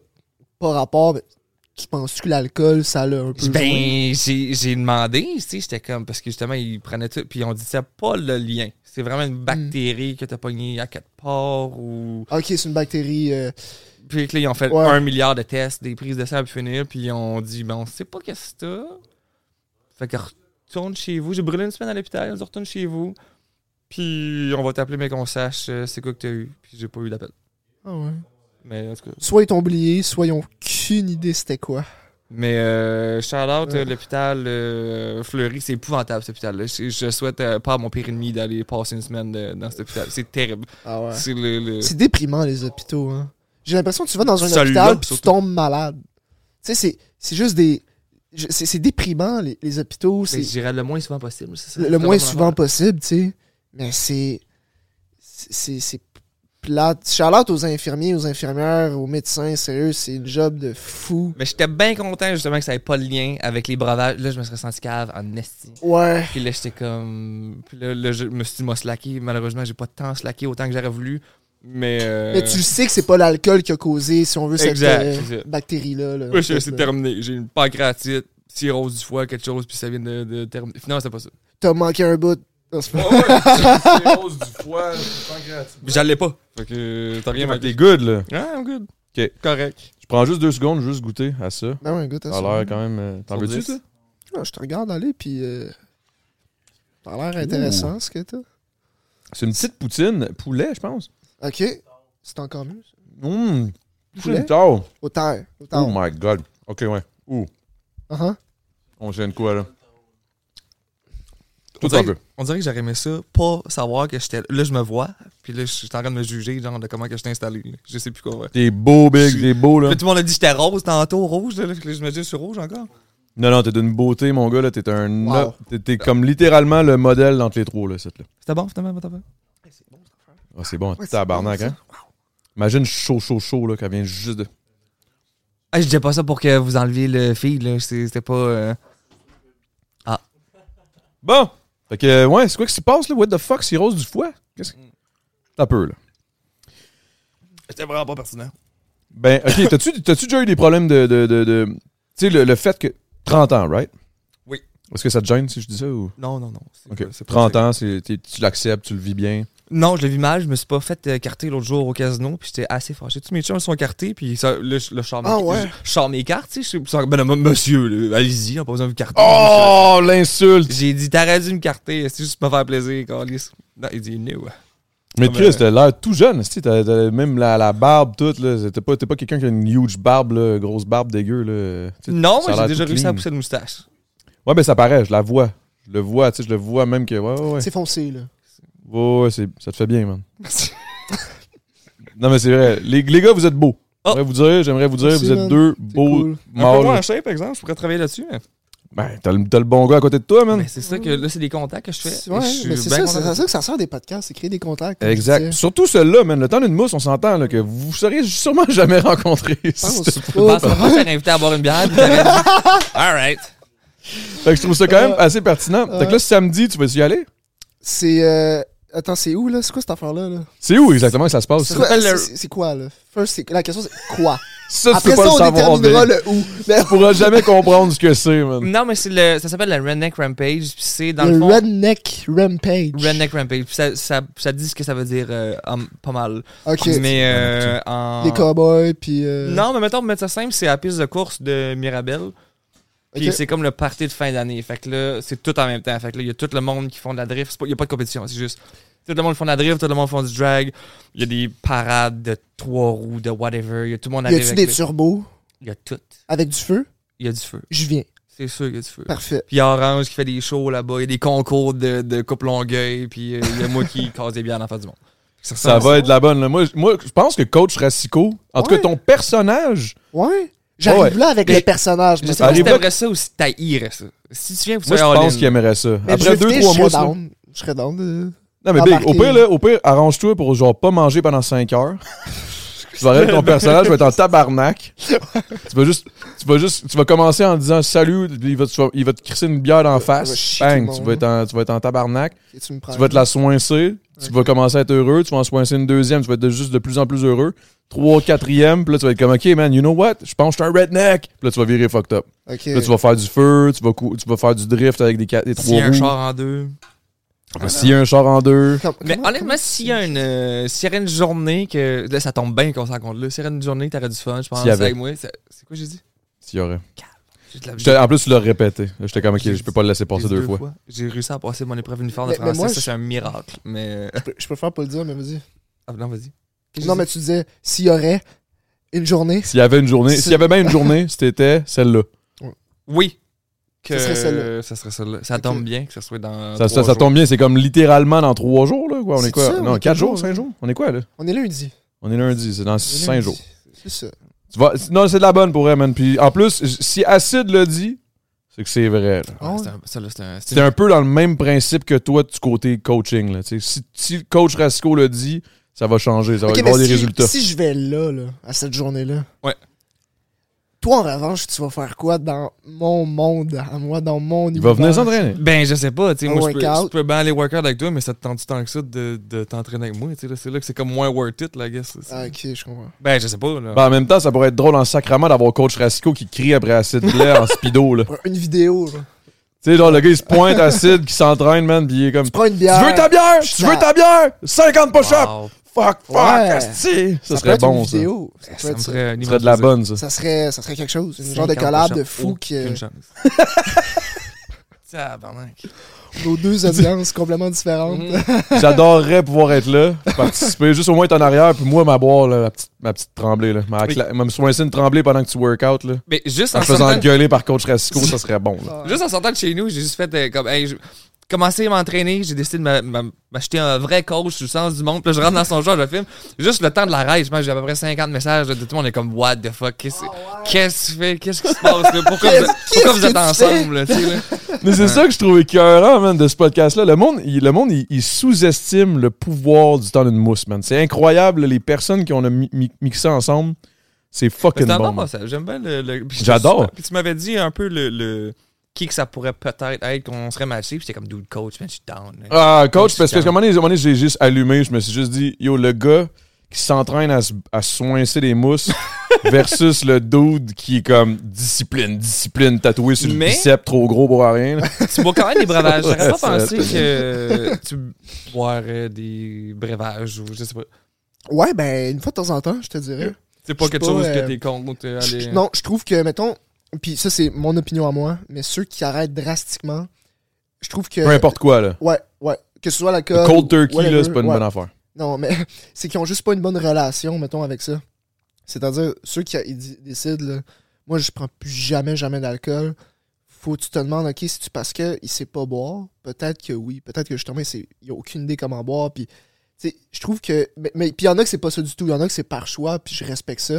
[SPEAKER 3] pas rapport, mais tu penses que l'alcool, ça l'a un peu joué?
[SPEAKER 2] Ben, j'ai j'ai demandé, tu sais, j'étais comme, parce que justement, ils prenaient tout, puis on dit, c'est pas le lien. C'est vraiment une
[SPEAKER 3] Hmm.
[SPEAKER 2] bactérie que t'as pognée à quelque part, ou
[SPEAKER 3] Ah, Ok, c'est une bactérie... euh,
[SPEAKER 2] Puis que là, ils ont fait
[SPEAKER 3] Ouais.
[SPEAKER 2] un milliard de tests, des prises de sang à finir, puis ils ont dit, ben, on sait pas qu'est-ce que c'est. Fait que retourne chez vous. J'ai brûlé une semaine à l'hôpital, ils ont dit, retourne chez vous. Puis on va t'appeler, mais qu'on sache euh, c'est quoi que t'as eu. Puis j'ai pas eu d'appel.
[SPEAKER 3] Ah ouais.
[SPEAKER 2] Mais en tout cas.
[SPEAKER 3] Soit ils t'ont oublié, soit ils ont aucune idée c'était quoi.
[SPEAKER 2] Mais euh, shout out,
[SPEAKER 3] Ouais.
[SPEAKER 2] euh, l'hôpital euh, Fleury, c'est épouvantable cet hôpital-là. Je, je souhaite euh, pas à mon pire ennemi d'aller passer une semaine de- dans cet hôpital. C'est terrible.
[SPEAKER 3] Ah ouais.
[SPEAKER 2] C'est le. le-
[SPEAKER 3] C'est déprimant, les hôpitaux. Hein. J'ai l'impression que tu vas dans un
[SPEAKER 2] Celui-là,
[SPEAKER 3] hôpital puis tu
[SPEAKER 2] surtout.
[SPEAKER 3] tombes malade. Tu sais, c'est- c'est juste des. je- C'est c'est déprimant, les, les hôpitaux.
[SPEAKER 2] Mais
[SPEAKER 3] C'est
[SPEAKER 2] J'irai le moins souvent possible. c'est ça.
[SPEAKER 3] le,
[SPEAKER 2] C'est
[SPEAKER 3] le moins
[SPEAKER 2] vraiment
[SPEAKER 3] souvent
[SPEAKER 2] important.
[SPEAKER 3] possible, tu sais. Mais c'est. C'est c'est plate. Charlotte aux infirmiers, aux infirmières, aux médecins, sérieux, c'est une job de fou.
[SPEAKER 2] Mais j'étais bien content justement que ça n'avait pas le lien avec les breuvages. Là, je me serais senti cave en esti.
[SPEAKER 3] Ouais.
[SPEAKER 2] Puis là, j'étais comme. Puis là, là, je me suis dit, m'a slacké. Malheureusement, j'ai pas tant slacké autant que j'aurais voulu. Mais. euh,
[SPEAKER 3] Mais tu le sais que c'est pas l'alcool qui a causé, si on veut, cette
[SPEAKER 2] Exact,
[SPEAKER 3] euh,
[SPEAKER 2] c'est ça.
[SPEAKER 3] bactérie-là. là,
[SPEAKER 2] ouais,
[SPEAKER 3] en
[SPEAKER 2] c'est
[SPEAKER 3] fait,
[SPEAKER 2] c'est
[SPEAKER 3] là.
[SPEAKER 2] terminé. J'ai une pancréatite, cirrhose du foie, quelque chose, puis ça vient de, de terminer. Finalement, c'est pas ça.
[SPEAKER 3] T'as manqué un bout. Non, c'est pas-
[SPEAKER 2] Oh.
[SPEAKER 1] Cirrhose du foie,
[SPEAKER 2] J'allais pas. Fait que euh, t'as rien
[SPEAKER 1] Bien,
[SPEAKER 2] manqué.
[SPEAKER 1] t'es good, là.
[SPEAKER 2] Ah, I'm good.
[SPEAKER 1] OK.
[SPEAKER 2] Correct.
[SPEAKER 1] Je prends juste deux secondes, juste goûter à ça.
[SPEAKER 3] Ben ouais, un goût, t'as
[SPEAKER 1] Ça a
[SPEAKER 3] ça.
[SPEAKER 1] l'air quand même... euh, T'en
[SPEAKER 2] Sur
[SPEAKER 1] veux-tu,
[SPEAKER 2] dix.
[SPEAKER 1] ça?
[SPEAKER 3] Ouais, je te regarde aller, puis euh, ça a l'air intéressant ce que t'as.
[SPEAKER 1] C'est une petite poutine, poulet, je pense.
[SPEAKER 3] Ok, c'est encore mieux. ça.
[SPEAKER 1] Hum,
[SPEAKER 3] Poulet?
[SPEAKER 1] poulet. Oh
[SPEAKER 3] Au terre, au terre.
[SPEAKER 1] my God. OK, ouais. Ouh,
[SPEAKER 3] Uh-huh.
[SPEAKER 1] on gêne quoi, là?
[SPEAKER 2] On
[SPEAKER 1] Tout un
[SPEAKER 2] dirait,
[SPEAKER 1] peu.
[SPEAKER 2] on dirait que j'aurais aimé ça, pas savoir que j'étais. Là, je me vois, puis là, je suis en train de me juger, genre, de comment que je t'ai installé. là. Je sais plus quoi. ouais.
[SPEAKER 1] T'es beau, Big, t'es beau, là.
[SPEAKER 2] Là, tout le monde a dit que j'étais rose tantôt, rouge. Là, là, je me dis, je suis rouge encore.
[SPEAKER 1] Non, non, t'es d'une beauté, mon gars, là. T'es un...
[SPEAKER 3] Wow.
[SPEAKER 1] T'es- T'es comme littéralement le modèle entre les trois, là, cette, là.
[SPEAKER 2] C'était bon, finalement, votre affaire?
[SPEAKER 1] Ah, c'est bon,
[SPEAKER 3] Ouais, c'est
[SPEAKER 1] tabarnak,
[SPEAKER 3] bon, ça.
[SPEAKER 1] hein? Imagine chaud, chaud, chaud, là, qu'elle vient juste de...
[SPEAKER 2] Ah, je disais pas ça pour que vous enleviez le feed, là. C'est- C'était pas. euh,
[SPEAKER 1] Bon! Fait que, euh, ouais, c'est quoi qui se passe, là? What the fuck, cirrhose du foie? Qu'est-ce que... T'as peu, là.
[SPEAKER 2] C'était vraiment pas pertinent.
[SPEAKER 1] Ben, OK, t'as-tu t'as-tu déjà eu des problèmes de... de, de, de- Tu sais, le, le fait que... 30 ans, right?
[SPEAKER 2] Oui.
[SPEAKER 1] Est-ce que ça te gêne si je dis ça ou...
[SPEAKER 2] Non, non, non. c'est-
[SPEAKER 1] OK,
[SPEAKER 2] c'est pas-
[SPEAKER 1] 30
[SPEAKER 2] c'est-
[SPEAKER 1] ans, c'est- t'es- tu l'acceptes, tu le vis bien.
[SPEAKER 2] Non, je l'ai vu mal. Je me suis pas fait euh, carter l'autre jour au casino, puis j'étais assez fâché. Tous mes chums sont cartés, puis ça, là, je là, je sors mes,
[SPEAKER 3] Ah ouais?
[SPEAKER 2] je- je sors mes cartes, tu sais. je suis- Ben, non, monsieur, là, allez-y, on a pas besoin de vous carter.
[SPEAKER 1] Oh, l'insulte!
[SPEAKER 2] J'ai dit, t'aurais dû me carter, c'est juste pour me faire plaisir, Carlis. Non, il dit, no.
[SPEAKER 1] Mais
[SPEAKER 2] Ah, mais-
[SPEAKER 1] Chris, t'as l'air tout jeune, tu sais, t'as- t'as même la, la barbe toute, là. T'es pas, t'es pas quelqu'un qui a une huge barbe, là, grosse barbe dégueu, là. Tu sais,
[SPEAKER 2] Non,
[SPEAKER 1] ça a
[SPEAKER 2] moi, j'ai
[SPEAKER 1] l'air
[SPEAKER 2] déjà
[SPEAKER 1] tout
[SPEAKER 2] réussi à
[SPEAKER 1] clean.
[SPEAKER 2] pousser une moustache.
[SPEAKER 1] Ouais, ben ça paraît, je la vois. Je le vois, tu sais, je le vois même que. Ouais, ouais, ouais.
[SPEAKER 3] C'est foncé, là.
[SPEAKER 1] Ouais, ouais, c'est- ça te fait bien, man. Non, mais c'est vrai. Les, les gars, vous êtes beaux.
[SPEAKER 2] Oh.
[SPEAKER 1] J'aimerais vous dire, j'aimerais vous dire,
[SPEAKER 3] Merci,
[SPEAKER 1] vous êtes
[SPEAKER 3] man.
[SPEAKER 1] deux
[SPEAKER 3] C'est
[SPEAKER 1] beaux
[SPEAKER 3] cool.
[SPEAKER 2] Un peu moins en
[SPEAKER 1] mâles.
[SPEAKER 2] shape, par exemple, je pourrais travailler là-dessus. mais-
[SPEAKER 1] Ben, t'as le, t'as le bon gars à côté de toi, man.
[SPEAKER 2] Mais Ben, c'est ça que là, c'est des contacts que je fais.
[SPEAKER 3] C'est-
[SPEAKER 2] et
[SPEAKER 3] Ouais,
[SPEAKER 2] je suis
[SPEAKER 3] mais c'est
[SPEAKER 2] bien
[SPEAKER 3] ça, c'est
[SPEAKER 2] content.
[SPEAKER 3] à ça que ça sert des podcasts, c'est créer des contacts. comme je
[SPEAKER 1] Exact.
[SPEAKER 3] disais.
[SPEAKER 1] Surtout celle-là, man. Le temps d'une mousse, on s'entend là, que vous seriez sûrement jamais rencontré.
[SPEAKER 3] Pense.
[SPEAKER 2] Je
[SPEAKER 3] Oh,
[SPEAKER 2] pense qu'on va faire invité à boire une bière. puis t'aurais dit, All right.
[SPEAKER 1] fait que je trouve ça quand
[SPEAKER 3] Euh,
[SPEAKER 1] même assez pertinent. Fait que là, samedi, tu vas y aller?
[SPEAKER 3] C'est. euh, Attends, c'est où, là? C'est quoi cette affaire-là? là?
[SPEAKER 1] C'est où exactement que ça se passe?
[SPEAKER 3] C'est
[SPEAKER 1] Ça,
[SPEAKER 3] quoi-
[SPEAKER 2] s'appelle le-
[SPEAKER 3] c'est- C'est c'est quoi, là? First, c'est- la question, c'est quoi?
[SPEAKER 1] Ça, tu
[SPEAKER 3] Après
[SPEAKER 1] peux pas
[SPEAKER 3] ça, on
[SPEAKER 1] le savoir.
[SPEAKER 3] déterminera
[SPEAKER 1] mais
[SPEAKER 3] le Mm. où. Mais
[SPEAKER 1] Tu pourras jamais comprendre ce que c'est, man.
[SPEAKER 2] Non, mais c'est le, ça s'appelle la Redneck Rampage. Puis c'est dans le,
[SPEAKER 3] le
[SPEAKER 2] fond.
[SPEAKER 3] Redneck Rampage.
[SPEAKER 2] Redneck Rampage. Puis ça, ça, ça dit ce que ça veut dire euh, hum, pas mal.
[SPEAKER 3] Ok.
[SPEAKER 2] Mais euh, en.
[SPEAKER 3] Des cowboys, puis. euh,
[SPEAKER 2] Non, mais mettons, pour mettre ça simple, c'est la piste de course de Mirabel. Puis
[SPEAKER 3] Ok.
[SPEAKER 2] c'est comme le party de fin d'année. Fait que là, c'est tout en même temps. Fait que là, il y a tout le monde qui font de la drift. C'est pas- Il n'y a pas de compétition, c'est juste. Tout le monde font de la drift, tout le monde font du drag. Il y a des parades de trois roues, de whatever. Il y a tout le monde
[SPEAKER 3] Y
[SPEAKER 2] arrive
[SPEAKER 3] a-tu
[SPEAKER 2] avec
[SPEAKER 3] des
[SPEAKER 2] le-
[SPEAKER 3] turbos
[SPEAKER 2] Il y a tout.
[SPEAKER 3] avec du feu?
[SPEAKER 2] Il y a du feu.
[SPEAKER 3] Je viens.
[SPEAKER 2] C'est sûr qu'il y a du feu.
[SPEAKER 3] Parfait.
[SPEAKER 2] Puis il y a Orange qui fait des shows là-bas. Il y a des concours de, de coupe longueuil. Puis euh, il y a moi qui casse des bières en face du monde.
[SPEAKER 1] Ça va être de la bonne. Là. Moi, je- moi, je pense que Coach Rassico, en tout cas
[SPEAKER 3] Ouais.
[SPEAKER 1] ton personnage,
[SPEAKER 3] Ouais. J'arrive
[SPEAKER 1] Ouais.
[SPEAKER 3] là avec
[SPEAKER 2] Mais-
[SPEAKER 3] les personnages.
[SPEAKER 2] Je
[SPEAKER 3] Mais
[SPEAKER 2] sais pas si
[SPEAKER 1] Arrive-
[SPEAKER 2] t'aimerais ça ou si t'haïrais ça. Si tu viens pour
[SPEAKER 1] moi je
[SPEAKER 2] faire
[SPEAKER 1] pense
[SPEAKER 2] all-in.
[SPEAKER 1] qu'il aimerait ça.
[SPEAKER 3] Mais
[SPEAKER 1] Après
[SPEAKER 3] je vais
[SPEAKER 1] deux,
[SPEAKER 3] éviter,
[SPEAKER 1] trois
[SPEAKER 3] je
[SPEAKER 1] mois,
[SPEAKER 3] serais
[SPEAKER 1] sinon-
[SPEAKER 3] down. Je serais down euh, de.
[SPEAKER 1] Non, mais Big, au
[SPEAKER 3] Embarquer.
[SPEAKER 1] pire, là, au pire, arrange-toi pour genre pas manger pendant 5 heures. tu vas arrêter ton personnage, tu vas être en tabarnak. tu, vas juste, tu, vas juste, tu vas commencer en disant salut, puis il va, tu vas- il va te crisser une bière en
[SPEAKER 3] il va
[SPEAKER 1] face.
[SPEAKER 3] chier
[SPEAKER 1] Bang,
[SPEAKER 3] tout le
[SPEAKER 1] tu
[SPEAKER 3] monde. hein.
[SPEAKER 1] vas, être en, tu vas être en tabarnak.
[SPEAKER 3] Et Tu me prends.
[SPEAKER 1] Tu vas te la soincer. Tu
[SPEAKER 3] Ouais.
[SPEAKER 1] vas commencer à être heureux. Tu vas en soincer une deuxième. Tu vas être de- juste de plus en plus heureux. Trois, quatrième. Puis là, tu vas être comme, OK, man, you know what? Je pense que je suis un redneck. Puis là, tu vas virer fucked up.
[SPEAKER 3] Ok.
[SPEAKER 1] Puis là, tu vas faire du feu. Tu vas, cou- tu vas faire du drift avec des, quatre- des
[SPEAKER 2] S'il
[SPEAKER 1] trois
[SPEAKER 2] y a un
[SPEAKER 1] roues.
[SPEAKER 2] char en deux.
[SPEAKER 1] S'il y a un char en deux.
[SPEAKER 3] Comme-
[SPEAKER 2] Mais
[SPEAKER 3] comment-
[SPEAKER 2] honnêtement,
[SPEAKER 3] comment-
[SPEAKER 2] s'il y a une, euh, s'il y aurait une journée que. Là, ça tombe bien qu'on se rencontre là. S'il y aurait une journée que t'aurais du fun, je pense,
[SPEAKER 1] S'il y avait.
[SPEAKER 2] avec moi. C'est c'est quoi j'ai dit?
[SPEAKER 1] S'il y aurait.
[SPEAKER 2] J'ai de la-
[SPEAKER 1] J'étais- en plus, tu l'as répété. J'étais comme, ok,
[SPEAKER 2] J'ai-
[SPEAKER 1] je peux pas le laisser
[SPEAKER 2] j'ai
[SPEAKER 1] passer
[SPEAKER 2] dit
[SPEAKER 1] deux, fois.
[SPEAKER 2] J'ai réussi à passer mon épreuve uniforme de
[SPEAKER 3] Mais- mais
[SPEAKER 2] français.
[SPEAKER 3] moi,
[SPEAKER 2] ça,
[SPEAKER 3] je-
[SPEAKER 2] c'est un miracle. Mais. euh,
[SPEAKER 3] Je pr- Je préfère pas le dire, mais vas-y.
[SPEAKER 2] Ah, non, vas-y. Qu'est-ce que
[SPEAKER 3] Non,
[SPEAKER 2] j'ai
[SPEAKER 3] mais
[SPEAKER 2] dit?
[SPEAKER 3] tu disais, s'il y aurait une journée,
[SPEAKER 1] S'il y avait une journée,
[SPEAKER 3] C'est-
[SPEAKER 1] s'il y avait bien une journée, c'était celle-là.
[SPEAKER 2] Oui. Que...
[SPEAKER 3] Ça serait celle-là.
[SPEAKER 2] Ça serait celle-là. Ça
[SPEAKER 3] Ok.
[SPEAKER 2] tombe bien que ça soit dans.
[SPEAKER 1] Ça, ça-
[SPEAKER 2] trois
[SPEAKER 1] ça
[SPEAKER 2] jours.
[SPEAKER 1] tombe bien, c'est comme littéralement dans trois jours, là. quoi. On est,
[SPEAKER 3] C'est
[SPEAKER 1] quoi?
[SPEAKER 3] ça, on
[SPEAKER 1] non,
[SPEAKER 3] est
[SPEAKER 1] quatre
[SPEAKER 3] toujours,
[SPEAKER 1] jours, cinq
[SPEAKER 3] là.
[SPEAKER 1] jours. On est quoi, là?
[SPEAKER 3] on est lundi.
[SPEAKER 1] On est lundi, c'est dans
[SPEAKER 3] On est
[SPEAKER 1] cinq
[SPEAKER 3] lundi.
[SPEAKER 1] jours.
[SPEAKER 3] C'est ça.
[SPEAKER 1] Tu vas- non, c'est de la bonne pour elle, man. Puis en plus, j- si Acid le dit, c'est que c'est vrai, là.
[SPEAKER 3] Ah
[SPEAKER 2] Ouais, c'est un- ça, là, c'est un- Oh. c'est
[SPEAKER 1] C'est un peu dans le même principe que toi du côté coaching, là. Tu sais, Si, si le coach Rasco le dit, ça va changer, ça va
[SPEAKER 3] Ok,
[SPEAKER 1] y
[SPEAKER 3] mais
[SPEAKER 1] avoir des
[SPEAKER 3] si-
[SPEAKER 1] résultats.
[SPEAKER 3] Si je vais là, là, à cette journée-là.
[SPEAKER 2] Ouais.
[SPEAKER 3] Toi, en revanche, tu vas faire quoi dans mon monde, à moi, dans mon
[SPEAKER 1] Il va venir
[SPEAKER 3] univers?
[SPEAKER 1] s'entraîner.
[SPEAKER 2] Ben, je sais pas, tu sais,
[SPEAKER 3] Un
[SPEAKER 2] moi, je peux,
[SPEAKER 3] workout.
[SPEAKER 2] je peux bien aller workout avec toi, mais ça te tente tant que ça de, de t'entraîner avec moi, tu sais, là, c'est là que c'est comme moins worth it, là, I guess. C'est-
[SPEAKER 3] Ah, Bah, ok, je comprends.
[SPEAKER 2] Ben, je sais pas, là.
[SPEAKER 1] Ben, en même temps, ça pourrait être drôle en sacrament d'avoir coach Rasco qui crie après Acid Blair en speedo, là.
[SPEAKER 3] Pour Une vidéo, là.
[SPEAKER 1] Tu sais, genre, le gars, il se pointe acide, qui s'entraîne, man, puis il est comme...
[SPEAKER 3] Tu prends une
[SPEAKER 1] Tu
[SPEAKER 3] bière.
[SPEAKER 1] veux ta bière?
[SPEAKER 3] je
[SPEAKER 1] Tu veux ta bière? 50 push-ups!
[SPEAKER 2] Wow.
[SPEAKER 1] Fuck, fuck,
[SPEAKER 3] Ouais.
[SPEAKER 1] asti! Ça,
[SPEAKER 3] peut
[SPEAKER 1] serait
[SPEAKER 3] être une
[SPEAKER 1] bon, ça. Ça
[SPEAKER 3] vidéo. Ça, peut
[SPEAKER 2] Ça me
[SPEAKER 3] être ça.
[SPEAKER 2] ferait un
[SPEAKER 1] serait de la
[SPEAKER 2] immense
[SPEAKER 1] bonne, ça.
[SPEAKER 3] Ça serait, ça serait quelque chose. Une
[SPEAKER 2] plaisir.
[SPEAKER 3] genre de
[SPEAKER 2] 50%
[SPEAKER 3] collab de fou que
[SPEAKER 2] Aucune chance. Tabarnak.
[SPEAKER 3] nos deux audiences complètement différentes.
[SPEAKER 2] Mhm.
[SPEAKER 1] J'adorerais pouvoir être là, participer, juste au moins être en arrière, puis moi, ma boire, là, ma, petite, ma petite tremblée, là. Ma,
[SPEAKER 2] Oui.
[SPEAKER 1] cla- ma- me soincer une tremblée pendant que tu workout, là.
[SPEAKER 2] Mais juste
[SPEAKER 1] En
[SPEAKER 2] en,
[SPEAKER 1] te faisant
[SPEAKER 2] sortant,
[SPEAKER 1] engueuler par coach Rasco, ça serait bon, là.
[SPEAKER 2] juste en sortant de chez nous, j'ai juste fait euh, comme, hey, je- commencer à m'entraîner, j'ai décidé de m'a- m'a- m'acheter un vrai coach du sens du monde, puis là, je rentre dans son genre, je le filme. Juste le temps de la rage, je pense que j'ai à peu près 50 messages de tout le monde, est comme, what the fuck, qu'est-ce qu'est-ce que tu fais, qu'est-ce qui se passe, là? pourquoi, vous, pourquoi vous
[SPEAKER 3] Ah qu'est-ce
[SPEAKER 2] êtes
[SPEAKER 3] que tu fais?
[SPEAKER 2] ensemble, là, tu sais, là?
[SPEAKER 1] Mais c'est ça que je trouve écœurant, man, de ce podcast-là. Le monde, il, le monde, il, il sous-estime le pouvoir du temps d'une mousse, man. C'est incroyable, les personnes qu'on a mi- mi- mixées ensemble, c'est fucking
[SPEAKER 2] C'est un
[SPEAKER 1] bon,
[SPEAKER 2] bon
[SPEAKER 1] man.
[SPEAKER 2] passage. J'aime bien le. le- puis
[SPEAKER 1] J'adore.
[SPEAKER 2] tu- Puis tu m'avais dit un peu le, le- qui que ça pourrait peut-être être qu'on serait matché. Puis j'étais comme dude coach, man, je suis down. là.
[SPEAKER 1] Ah, coach, parce,
[SPEAKER 2] Coach
[SPEAKER 1] parce qu'à un
[SPEAKER 2] Cam.
[SPEAKER 1] moment donné, à un moment donné, j'ai juste allumé, je me suis juste dit, yo, le gars qui s'entraîne à, se- à se soincer les mousses versus le dude qui est comme discipline, discipline, tatoué sur le
[SPEAKER 2] Mais-
[SPEAKER 1] bicep, trop gros pour rien. là.
[SPEAKER 2] tu bois quand même des breuvages. J'aurais pas
[SPEAKER 1] Ça,
[SPEAKER 2] pensé
[SPEAKER 1] c'est-
[SPEAKER 2] que tu boirais des breuvages ou je sais pas.
[SPEAKER 3] Ouais, ben, une fois de temps en temps, je te dirais.
[SPEAKER 2] C'est pas
[SPEAKER 3] Je
[SPEAKER 2] quelque
[SPEAKER 3] sais pas,
[SPEAKER 2] chose
[SPEAKER 3] euh,
[SPEAKER 2] que t'es contre. euh,
[SPEAKER 3] Je-
[SPEAKER 2] aller-
[SPEAKER 3] Non, je trouve que, mettons, puis ça, c'est mon opinion à moi, mais ceux qui arrêtent drastiquement, je trouve que.
[SPEAKER 1] Peu importe quoi, là.
[SPEAKER 3] Ouais, ouais. Que ce soit
[SPEAKER 1] Le
[SPEAKER 3] l'alcool.
[SPEAKER 1] cold
[SPEAKER 3] ou
[SPEAKER 1] turkey, là,
[SPEAKER 3] Euh, whatever,
[SPEAKER 1] c'est pas une
[SPEAKER 3] ouais.
[SPEAKER 1] bonne affaire.
[SPEAKER 3] Non, mais c'est qu'ils ont juste pas une bonne relation, mettons, avec ça. C'est-à-dire, ceux qui ils di- décident, là, moi, je prends plus jamais, jamais d'alcool. faut que tu te demandes, OK, si tu parce qu'il sait pas boire, peut-être que oui, peut-être que justement, c'est- il a aucune idée comment boire. Puis, tu sais, je trouve que. Mais, mais- puis, il y en a que c'est pas ça du tout. Il y en a que c'est par choix, puis je respecte ça.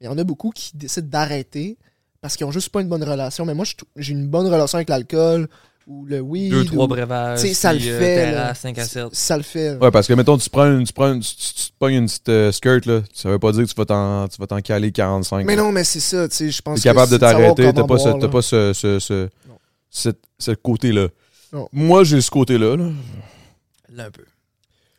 [SPEAKER 3] Mais il y en a beaucoup qui décident d'arrêter parce qu'ils ont juste pas une bonne relation. Mais moi, je trou- j'ai une bonne relation avec l'alcool ou le weed.
[SPEAKER 2] Deux, trois
[SPEAKER 3] ou-
[SPEAKER 2] breuvages.
[SPEAKER 3] tu sais, ça le
[SPEAKER 2] puis, euh,
[SPEAKER 3] fait. là.
[SPEAKER 2] terrasse, cinq à
[SPEAKER 3] Ça-
[SPEAKER 2] sept.
[SPEAKER 3] Ça le fait. là.
[SPEAKER 1] Ouais, parce que mettons, tu prends une, tu prends une- tu, tu te pognes une petite euh, skirt, là. Ça veut pas dire que tu vas t'en, tu vas t'en caler 45.
[SPEAKER 3] Mais
[SPEAKER 1] là.
[SPEAKER 3] non, mais c'est ça, tu sais, je pense
[SPEAKER 1] T'es
[SPEAKER 3] que
[SPEAKER 1] capable de
[SPEAKER 3] c'est savoir
[SPEAKER 1] t'arrêter, t'as
[SPEAKER 3] comment
[SPEAKER 1] pas, ce,
[SPEAKER 3] boire,
[SPEAKER 1] t'as
[SPEAKER 3] là.
[SPEAKER 1] pas ce, ce, ce,
[SPEAKER 3] Non.
[SPEAKER 1] cette- ce côté-là.
[SPEAKER 3] Non.
[SPEAKER 1] Moi, j'ai ce côté-là, là.
[SPEAKER 2] Là, un peu.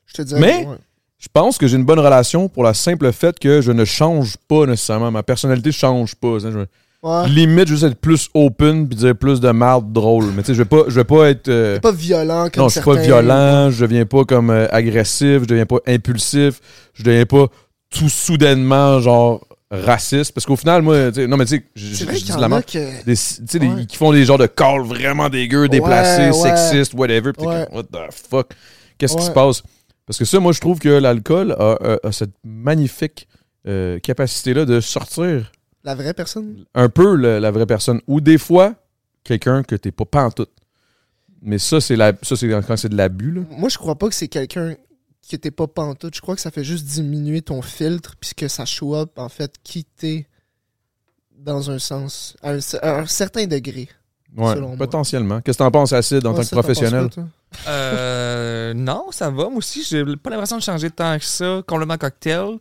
[SPEAKER 3] Je te dirais.
[SPEAKER 1] Mais-
[SPEAKER 3] que, ouais.
[SPEAKER 1] Je pense que j'ai une bonne relation pour la simple fait que je ne change pas nécessairement. Ma personnalité change pas. hein. Je me-
[SPEAKER 3] Ouais.
[SPEAKER 1] Limite, je veux juste être plus open puis dire plus de merde drôle. Mais tu sais, je vais pas, je vais pas être. euh,
[SPEAKER 3] T'es pas violent comme
[SPEAKER 1] non, je suis pas
[SPEAKER 3] certains-
[SPEAKER 1] violent, je deviens pas comme euh, agressif, je deviens pas impulsif, je deviens pas tout soudainement genre raciste. Parce qu'au final, moi, tu sais, non mais tu sais, je-
[SPEAKER 3] C'est
[SPEAKER 1] je
[SPEAKER 3] vrai
[SPEAKER 1] je dis
[SPEAKER 3] qu'il y
[SPEAKER 1] de la
[SPEAKER 3] en a
[SPEAKER 1] merde.
[SPEAKER 3] que.
[SPEAKER 1] Des- tu sais, des-
[SPEAKER 3] Ouais.
[SPEAKER 1] qui font des genres de calls vraiment dégueux, déplacés,
[SPEAKER 3] ouais.
[SPEAKER 1] sexistes, whatever. Puis t'es
[SPEAKER 3] Ouais.
[SPEAKER 1] comme, what the fuck? Qu'est-ce qui
[SPEAKER 3] Ouais.
[SPEAKER 1] se passe? Parce que ça, moi, je trouve que l'alcool a, a- a cette magnifique euh, capacité-là de sortir
[SPEAKER 3] La vraie personne?
[SPEAKER 1] un peu le- la vraie personne. Ou des fois, quelqu'un que t'es pas pantoute. Mais ça, c'est la, ça, c'est quand c'est de l'abus, là.
[SPEAKER 3] Moi, je crois pas que c'est quelqu'un qui t'es pas pantoute. Je crois que ça fait juste diminuer ton filtre puisque ça show up, en fait, qui t'es dans un sens, à un, cer- à un certain degré.
[SPEAKER 1] Ouais,
[SPEAKER 3] selon moi.
[SPEAKER 1] potentiellement. Qu'est-ce que t'en penses, Acide, en
[SPEAKER 3] Ouais,
[SPEAKER 1] tant que
[SPEAKER 3] ça, t'en penses
[SPEAKER 1] professionnel?
[SPEAKER 3] quoi, toi?
[SPEAKER 2] Euh, non, ça va. Moi aussi, j'ai pas l'impression de changer tant que ça. Complètement cocktail.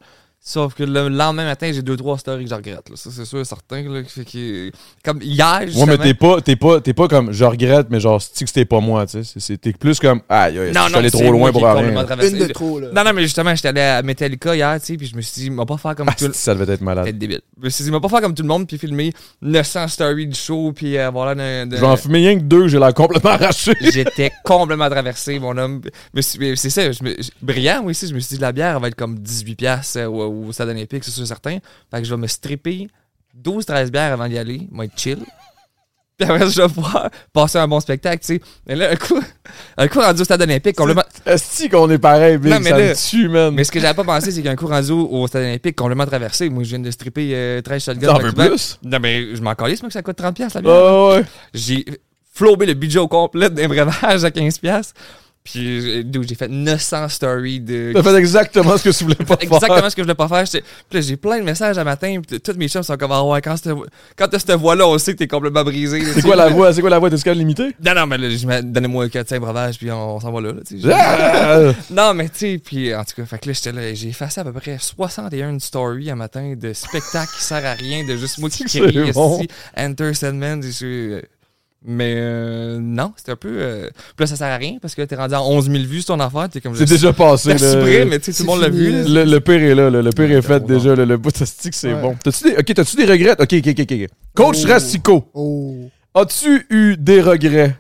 [SPEAKER 2] Sauf que le lendemain matin, j'ai deux, trois stories que je regrette. là. Ça, c'est sûr, certain. Là, Fait que- comme hier,
[SPEAKER 1] Ouais,
[SPEAKER 2] justement.
[SPEAKER 1] mais t'es pas, t'es pas, t'es pas comme, je regrette, mais genre, c'est que c'était pas moi, tu sais. C'est- c'est- T'es plus comme, aïe, aïe, je
[SPEAKER 2] non,
[SPEAKER 1] suis
[SPEAKER 2] non,
[SPEAKER 1] allé
[SPEAKER 2] c'est
[SPEAKER 1] trop
[SPEAKER 2] moi
[SPEAKER 1] loin
[SPEAKER 2] qui
[SPEAKER 1] pour
[SPEAKER 2] ai
[SPEAKER 1] rien.
[SPEAKER 2] complètement traversé.
[SPEAKER 3] Une de trop, là.
[SPEAKER 2] Non, non, mais justement, j'étais allé à Metallica hier, tu sais, puis je me suis dit, m'a pas faire comme
[SPEAKER 1] Ah,
[SPEAKER 2] tout le
[SPEAKER 1] ça devait être malade.
[SPEAKER 2] Peut-être débile. Je me suis dit, m'a pas faire comme tout le monde, puis filmer 900 stories du show, puis euh, avoir l'air d'un-
[SPEAKER 1] Je vais
[SPEAKER 2] d'un-
[SPEAKER 1] en fumer rien que deux, j'ai l'air complètement arraché.
[SPEAKER 2] J'étais complètement traversé, mon homme. Mais c'est mais c'est ça, je me- je- brillant, moi, ici. Je me suis dit, la bière, elle va être comme 18$ piastres, euh, au, au stade olympique, c'est sûr, certain. Fait que je vais me stripper 12-13 bières avant d'y aller. Moi, être chill. Puis après, je vais pouvoir passer un bon spectacle, tu sais. Mais là, un coup, un coup rendu au stade olympique, complètement.
[SPEAKER 1] Est-ce qu'on est pareil, Bill?
[SPEAKER 2] Non, mais
[SPEAKER 1] ça
[SPEAKER 2] là-
[SPEAKER 1] me tue, man.
[SPEAKER 2] Mais ce que j'avais pas pensé, c'est qu'un coup rendu au au stade olympique, complètement traversé. Moi, je viens de stripper euh, 13 shotguns.
[SPEAKER 1] T'en
[SPEAKER 2] back
[SPEAKER 1] veux
[SPEAKER 2] to back.
[SPEAKER 1] plus?
[SPEAKER 2] Non, mais je m'en calisse, moi, que ça coûte 30$ piastres, la bière.
[SPEAKER 1] Ah, ouais.
[SPEAKER 2] j'ai flobé le budget au complet d'un breuvage à 15$. piastres. Puis, euh, dude, j'ai fait 900 stories de.
[SPEAKER 1] T'as fait exactement ce que tu voulais pas faire.
[SPEAKER 2] Exactement ce que je voulais pas faire. J'étais- Puis là, j'ai plein de messages à matin. Puis t- toutes mes chums sont comme, ah ouais, quand t'as quand t'as cette voix-là, on sait que t'es complètement brisé.
[SPEAKER 1] C'est quoi la voix? C'est quoi la voix? T'es capable de l'imiter?
[SPEAKER 2] Non, non, mais là, je m'a- donnez-moi 4-5 breuvages, puis on, on s'en va là. là, tu sais.
[SPEAKER 1] Ah!
[SPEAKER 2] Non, mais tu sais, puis en tout cas, fait que là, j'étais là, j'ai effacé à peu près 61 stories un matin de spectacle qui sert à rien, de juste moi qui
[SPEAKER 1] C'est
[SPEAKER 2] crie
[SPEAKER 1] bon.
[SPEAKER 2] ici, Enter Sandman, je suis- euh, Mais euh, non, c'était un peu. euh, Puis là, ça sert à rien parce que t'es rendu à 11 000 vues sur ton affaire, t'es comme.
[SPEAKER 1] C'est
[SPEAKER 2] je-
[SPEAKER 1] déjà passé,
[SPEAKER 2] Merci,
[SPEAKER 1] là.
[SPEAKER 2] Bré, mais tu sais, tout le monde l'a vu. Ah, là.
[SPEAKER 1] Le, le pire est là, là. le pire
[SPEAKER 2] Ouais,
[SPEAKER 1] est fait
[SPEAKER 2] t'as
[SPEAKER 1] déjà, là. le bout de stick, c'est
[SPEAKER 3] Ouais.
[SPEAKER 1] bon. T'as-tu des, ok, t'as-tu des regrets? Ok, ok, ok, ok. Coach
[SPEAKER 3] Oh.
[SPEAKER 1] Rastico,
[SPEAKER 3] Oh.
[SPEAKER 1] as-tu eu des regrets?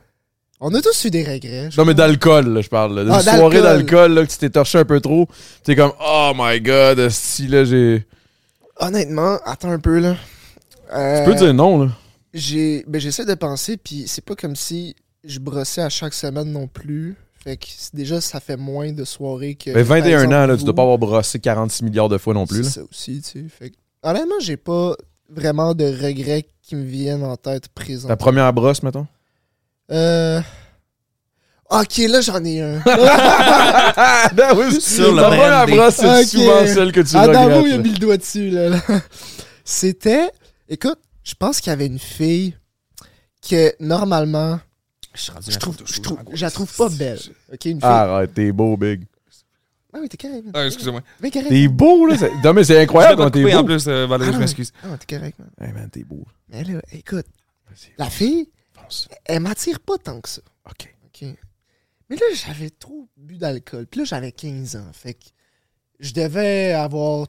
[SPEAKER 3] On a tous eu des regrets. je
[SPEAKER 1] Non, mais
[SPEAKER 3] crois.
[SPEAKER 1] d'alcool, là, je parle. Là. D'une
[SPEAKER 3] Ah,
[SPEAKER 1] soirée
[SPEAKER 3] d'alcool.
[SPEAKER 1] d'alcool, là, que tu t'es torché un peu trop. T'es comme, oh my god, si, là, j'ai.
[SPEAKER 3] Honnêtement, attends un peu, là. Euh,
[SPEAKER 1] Tu peux dire non, là.
[SPEAKER 3] j'ai ben, j'essaie de penser puis c'est pas comme si je brossais à chaque semaine non plus fait que c'est- déjà ça fait moins de soirées que
[SPEAKER 1] Ben, 21
[SPEAKER 3] par exemple,
[SPEAKER 1] ans, là, tu
[SPEAKER 3] vous.
[SPEAKER 1] dois pas avoir brossé 46 milliards de fois non plus. Là.
[SPEAKER 3] c'est ça aussi tu sais fait que, honnêtement j'ai pas vraiment de regrets qui me viennent en tête présent
[SPEAKER 1] Ta première brosse, mettons.
[SPEAKER 3] euh... ok là j'en ai un
[SPEAKER 2] Ah,
[SPEAKER 1] Ben oui,
[SPEAKER 2] Sur le
[SPEAKER 1] ta
[SPEAKER 2] brand
[SPEAKER 1] première
[SPEAKER 2] des-
[SPEAKER 1] brosse, c'est
[SPEAKER 3] Ok.
[SPEAKER 1] souvent celle que tu
[SPEAKER 3] Adamo,
[SPEAKER 1] regrettes.
[SPEAKER 3] il a
[SPEAKER 1] là.
[SPEAKER 3] mis le doigt dessus, là. là. C'était. Écoute, je pense qu'il y avait une fille que, normalement,
[SPEAKER 2] Je suis rendu
[SPEAKER 3] je
[SPEAKER 2] ma
[SPEAKER 3] trouve,
[SPEAKER 2] photo,
[SPEAKER 3] je
[SPEAKER 2] suis
[SPEAKER 3] trouve,
[SPEAKER 2] rendu-
[SPEAKER 3] je la trouve pas belle. Ok, une fille.
[SPEAKER 1] Ah, arrête, t'es beau, Big.
[SPEAKER 3] Ah oui, t'es correct. man.
[SPEAKER 2] Ah, excusez-moi.
[SPEAKER 3] Mais correct.
[SPEAKER 1] T'es beau, là. c'est- Non, mais c'est
[SPEAKER 2] Je
[SPEAKER 1] incroyable
[SPEAKER 2] dois
[SPEAKER 1] quand
[SPEAKER 2] te
[SPEAKER 1] t'es
[SPEAKER 2] couper en
[SPEAKER 1] beau.
[SPEAKER 2] plus, euh, Valérie, je
[SPEAKER 3] Ah, non.
[SPEAKER 2] m'excuse.
[SPEAKER 3] Ah, t'es correct, man.
[SPEAKER 1] Eh man, t'es beau.
[SPEAKER 3] Mais là, écoute,
[SPEAKER 1] Vas-y,
[SPEAKER 3] la fille,
[SPEAKER 1] fonce.
[SPEAKER 3] elle m'attire pas tant que ça.
[SPEAKER 1] OK.
[SPEAKER 3] OK. Mais là, j'avais trop bu d'alcool. Puis là, j'avais 15 ans. Fait que je devais avoir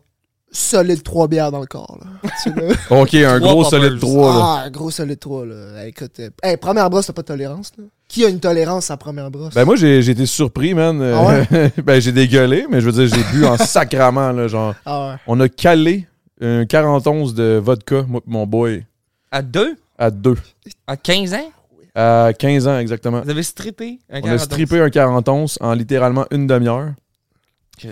[SPEAKER 3] solide trois bières dans le corps, là. Tu sais, là.
[SPEAKER 1] OK, un
[SPEAKER 2] Trois
[SPEAKER 1] gros
[SPEAKER 2] poppers.
[SPEAKER 1] solide 3, là.
[SPEAKER 3] Ah, gros solide 3, là. Écoute, euh, hey, première brosse, t'as pas de tolérance, là? Qui a une tolérance à première brosse?
[SPEAKER 1] Ben moi j'ai j'ai été surpris man. Euh,
[SPEAKER 3] Ah
[SPEAKER 1] ben j'ai dégueulé mais je veux dire j'ai bu en sacrament là genre
[SPEAKER 3] Ah ouais.
[SPEAKER 1] on a calé un 41 de vodka moi pis mon boy
[SPEAKER 2] À 2,
[SPEAKER 1] à deux
[SPEAKER 2] à 15 ans,
[SPEAKER 1] à 15 ans exactement.
[SPEAKER 2] vous avez strippé un
[SPEAKER 1] On a strippé un 41 en littéralement une demi-heure.
[SPEAKER 2] Ok.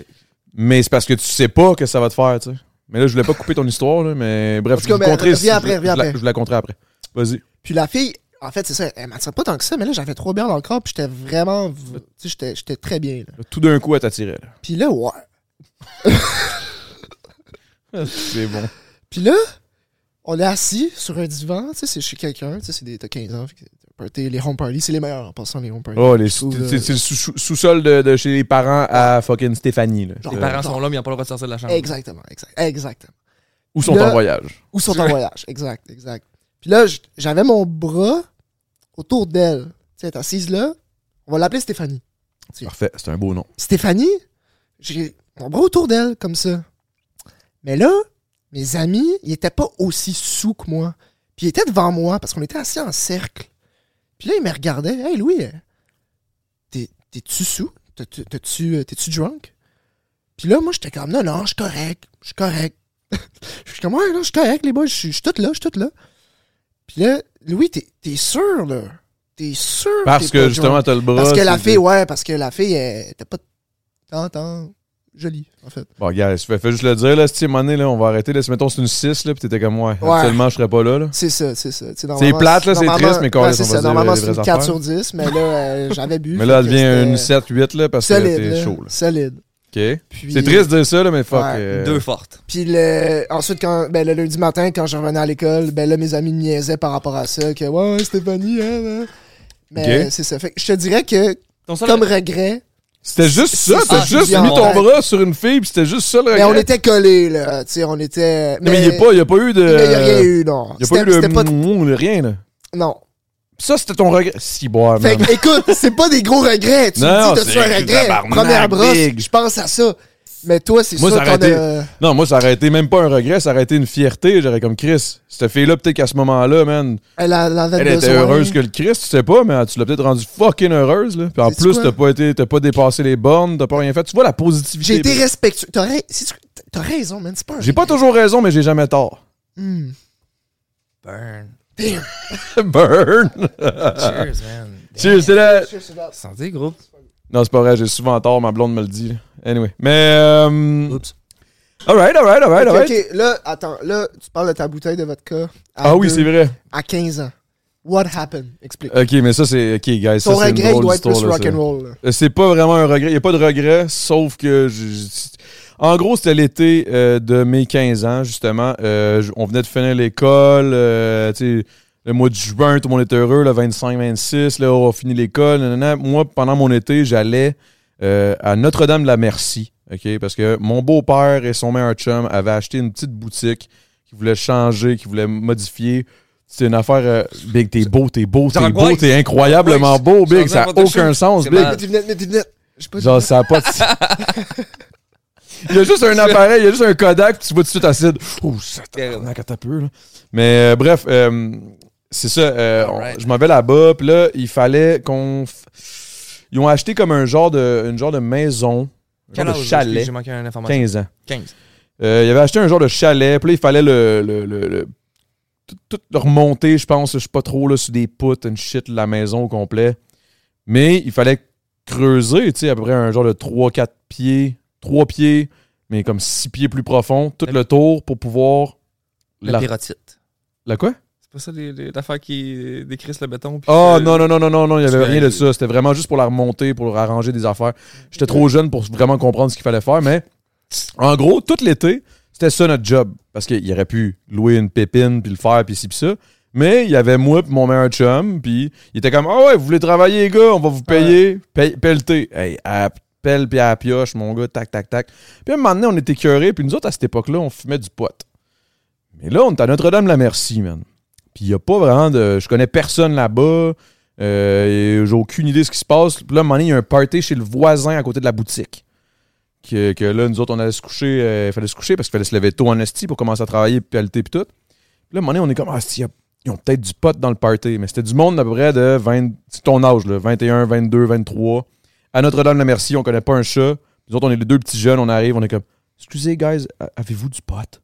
[SPEAKER 1] Mais c'est parce que tu sais pas que ça va te faire, tu sais. Mais là, je voulais pas couper ton histoire, là, mais bref,
[SPEAKER 3] En tout
[SPEAKER 1] je
[SPEAKER 3] cas,
[SPEAKER 1] vous
[SPEAKER 3] ben,
[SPEAKER 1] conterai
[SPEAKER 3] reviens
[SPEAKER 1] si-
[SPEAKER 3] après,
[SPEAKER 1] je,
[SPEAKER 3] reviens
[SPEAKER 1] la-
[SPEAKER 3] après.
[SPEAKER 1] je vous la conterai après. Vas-y.
[SPEAKER 3] Puis la fille, En fait, c'est ça. Elle m'attirait pas tant que ça, mais là, j'avais trois bières dans le corps, puis j'étais vraiment. v- Tu sais, j'étais- j'étais très bien, là.
[SPEAKER 1] Tout d'un coup, elle t'attirait. là.
[SPEAKER 3] Puis là, ouais.
[SPEAKER 1] C'est bon.
[SPEAKER 3] Puis là, on est assis sur un divan, tu sais, c'est chez quelqu'un, tu sais, c'est des. T'as 15 ans, fait que c'est un party, les home parties, c'est les meilleurs en passant, les home parties.
[SPEAKER 1] Oh, les-
[SPEAKER 3] Je trouve,
[SPEAKER 1] c'est
[SPEAKER 3] là,
[SPEAKER 1] c'est le sous- sous-sol de, de chez les parents à fucking Stéphanie. Là. Euh,
[SPEAKER 3] Genre-
[SPEAKER 2] Les parents sont là, mais ils n'ont pas le droit de sortir de la chambre.
[SPEAKER 3] Exactement, exact, exactement.
[SPEAKER 1] Où sont
[SPEAKER 3] Là-
[SPEAKER 1] en voyage?
[SPEAKER 3] Où sont en voyage. Exact, exact. Puis là, j- j'avais mon bras autour d'elle. Tu sais, elle est assise là. On va l'appeler Stéphanie.
[SPEAKER 1] Parfait, c'est un beau nom.
[SPEAKER 3] Stéphanie, j'ai mon bras autour d'elle, comme ça. Mais là, mes amis, ils étaient pas aussi sous que moi. Puis ils étaient devant moi, parce qu'on était assis en cercle. Puis là, ils me regardaient. Hey, Louis, euh, t'es- t'es-tu sous? T'as-tu- T'as-tu euh, t'es-tu drunk? Puis là, moi, j'étais comme, non, non, je suis correct. Je suis correct. Je suis comme, ouais, non, je suis correct, les boys. Je suis- je suis tout là, je suis tout là. Puis là, Louis, t'es t'es sûr, là? T'es sûr?
[SPEAKER 1] Parce
[SPEAKER 3] t'es
[SPEAKER 1] que
[SPEAKER 3] pas drunk?
[SPEAKER 1] justement, t'as le bras.
[SPEAKER 3] Parce que la
[SPEAKER 1] Bah, c'est-
[SPEAKER 3] fille, ouais, parce que la fille, elle était pas tant, tant jolie, en fait.
[SPEAKER 1] Bon, gars, je fais, fais juste le dire, là, si monnaie, là, on va arrêter. Là, si mettons, c'est une 6, là, pis t'étais comme, ouais,
[SPEAKER 3] Ouais.
[SPEAKER 1] actuellement, je serais pas là, là.
[SPEAKER 3] C'est ça, c'est ça. Tu sais, normalement,
[SPEAKER 1] plate, là, c'est
[SPEAKER 3] normalement-
[SPEAKER 1] triste, mais quand
[SPEAKER 3] ouais,
[SPEAKER 1] même,
[SPEAKER 3] c'est
[SPEAKER 1] on va
[SPEAKER 3] ça.
[SPEAKER 1] dire
[SPEAKER 3] Normalement,
[SPEAKER 1] les
[SPEAKER 3] c'est une
[SPEAKER 1] vraies
[SPEAKER 3] 4
[SPEAKER 1] affaires.
[SPEAKER 3] sur 10, mais là, euh, j'avais bu.
[SPEAKER 1] Mais là, elle
[SPEAKER 3] fait que
[SPEAKER 1] devient une
[SPEAKER 3] c'était
[SPEAKER 1] 7-8, là, parce que
[SPEAKER 3] Solide,
[SPEAKER 1] t'es
[SPEAKER 3] là,
[SPEAKER 1] chaud, là.
[SPEAKER 3] Solide.
[SPEAKER 1] OK.
[SPEAKER 3] Puis-
[SPEAKER 1] C'est triste de dire ça, là, mais fuck.
[SPEAKER 3] Ouais.
[SPEAKER 1] euh,
[SPEAKER 2] Deux fortes.
[SPEAKER 3] Puis le, ensuite, quand, ben, le lundi matin, quand je revenais à l'école, ben là, mes amis me niaisaient par rapport à ça, que ouais, Stéphanie, hein, hein. Mais
[SPEAKER 1] Ok.
[SPEAKER 3] euh, c'est ça. Fait que je te dirais que,
[SPEAKER 2] Ton seul-
[SPEAKER 3] comme regret,
[SPEAKER 1] C'était juste ça,
[SPEAKER 3] C'est-
[SPEAKER 1] t'as
[SPEAKER 2] ah,
[SPEAKER 1] juste
[SPEAKER 2] c'est
[SPEAKER 1] mis
[SPEAKER 2] bien,
[SPEAKER 1] ton
[SPEAKER 3] ouais.
[SPEAKER 1] bras sur une fille, pis c'était juste ça, le
[SPEAKER 3] mais ben, on
[SPEAKER 1] regret.
[SPEAKER 3] était collés, là. Tu sais, on était.
[SPEAKER 1] Non, mais il y a pas, il y a pas eu de.
[SPEAKER 3] Il n'y a rien eu, non.
[SPEAKER 1] Y a pas eu
[SPEAKER 3] C'était- c'était
[SPEAKER 1] de.
[SPEAKER 3] pas-
[SPEAKER 1] mou- mou- Rien, là.
[SPEAKER 3] Non.
[SPEAKER 1] Ça, c'était ton regret. Si, boire,
[SPEAKER 3] Fait
[SPEAKER 1] man.
[SPEAKER 3] que, écoute, c'est pas des gros regrets. Tu
[SPEAKER 1] Non,
[SPEAKER 3] me dis,
[SPEAKER 1] c'est
[SPEAKER 3] t'as-tu un regret?
[SPEAKER 1] tabarnak,
[SPEAKER 3] Première brosse,
[SPEAKER 1] big.
[SPEAKER 3] je pense à ça. Mais toi, c'est
[SPEAKER 1] Moi,
[SPEAKER 3] ça euh,
[SPEAKER 1] ça aurait
[SPEAKER 3] qu'on
[SPEAKER 1] été-
[SPEAKER 3] a...
[SPEAKER 1] Non, moi, ça aurait été même pas un regret, ça aurait été une fierté. J'aurais comme Chris. Cette fille-là, peut-être qu'à ce moment-là, man,
[SPEAKER 3] Elle, a- elle en avait
[SPEAKER 1] elle était
[SPEAKER 3] besoin.
[SPEAKER 1] heureuse que le Christ, tu sais pas, mais tu l'as peut-être rendue fucking heureuse, là. Puis en
[SPEAKER 3] Sais-tu
[SPEAKER 1] plus,
[SPEAKER 3] quoi?
[SPEAKER 1] t'as pas été, t'as pas dépassé les bornes, t'as pas rien fait. Tu vois la positivité.
[SPEAKER 3] J'ai été
[SPEAKER 1] bro.
[SPEAKER 3] respectueux. T'as ra- si tu- t'as raison, man. C'est pas un
[SPEAKER 1] J'ai pas
[SPEAKER 3] regret.
[SPEAKER 1] toujours raison, mais j'ai jamais tort.
[SPEAKER 3] Hmm.
[SPEAKER 2] Burn.
[SPEAKER 3] Damn.
[SPEAKER 1] Burn!
[SPEAKER 2] Cheers, man.
[SPEAKER 1] Cheers, c'est là.
[SPEAKER 2] Santé, groupe.
[SPEAKER 1] Non, c'est pas vrai, j'ai souvent tort, ma blonde me le dit. là. Anyway. Mais. Euh...
[SPEAKER 2] Oups.
[SPEAKER 1] Alright, alright, alright,
[SPEAKER 3] Ok,
[SPEAKER 1] alright.
[SPEAKER 3] ok, là, attends. Là, tu parles de ta bouteille de vodka. à
[SPEAKER 1] Ah oui,
[SPEAKER 3] deux-
[SPEAKER 1] c'est vrai.
[SPEAKER 3] À 15 ans. What happened? Explique.
[SPEAKER 1] Ok, mais ça, c'est. Ok, guys, ça,
[SPEAKER 3] Ton
[SPEAKER 1] c'est une
[SPEAKER 3] regret, il
[SPEAKER 1] drôle
[SPEAKER 3] doit être
[SPEAKER 1] d'histoire,
[SPEAKER 3] plus
[SPEAKER 1] là, ça.
[SPEAKER 3] rock'n'roll. là.
[SPEAKER 1] Euh, C'est pas vraiment un regret. Il n'y a pas de regret, sauf que. je- je- En gros, c'était l'été euh, de mes 15 ans, justement. Euh, j- on venait de finir l'école. euh, tu sais, le mois de juin, tout le monde était heureux. Le 25-26, là, on a fini l'école. nanana. Moi, pendant mon été, j'allais euh, à Notre-Dame-la-Merci. ok, Parce que mon beau-père et son meilleur chum avaient acheté une petite boutique qui voulait changer, qui voulait modifier. C'est une affaire. euh, Big, t'es beau, t'es beau, t'es beau,
[SPEAKER 2] J'angoisse.
[SPEAKER 1] t'es incroyablement beau, Big.
[SPEAKER 2] J'enlève
[SPEAKER 1] Ça n'a
[SPEAKER 2] mon dessus.
[SPEAKER 1] aucun sens,
[SPEAKER 2] C'est
[SPEAKER 1] Big.
[SPEAKER 2] malade.
[SPEAKER 3] Mets tes lunettes, mets tes lunettes. J'ai pas
[SPEAKER 1] Genre, ça a pas de... Il y a juste un appareil, il y a juste un Kodak, puis tu vois tout de suite acide. Oh, ça tabarnak, attends un peu, là. Mais euh, bref, euh, c'est ça. euh, on-
[SPEAKER 2] Alright.
[SPEAKER 1] je m'en vais là-bas, puis là, il fallait qu'on... f- Ils ont acheté comme un genre de, une genre de maison, un genre de chalet,
[SPEAKER 2] J'ai manqué une information.
[SPEAKER 1] 15 ans.
[SPEAKER 2] 15.
[SPEAKER 1] Euh, il avait acheté un genre de chalet, puis là, il fallait le, le, le- le- tout, tout le remonter, je pense, je sais pas trop, là, sur des poutres, une shit, la maison au complet. Mais il fallait creuser, tu sais, à peu près un genre de 3-4 pieds, 3 pieds, mais comme 6 pieds plus profond, tout le tour pour pouvoir...
[SPEAKER 2] Le
[SPEAKER 1] la-
[SPEAKER 2] pyrotite.
[SPEAKER 1] la quoi?
[SPEAKER 2] C'est pas ça les- les- l'affaire qui décrisse le béton? puis
[SPEAKER 1] Oh
[SPEAKER 2] que-
[SPEAKER 1] non, non, non, non, non, non, il n'y avait
[SPEAKER 2] tu
[SPEAKER 1] rien de
[SPEAKER 2] l'as-
[SPEAKER 1] ça. C'était vraiment juste pour la remonter, pour arranger des affaires. J'étais trop jeune pour vraiment comprendre ce qu'il fallait faire, mais en gros, tout l'été, c'était ça notre job. Parce qu'il aurait pu louer une pépine, puis le faire, puis ci, puis ça. Mais il y avait moi, puis mon meilleur chum, puis il était comme Ah ouais, vous voulez travailler, les gars, on va vous payer, paye- pelleter. Hey, à pelle, puis à la pioche, mon gars, tac, tac, tac. Puis à un moment donné, on était curés, puis nous autres, à cette époque-là, on fumait du pot. Mais là, on est à Notre-Dame-la-Merci, man. Puis il n'y a pas vraiment de. Je connais personne là-bas. Euh, et j'ai aucune idée de ce qui se passe. Puis là, à un moment donné, il y a un party chez le voisin à côté de la boutique. Que, que là, nous autres, on allait se coucher. euh, Il fallait se coucher parce qu'il fallait se lever tôt en esti pour commencer à travailler, puis aller puis tout. Puis là, à un moment donné, on est comme, ah, si, y a- ils ont peut-être du pot dans le party. Mais c'était du monde à peu près de 20, c'est ton âge, là, 21, 22, 23. À Notre-Dame-la-Merci, on connaît pas un chat. Nous autres, on est les deux petits jeunes, on arrive, on est comme, excusez, guys, a- avez-vous du pot?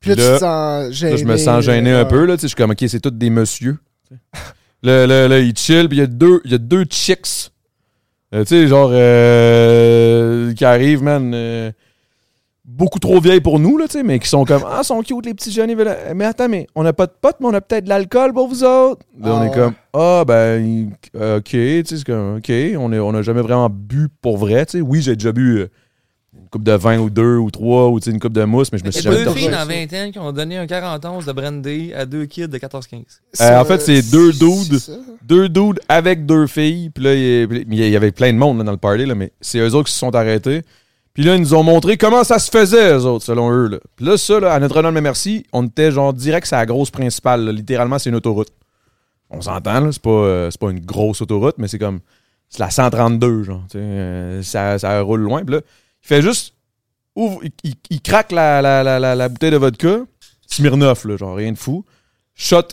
[SPEAKER 3] Puis là,
[SPEAKER 1] Là,
[SPEAKER 3] tu te sens gêné. euh,
[SPEAKER 1] Là, je me sens gêné un
[SPEAKER 3] Ouais.
[SPEAKER 1] peu. Là, tu sais, je suis comme, OK, c'est tous des messieurs. Là, là, là, il chill, puis il y a deux, il y a deux chicks. Euh, tu sais, genre, euh, qui arrivent, man. euh, beaucoup trop vieilles pour nous, là, tu sais, mais qui sont comme Ah, sont cute les petits jeunes, ils veulent. Mais attends, mais on n'a pas de potes, mais on a peut-être de l'alcool pour vous autres. Là, on
[SPEAKER 3] Ah
[SPEAKER 1] est
[SPEAKER 3] ouais.
[SPEAKER 1] comme Ah, ben, euh, ok, tu sais, c'est comme Ok, on est- on n'a jamais vraiment bu pour vrai, tu sais. Oui, j'ai déjà bu euh, une coupe de vin ou deux ou trois ou tu sais, une coupe de mousse, mais je me
[SPEAKER 2] Il y
[SPEAKER 1] suis
[SPEAKER 2] a
[SPEAKER 1] jamais.
[SPEAKER 2] deux
[SPEAKER 3] torché,
[SPEAKER 2] filles dans
[SPEAKER 3] ça.
[SPEAKER 2] 20 ans qui ont donné un 41 de brandy à deux kids de 14-15.
[SPEAKER 1] Euh, en fait, c'est deux dudes. deux dudes avec deux filles. Puis là, il il y avait plein de monde là, dans le party, là, mais c'est eux autres qui se sont arrêtés. Puis là, ils nous ont montré comment ça se faisait, eux autres, selon eux. Là. Puis là, ça, là, à Notre-Dame-de-Merci, on était genre direct sur la grosse principale. là. Littéralement, c'est une autoroute. On s'entend, là, c'est pas, euh, c'est pas une grosse autoroute, mais c'est comme. C'est la 132, genre. tu sais, euh, ça, ça roule loin. Puis là, il fait juste. ouvre- il, il- il craque la, la, la, la, la bouteille de vodka. Smirnoff, là, genre rien de fou. Shot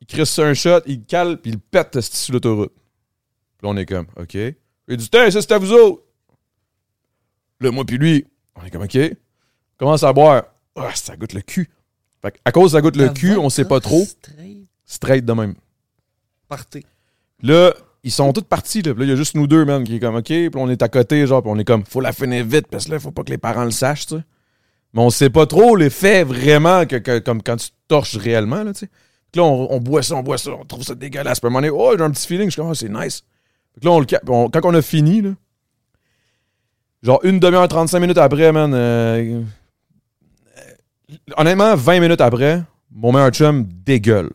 [SPEAKER 1] il crisse un shot, il le cale, puis il le pète esti, sur l'autoroute. Puis là, on est comme, OK. Il dit, tiens, ça c'est à vous autres. Là, moi, puis lui, on est comme, OK. Commence à boire. Ah, ça goûte le cul. Fait que, à cause de ça goûte le cul, on sait pas trop.
[SPEAKER 2] Straight,
[SPEAKER 1] Straight de même.
[SPEAKER 2] Partez.
[SPEAKER 1] Là, ils sont tous partis. Là, Puis là, il y a juste nous deux, man, qui est comme, OK. Puis là, on est à côté, genre, puis on est comme, faut la finir vite, parce que là, faut pas que les parents le sachent, tu sais. Mais on sait pas trop l'effet vraiment que, que- comme quand tu te torches réellement, là, tu sais. Puis là, on, on boit ça, on boit ça, on trouve ça dégueulasse. Puis à un moment donné, oh, j'ai un petit feeling, je suis comme, Ah, c'est nice. Fait que là, on le cap- on- quand on a fini, là, genre une demi-heure, 35 minutes après, man, euh, euh, honnêtement, 20 minutes après, mon meilleur chum dégueule.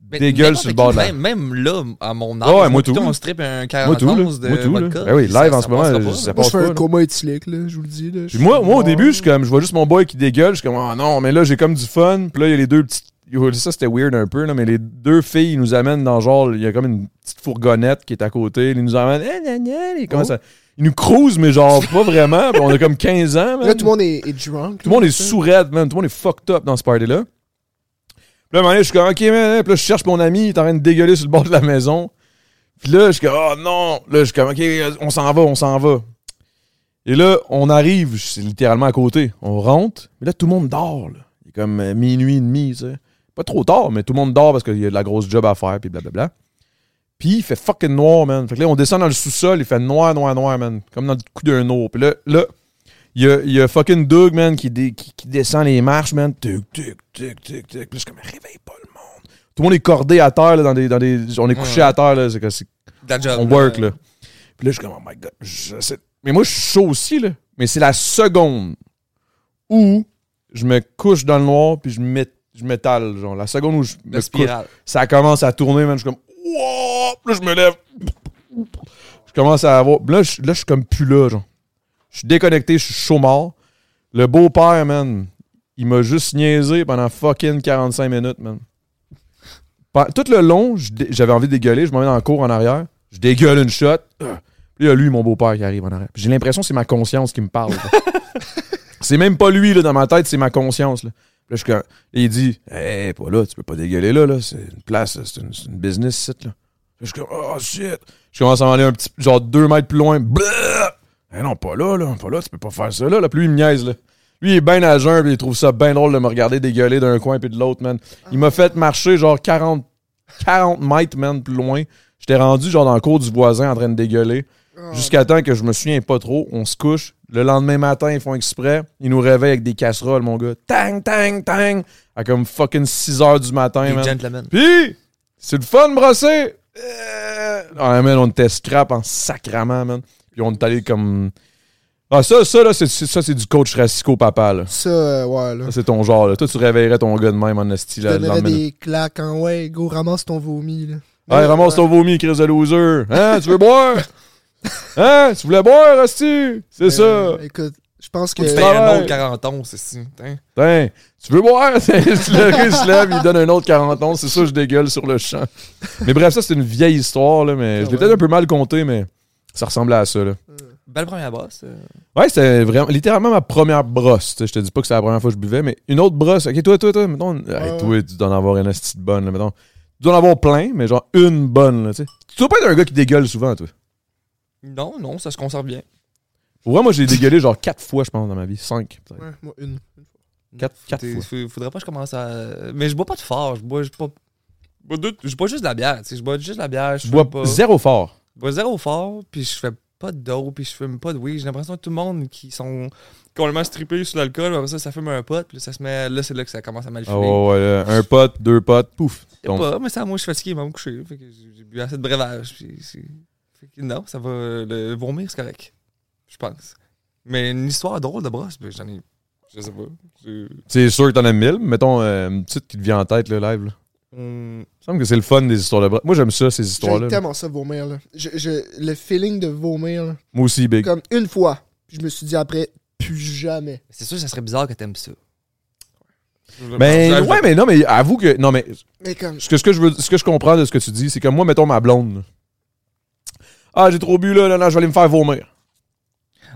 [SPEAKER 1] Dégueule sur le bord de la.
[SPEAKER 2] Ben, même, même là, à mon âge,
[SPEAKER 1] Ah ouais, moi
[SPEAKER 2] plutôt,
[SPEAKER 1] tout.
[SPEAKER 2] on strip un
[SPEAKER 1] Moi tout, là.
[SPEAKER 2] 41 de
[SPEAKER 1] Moi tout, là.
[SPEAKER 2] vodka.
[SPEAKER 1] Ben oui,
[SPEAKER 2] Ça-
[SPEAKER 1] live
[SPEAKER 2] ça
[SPEAKER 1] en ce moment,
[SPEAKER 2] passera pas,
[SPEAKER 1] je-
[SPEAKER 2] là.
[SPEAKER 1] ça
[SPEAKER 3] Moi,
[SPEAKER 1] passe
[SPEAKER 3] je fais
[SPEAKER 1] pas.
[SPEAKER 3] un
[SPEAKER 1] là.
[SPEAKER 3] coma éthylique, là, je vous le dis. Là. Je
[SPEAKER 1] Puis moi,
[SPEAKER 3] suis
[SPEAKER 1] moi, au
[SPEAKER 3] mort.
[SPEAKER 1] début, je suis comme, je vois juste mon boy qui dégueule, je suis comme, oh non, mais là, j'ai comme du fun. Puis là, il y a les deux petites. yo, Ça, c'était weird un peu, là, mais les deux filles, ils nous amènent dans genre, il y a comme une petite fourgonnette qui est à côté. Ils nous amènent, eh, gna, gna, ils,
[SPEAKER 3] Oh.
[SPEAKER 1] commencent à- ils nous cruisent, mais genre, pas vraiment. Puis on a comme 15 ans. man.
[SPEAKER 3] Là, tout le monde est, est drunk.
[SPEAKER 1] Tout le monde est
[SPEAKER 3] ça.
[SPEAKER 1] sourd, man. Tout le monde est fucked up dans ce party-là. Puis là, à un moment donné, je suis comme, OK, man. Puis là, je cherche mon ami. Il est en train de dégueuler sur le bord de la maison. Puis là, je suis comme, oh non. Là, je suis comme, OK, on s'en va, on s'en va. Et là, on arrive. C'est littéralement à côté. On rentre. Mais là, tout le monde dort, là. Il est comme euh, minuit et demi, tu sais. Pas trop tard, mais tout le monde dort parce qu'il y a de la grosse job à faire, puis blablabla. Puis il fait fucking noir, man. Fait que là, on descend dans le sous-sol, il fait noir, noir, noir, man. Comme dans le coup d'un eau. Puis là, là, il y a, il y a fucking Doug, man, qui, dé- qui, qui descend les marches, man. Tic, tic, tic, tic, tic. Puis là, je suis comme, réveille pas le monde. Tout le monde est cordé à terre, là, dans des, dans des, on est couché à terre, là. C'est que c'est-
[SPEAKER 2] De la job, euh,
[SPEAKER 1] on work, là. Puis là, je suis comme, oh my god. je sais- Mais moi, je suis chaud aussi, là. Mais c'est la seconde où je me couche dans le noir, puis je m'é- je m'étale, genre. La seconde où je me
[SPEAKER 2] La
[SPEAKER 1] couche,
[SPEAKER 2] spirale.
[SPEAKER 1] ça commence à tourner, man. Je suis comme, wow! Puis là, je me lève. Je commence à avoir. Là, je, là, je suis comme plus là, genre. Je suis déconnecté, je suis chaud mort. Le beau-père, man, il m'a juste niaisé pendant fucking 45 minutes, man. Pen- Tout le long, je dé- j'avais envie de dégueuler. Je m'en vais dans le cours en arrière. Je dégueule une shot. Puis là, lui, mon beau-père qui arrive en arrière. Puis J'ai l'impression que c'est ma conscience qui me parle. là. c'est même pas lui, là, dans ma tête, c'est ma conscience. Là, Puis là je suis comme- et il dit Hey, pas là, tu peux pas dégueuler là, là. C'est une place, là. c'est une, c'est une business site, là. Puis Je suis comme Oh shit! Je commence à m'en aller un petit, genre deux mètres plus loin. Blah! Hey, non, pas là, là, pas là, tu peux pas faire ça, là. là. Puis lui, il me niaise, là. Lui, il est bien à jeun, puis il trouve ça bien drôle de me regarder dégueuler d'un coin puis de l'autre, man. Il m'a fait marcher, genre 40, 40 mètres, man, plus loin. J'étais rendu, genre, dans le cours du voisin en train de dégueuler. Jusqu'à temps que je me souviens pas trop, on se couche. Le lendemain matin, ils font exprès. Ils nous réveillent avec des casseroles, mon gars. Tang, tang, tang. À comme fucking 6 heures du matin,
[SPEAKER 2] Des
[SPEAKER 1] man.
[SPEAKER 2] gentlemen.
[SPEAKER 1] Puis, c'est le fun de brosser. Euh... Ah, man, on était scrap en sacrament, man. Puis on est allé comme. Ah, ça, ça, là, c'est, c'est- ça, c'est du coach Rassico papa, là.
[SPEAKER 3] Ça, euh, ouais, là.
[SPEAKER 1] Ça, c'est ton genre, là. Toi, tu réveillerais ton gars de même en esti,
[SPEAKER 3] Je
[SPEAKER 1] là, le
[SPEAKER 3] donnerais
[SPEAKER 1] lendemain.
[SPEAKER 3] des claques en ouais, go, ramasse ton vomi, là.
[SPEAKER 1] Hey, ramasse ton vomi, Chris de loser. Hein, tu veux boire? Hein, tu voulais boire, esti? C'est ça.
[SPEAKER 3] Euh, Écoute, je pense que.
[SPEAKER 2] Tu fais un autre 41, c'est si. Hein?
[SPEAKER 1] Tiens, tu veux boire? le gars, il se lève, il donne un autre 40 ans. C'est ça, je dégueule sur le champ. Mais bref, ça, c'est une vieille histoire, là, mais
[SPEAKER 3] Ah
[SPEAKER 1] je l'ai peut-être un peu mal compté, mais ça ressemblait à ça, là.
[SPEAKER 2] Belle première bosse. euh.
[SPEAKER 1] Ouais, c'était vraiment, littéralement ma première brosse. tu sais. Je te dis pas que c'est la première fois que je buvais, mais une autre brosse. Ok, toi, toi, toi, mettons. hey, toi, tu dois en avoir une petite bonne, là, mettons. Tu dois en avoir plein, mais genre une bonne, là, tu sais. Tu dois pas être un gars qui dégueule souvent, toi.
[SPEAKER 2] Non, non, ça se conserve bien.
[SPEAKER 1] Pour vrai, moi, j'ai dégueulé genre quatre fois, je pense, dans ma vie. Cinq, peut-être.
[SPEAKER 3] Ouais, moi, une.
[SPEAKER 1] Quatre, quatre
[SPEAKER 2] T'es-
[SPEAKER 1] fois.
[SPEAKER 2] faut- Faudrait pas que je commence à. Mais je bois pas de fort. Je bois, je bois, je bois deux- je bois juste de la bière. tu sais, Je bois juste de la bière.
[SPEAKER 1] Je
[SPEAKER 2] Je
[SPEAKER 1] bois
[SPEAKER 2] bois pas.
[SPEAKER 1] zéro fort.
[SPEAKER 2] Je bois zéro fort, puis je fais pas de dope, puis je fume pas de weed. J'ai l'impression que tout le monde qui sont complètement strippés sur l'alcool, après ça, ça fume un pot, puis là, ça se met, là, c'est là que ça commence à mal
[SPEAKER 1] Ah
[SPEAKER 2] filer.
[SPEAKER 1] ouais, ouais, un pote, deux potes, pouf.
[SPEAKER 2] Je sais
[SPEAKER 1] tombe.
[SPEAKER 2] pas, mais ça, moi, je suis fatigué, il m'a me coucher. Fait que j'ai j'ai bu assez de breuvage. Puis c'est- fait que non, ça va. Le vomir, c'est correct. Je pense. Mais une histoire drôle de brosse, ben, j'en ai. Je sais pas. C'est-
[SPEAKER 1] C'est sûr que t'en as mille. Mettons euh, une petite qui te vient en tête, le live. Là.
[SPEAKER 2] Hum,
[SPEAKER 1] Il me semble que c'est le fun des histoires de bras. Moi, j'aime ça, ces
[SPEAKER 3] J'aime
[SPEAKER 1] histoires-là.
[SPEAKER 3] tellement ça, vomir. Là. Je- je- le feeling de vomir, là.
[SPEAKER 1] Moi aussi, Big.
[SPEAKER 3] comme une fois. Puis je me suis dit après, plus jamais.
[SPEAKER 2] C'est sûr que ça serait bizarre que t'aimes ça.
[SPEAKER 1] Mais ouais, mais non, mais avoue que. Non, mais
[SPEAKER 3] Mais comme,
[SPEAKER 1] ce que, ce que je veux, ce que je comprends de ce que tu dis, c'est que moi, mettons ma blonde. là. Ah, j'ai trop bu là, là, là, je vais aller me faire vomir.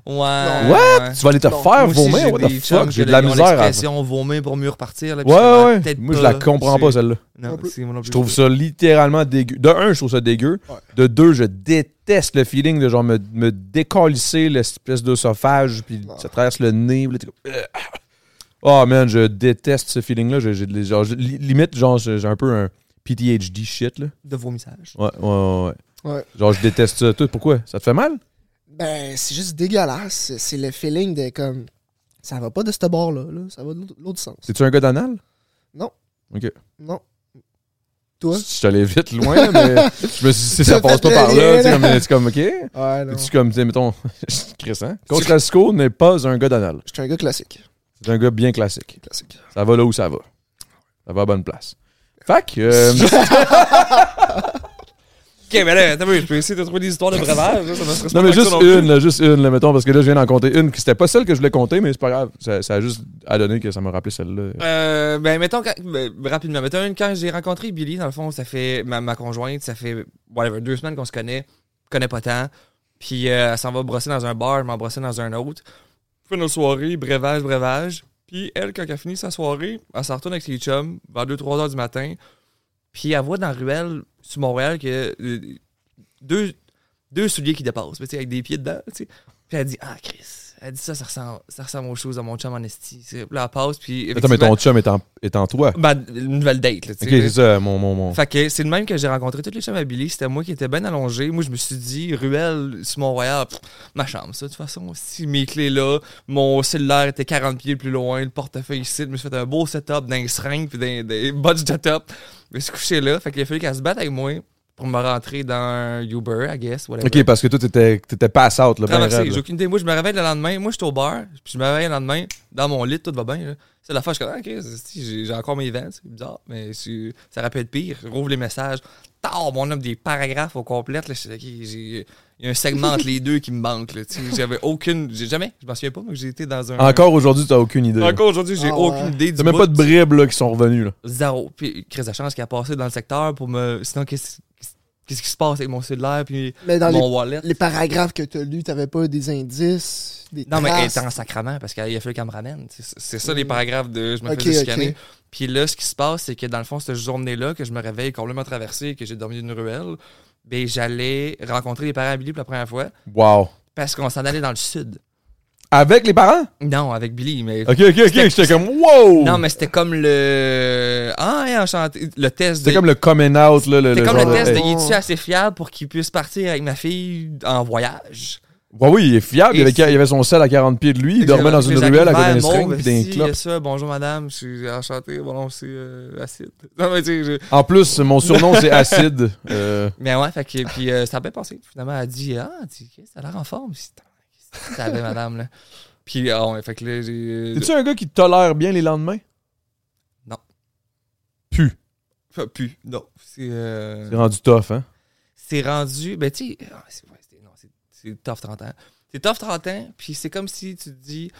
[SPEAKER 2] Ouais.
[SPEAKER 1] What?
[SPEAKER 2] ouais.
[SPEAKER 1] Ah, Tu vas aller te
[SPEAKER 3] Non,
[SPEAKER 1] faire
[SPEAKER 2] Moi aussi,
[SPEAKER 1] vomir?
[SPEAKER 2] j'ai
[SPEAKER 1] What the
[SPEAKER 2] des chums
[SPEAKER 1] fuck?
[SPEAKER 2] que
[SPEAKER 1] J'ai de
[SPEAKER 2] là,
[SPEAKER 1] la
[SPEAKER 2] ils ont
[SPEAKER 1] misère à.
[SPEAKER 2] l'expression vomir pour mieux repartir. Là, puis
[SPEAKER 1] Ouais,
[SPEAKER 2] justement,
[SPEAKER 1] ouais.
[SPEAKER 2] peut-être
[SPEAKER 1] Moi, je la
[SPEAKER 2] pas.
[SPEAKER 1] comprends pas,
[SPEAKER 2] C'est-
[SPEAKER 1] celle-là.
[SPEAKER 2] Non, c'est moi non plus.
[SPEAKER 1] Je trouve ça littéralement dégueu. De un, je trouve ça dégueu.
[SPEAKER 3] Ouais.
[SPEAKER 1] De deux, je déteste le feeling de genre me, me décalisser l'espèce d'œsophage, puis ça traverse le nez. puis là, t'es comme, euh. Oh man, je déteste ce feeling-là. J'ai- j'ai de les- genre, je- li- limite, genre, j'ai j'ai un peu un PTHD shit, là.
[SPEAKER 2] De vomissage.
[SPEAKER 1] Ouais, ouais, ouais, ouais.
[SPEAKER 3] Ouais.
[SPEAKER 1] Genre, je déteste ça. Tout. Pourquoi? Ça te fait mal?
[SPEAKER 3] ben, c'est juste dégueulasse. C'est le feeling de comme, ça va pas de ce bord-là, là. ça va de l'autre- l'autre sens.
[SPEAKER 1] C'est-tu un gars d'anal?
[SPEAKER 3] Non.
[SPEAKER 1] OK.
[SPEAKER 3] Non. Toi?
[SPEAKER 1] Je suis allé vite loin, là, mais je me suis dit, si ça
[SPEAKER 3] T'as
[SPEAKER 1] passe
[SPEAKER 3] fait
[SPEAKER 1] pas par
[SPEAKER 3] le
[SPEAKER 1] là,
[SPEAKER 3] lien,
[SPEAKER 1] tu sais,
[SPEAKER 3] là.
[SPEAKER 1] comme, c'est comme, OK.
[SPEAKER 3] Ouais, non.
[SPEAKER 1] Tu comme, tu sais, mettons, Crescent. hein? Coach Lasco n'est pas un gars d'anal.
[SPEAKER 3] J'étais un gars classique.
[SPEAKER 1] C'est un gars bien classique.
[SPEAKER 3] Classique.
[SPEAKER 1] Ça va là où ça va. Ça va à bonne place. Fac, euh,
[SPEAKER 2] Ok, mais là, t'as vu, je peux essayer de trouver des histoires de breuvage. là, ça me stresse
[SPEAKER 1] non
[SPEAKER 2] pas
[SPEAKER 1] mais
[SPEAKER 2] tant que
[SPEAKER 1] juste
[SPEAKER 2] ça non plus.
[SPEAKER 1] une, là, juste une, là, mettons, parce que là je viens d'en compter une qui c'était pas celle que je voulais compter, mais c'est pas grave. Ça, ça a juste à donner que ça m'a rappelé celle-là.
[SPEAKER 2] Euh, ben, mettons, quand- ben, rapidement, mettons, une, quand j'ai rencontré Billy, dans le fond, ça fait, ma, ma conjointe, ça fait, whatever, deux semaines qu'on se connaît, connaît pas tant, puis euh, elle s'en va brosser dans un bar, je m'en brossais dans un autre, fait nos soirées, breuvage, breuvage, puis elle, quand elle a fini sa soirée, elle s'en retourne avec ses chums, vers 2-3 heures du matin, puis elle voit dans la ruelle, sur Montréal, que euh, deux, deux souliers qui dépassent, mais tu sais, avec des pieds dedans, tu sais. Puis elle dit, ah, Chris, elle dit ça, ça ressemble, ça ressemble aux choses à mon chum en esti. tu sais. Puis là, elle passe, puis.
[SPEAKER 1] Attends, mais
[SPEAKER 2] effectivement-
[SPEAKER 1] ton chum est en, est en toi.
[SPEAKER 2] ben, une nouvelle date, là, tu
[SPEAKER 1] Ok,
[SPEAKER 2] sais.
[SPEAKER 1] c'est ça, mon. mon, mon.
[SPEAKER 2] Fait que c'est le même que j'ai rencontré toutes les chums à Billy. C'était moi qui étais bien allongé. Moi, je me suis dit, ruelle sur Mont-Royal, pff, ma chambre, ça. De toute façon, si mes clés là, mon cellulaire était 40 pieds plus loin, le portefeuille ici, je me suis fait un beau setup d'un seringue puis d'un des bottes de top. Je me suis couché là. Fait qu'il a fallu qu'elle se batte avec moi pour me rentrer dans un Uber, I guess, whatever.
[SPEAKER 1] Ok, parce que toi t'étais t'étais pass out là. ben
[SPEAKER 2] Traversé,
[SPEAKER 1] raide,
[SPEAKER 2] j'ai
[SPEAKER 1] là.
[SPEAKER 2] aucune idée. Moi, je me réveille le lendemain. Moi, je suis au bar, puis je me réveille le lendemain, dans mon lit, tout va bien. là. C'est la fois, je suis comme, ah, Chris, esti, j'ai j'ai encore mes vents, c'est bizarre, mais c'est- ça aurait pu être pire. Je rouvre les messages. Tard, mon homme, des paragraphes au complet. là, je suis, ok, j'ai- Il y a un segment entre les deux qui me manque. là, tu sais. J'avais aucune. J'ai jamais, je m'en souviens pas, mais que j'ai été dans un.
[SPEAKER 1] Encore aujourd'hui t'as aucune idée. là.
[SPEAKER 2] Encore aujourd'hui, j'ai
[SPEAKER 3] Ah ouais.
[SPEAKER 2] aucune idée du
[SPEAKER 1] T'as même
[SPEAKER 2] bout.
[SPEAKER 1] pas de bribes là qui sont revenues là.
[SPEAKER 2] Zéro. Puis, Chris de chance qui a passé dans le secteur pour me. Sinon, qu'est-ce qu'est-ce qui se passe avec mon cellulaire, puis
[SPEAKER 3] Mais dans
[SPEAKER 2] mon wallet?
[SPEAKER 3] les, les paragraphes que t'as lus, t'avais pas des indices, des
[SPEAKER 2] Non, mais elle
[SPEAKER 3] traces.
[SPEAKER 2] était en sacrament parce qu'il a fallu qu'elle me ramène. C'est c'est ça les paragraphes de je me
[SPEAKER 3] Mm. Ok,
[SPEAKER 2] faisais
[SPEAKER 3] ok.
[SPEAKER 2] scanner. Puis là, ce qui se passe, c'est que dans le fond, cette journée-là, que je me réveille complètement traversé et que j'ai dormi dans une ruelle, ben, j'allais rencontrer les parents à Billy pour la première fois
[SPEAKER 1] Wow.
[SPEAKER 2] parce qu'on s'en allait dans le sud.
[SPEAKER 1] Avec les parents?
[SPEAKER 2] Non, avec Billy, mais.
[SPEAKER 1] Ok, ok, ok. J'étais comme wow!
[SPEAKER 2] Non, mais c'était comme le. Ah, hey, enchanté. Le test de.
[SPEAKER 1] C'était comme le coming out là.
[SPEAKER 2] C'était comme
[SPEAKER 1] genre
[SPEAKER 2] le test de
[SPEAKER 3] Oh.
[SPEAKER 1] hey.
[SPEAKER 2] il est-tu assez fiable pour qu'il puisse partir avec ma fille en voyage?
[SPEAKER 1] Ouais, oui, il est fiable. Il
[SPEAKER 2] Et
[SPEAKER 1] avait,
[SPEAKER 2] c'est-
[SPEAKER 1] il avait son sel à 40 pieds de lui. Il
[SPEAKER 2] Fait que
[SPEAKER 1] dormait
[SPEAKER 2] j'ai
[SPEAKER 1] dans une
[SPEAKER 2] rencontré
[SPEAKER 1] ruelle à côté
[SPEAKER 2] Jacques
[SPEAKER 1] d'un
[SPEAKER 2] Vert,
[SPEAKER 1] string
[SPEAKER 2] mauve,
[SPEAKER 1] puis d'un
[SPEAKER 2] si,
[SPEAKER 1] clope.
[SPEAKER 2] il y a ça, bonjour madame, je suis enchanté, bon non, c'est euh, acide. Non, mais tu sais, je-
[SPEAKER 1] En plus, mon surnom, c'est Acide. Euh,
[SPEAKER 2] Mais ouais, fait que, puis euh, ça a bien passé. Finalement, elle a dit, ah, tu sais, ça a l'air en forme. Si t'en- ça avait madame, là. Puis, ah, ouais, fait que là, j'ai.
[SPEAKER 1] T'es-tu un gars qui tolère bien les lendemains?
[SPEAKER 2] Non.
[SPEAKER 1] Pu.
[SPEAKER 2] Pas pu, non. C'est, euh,
[SPEAKER 1] C'est rendu tough, hein?
[SPEAKER 2] c'est rendu, ben tu sais, ah, c'est, ouais, c'est- non, c'est, c'est tough 30 ans. C'est tough 30 ans, puis c'est comme si tu te dis,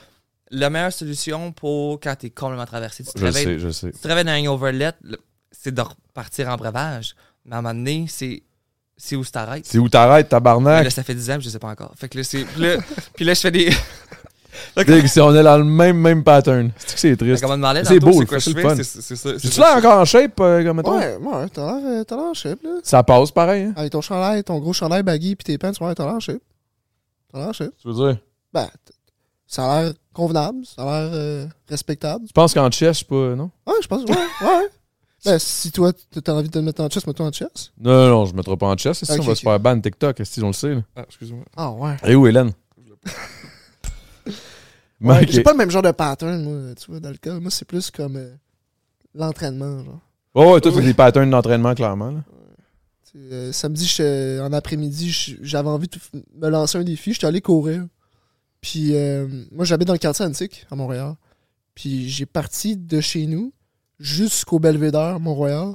[SPEAKER 2] la meilleure solution pour quand t'es complètement traversé, tu te
[SPEAKER 1] Je le
[SPEAKER 2] réveilles
[SPEAKER 1] sais, je le sais.
[SPEAKER 2] tu travailles dans un overlet, le- c'est de repartir en breuvage. Mais à un moment donné, c'est, c'est où tu t'arrêtes.
[SPEAKER 1] C'est où t'arrêtes,
[SPEAKER 2] Mais là,
[SPEAKER 1] tabarnak?
[SPEAKER 2] ça fait 10 ans, puis je sais pas encore. Fait que là, c'est. Puis là, puis là, je fais des. Là, quand-
[SPEAKER 1] Dig, si on est dans le même, même pattern. C'est que c'est triste.
[SPEAKER 2] quand on me demandait
[SPEAKER 1] C'est
[SPEAKER 2] tantôt,
[SPEAKER 1] beau,
[SPEAKER 2] c'est
[SPEAKER 1] le
[SPEAKER 2] quoi
[SPEAKER 1] fait,
[SPEAKER 2] je
[SPEAKER 1] c'est le
[SPEAKER 2] fais,
[SPEAKER 1] fun.
[SPEAKER 2] c'est, c'est, c'est ça.
[SPEAKER 1] J'ai-tu l'air encore en shape, euh, comme mettons?
[SPEAKER 3] Ouais, ouais, t'as l'air, euh, t'as l'air shape, là.
[SPEAKER 1] Ça passe pareil, hein?
[SPEAKER 3] Avec ton chandail, ton gros chandail baggy puis tes pants, ouais, t'as l'air shape. T'as l'air shape.
[SPEAKER 1] Tu veux dire?
[SPEAKER 3] Ben, t- ça a l'air convenable, ça a l'air euh, respectable.
[SPEAKER 1] Tu penses qu'en chess, je suis pas, non?
[SPEAKER 3] Ouais, je pense, ouais, ouais. Ben, si toi, t- t'as envie de te mettre en chess, mets-toi en chess.
[SPEAKER 1] Non, non, non, je me mettrai pas en chess. Si
[SPEAKER 3] Ah, Ok,
[SPEAKER 1] on va
[SPEAKER 3] ok.
[SPEAKER 1] se faire ban TikTok, si on le sait. là.
[SPEAKER 2] Ah, excuse-moi.
[SPEAKER 3] Ah ouais.
[SPEAKER 1] Et où, Eh Hélène?
[SPEAKER 3] Ouais,
[SPEAKER 1] Ok.
[SPEAKER 3] J'ai pas le même genre de pattern, moi, tu vois, dans le cas. Moi, c'est plus comme euh, l'entraînement, genre.
[SPEAKER 1] Ouais, ouais, toi, c'est des patterns d'entraînement, clairement. là.
[SPEAKER 3] Tu sais, euh, samedi, je- en après-midi, je- j'avais envie de f- me lancer un défi. J'étais allé courir. Puis, euh, moi, j'habite dans le quartier antique, à Montréal. Puis, j'ai parti de chez nous jusqu'au Belvédère, Montréal.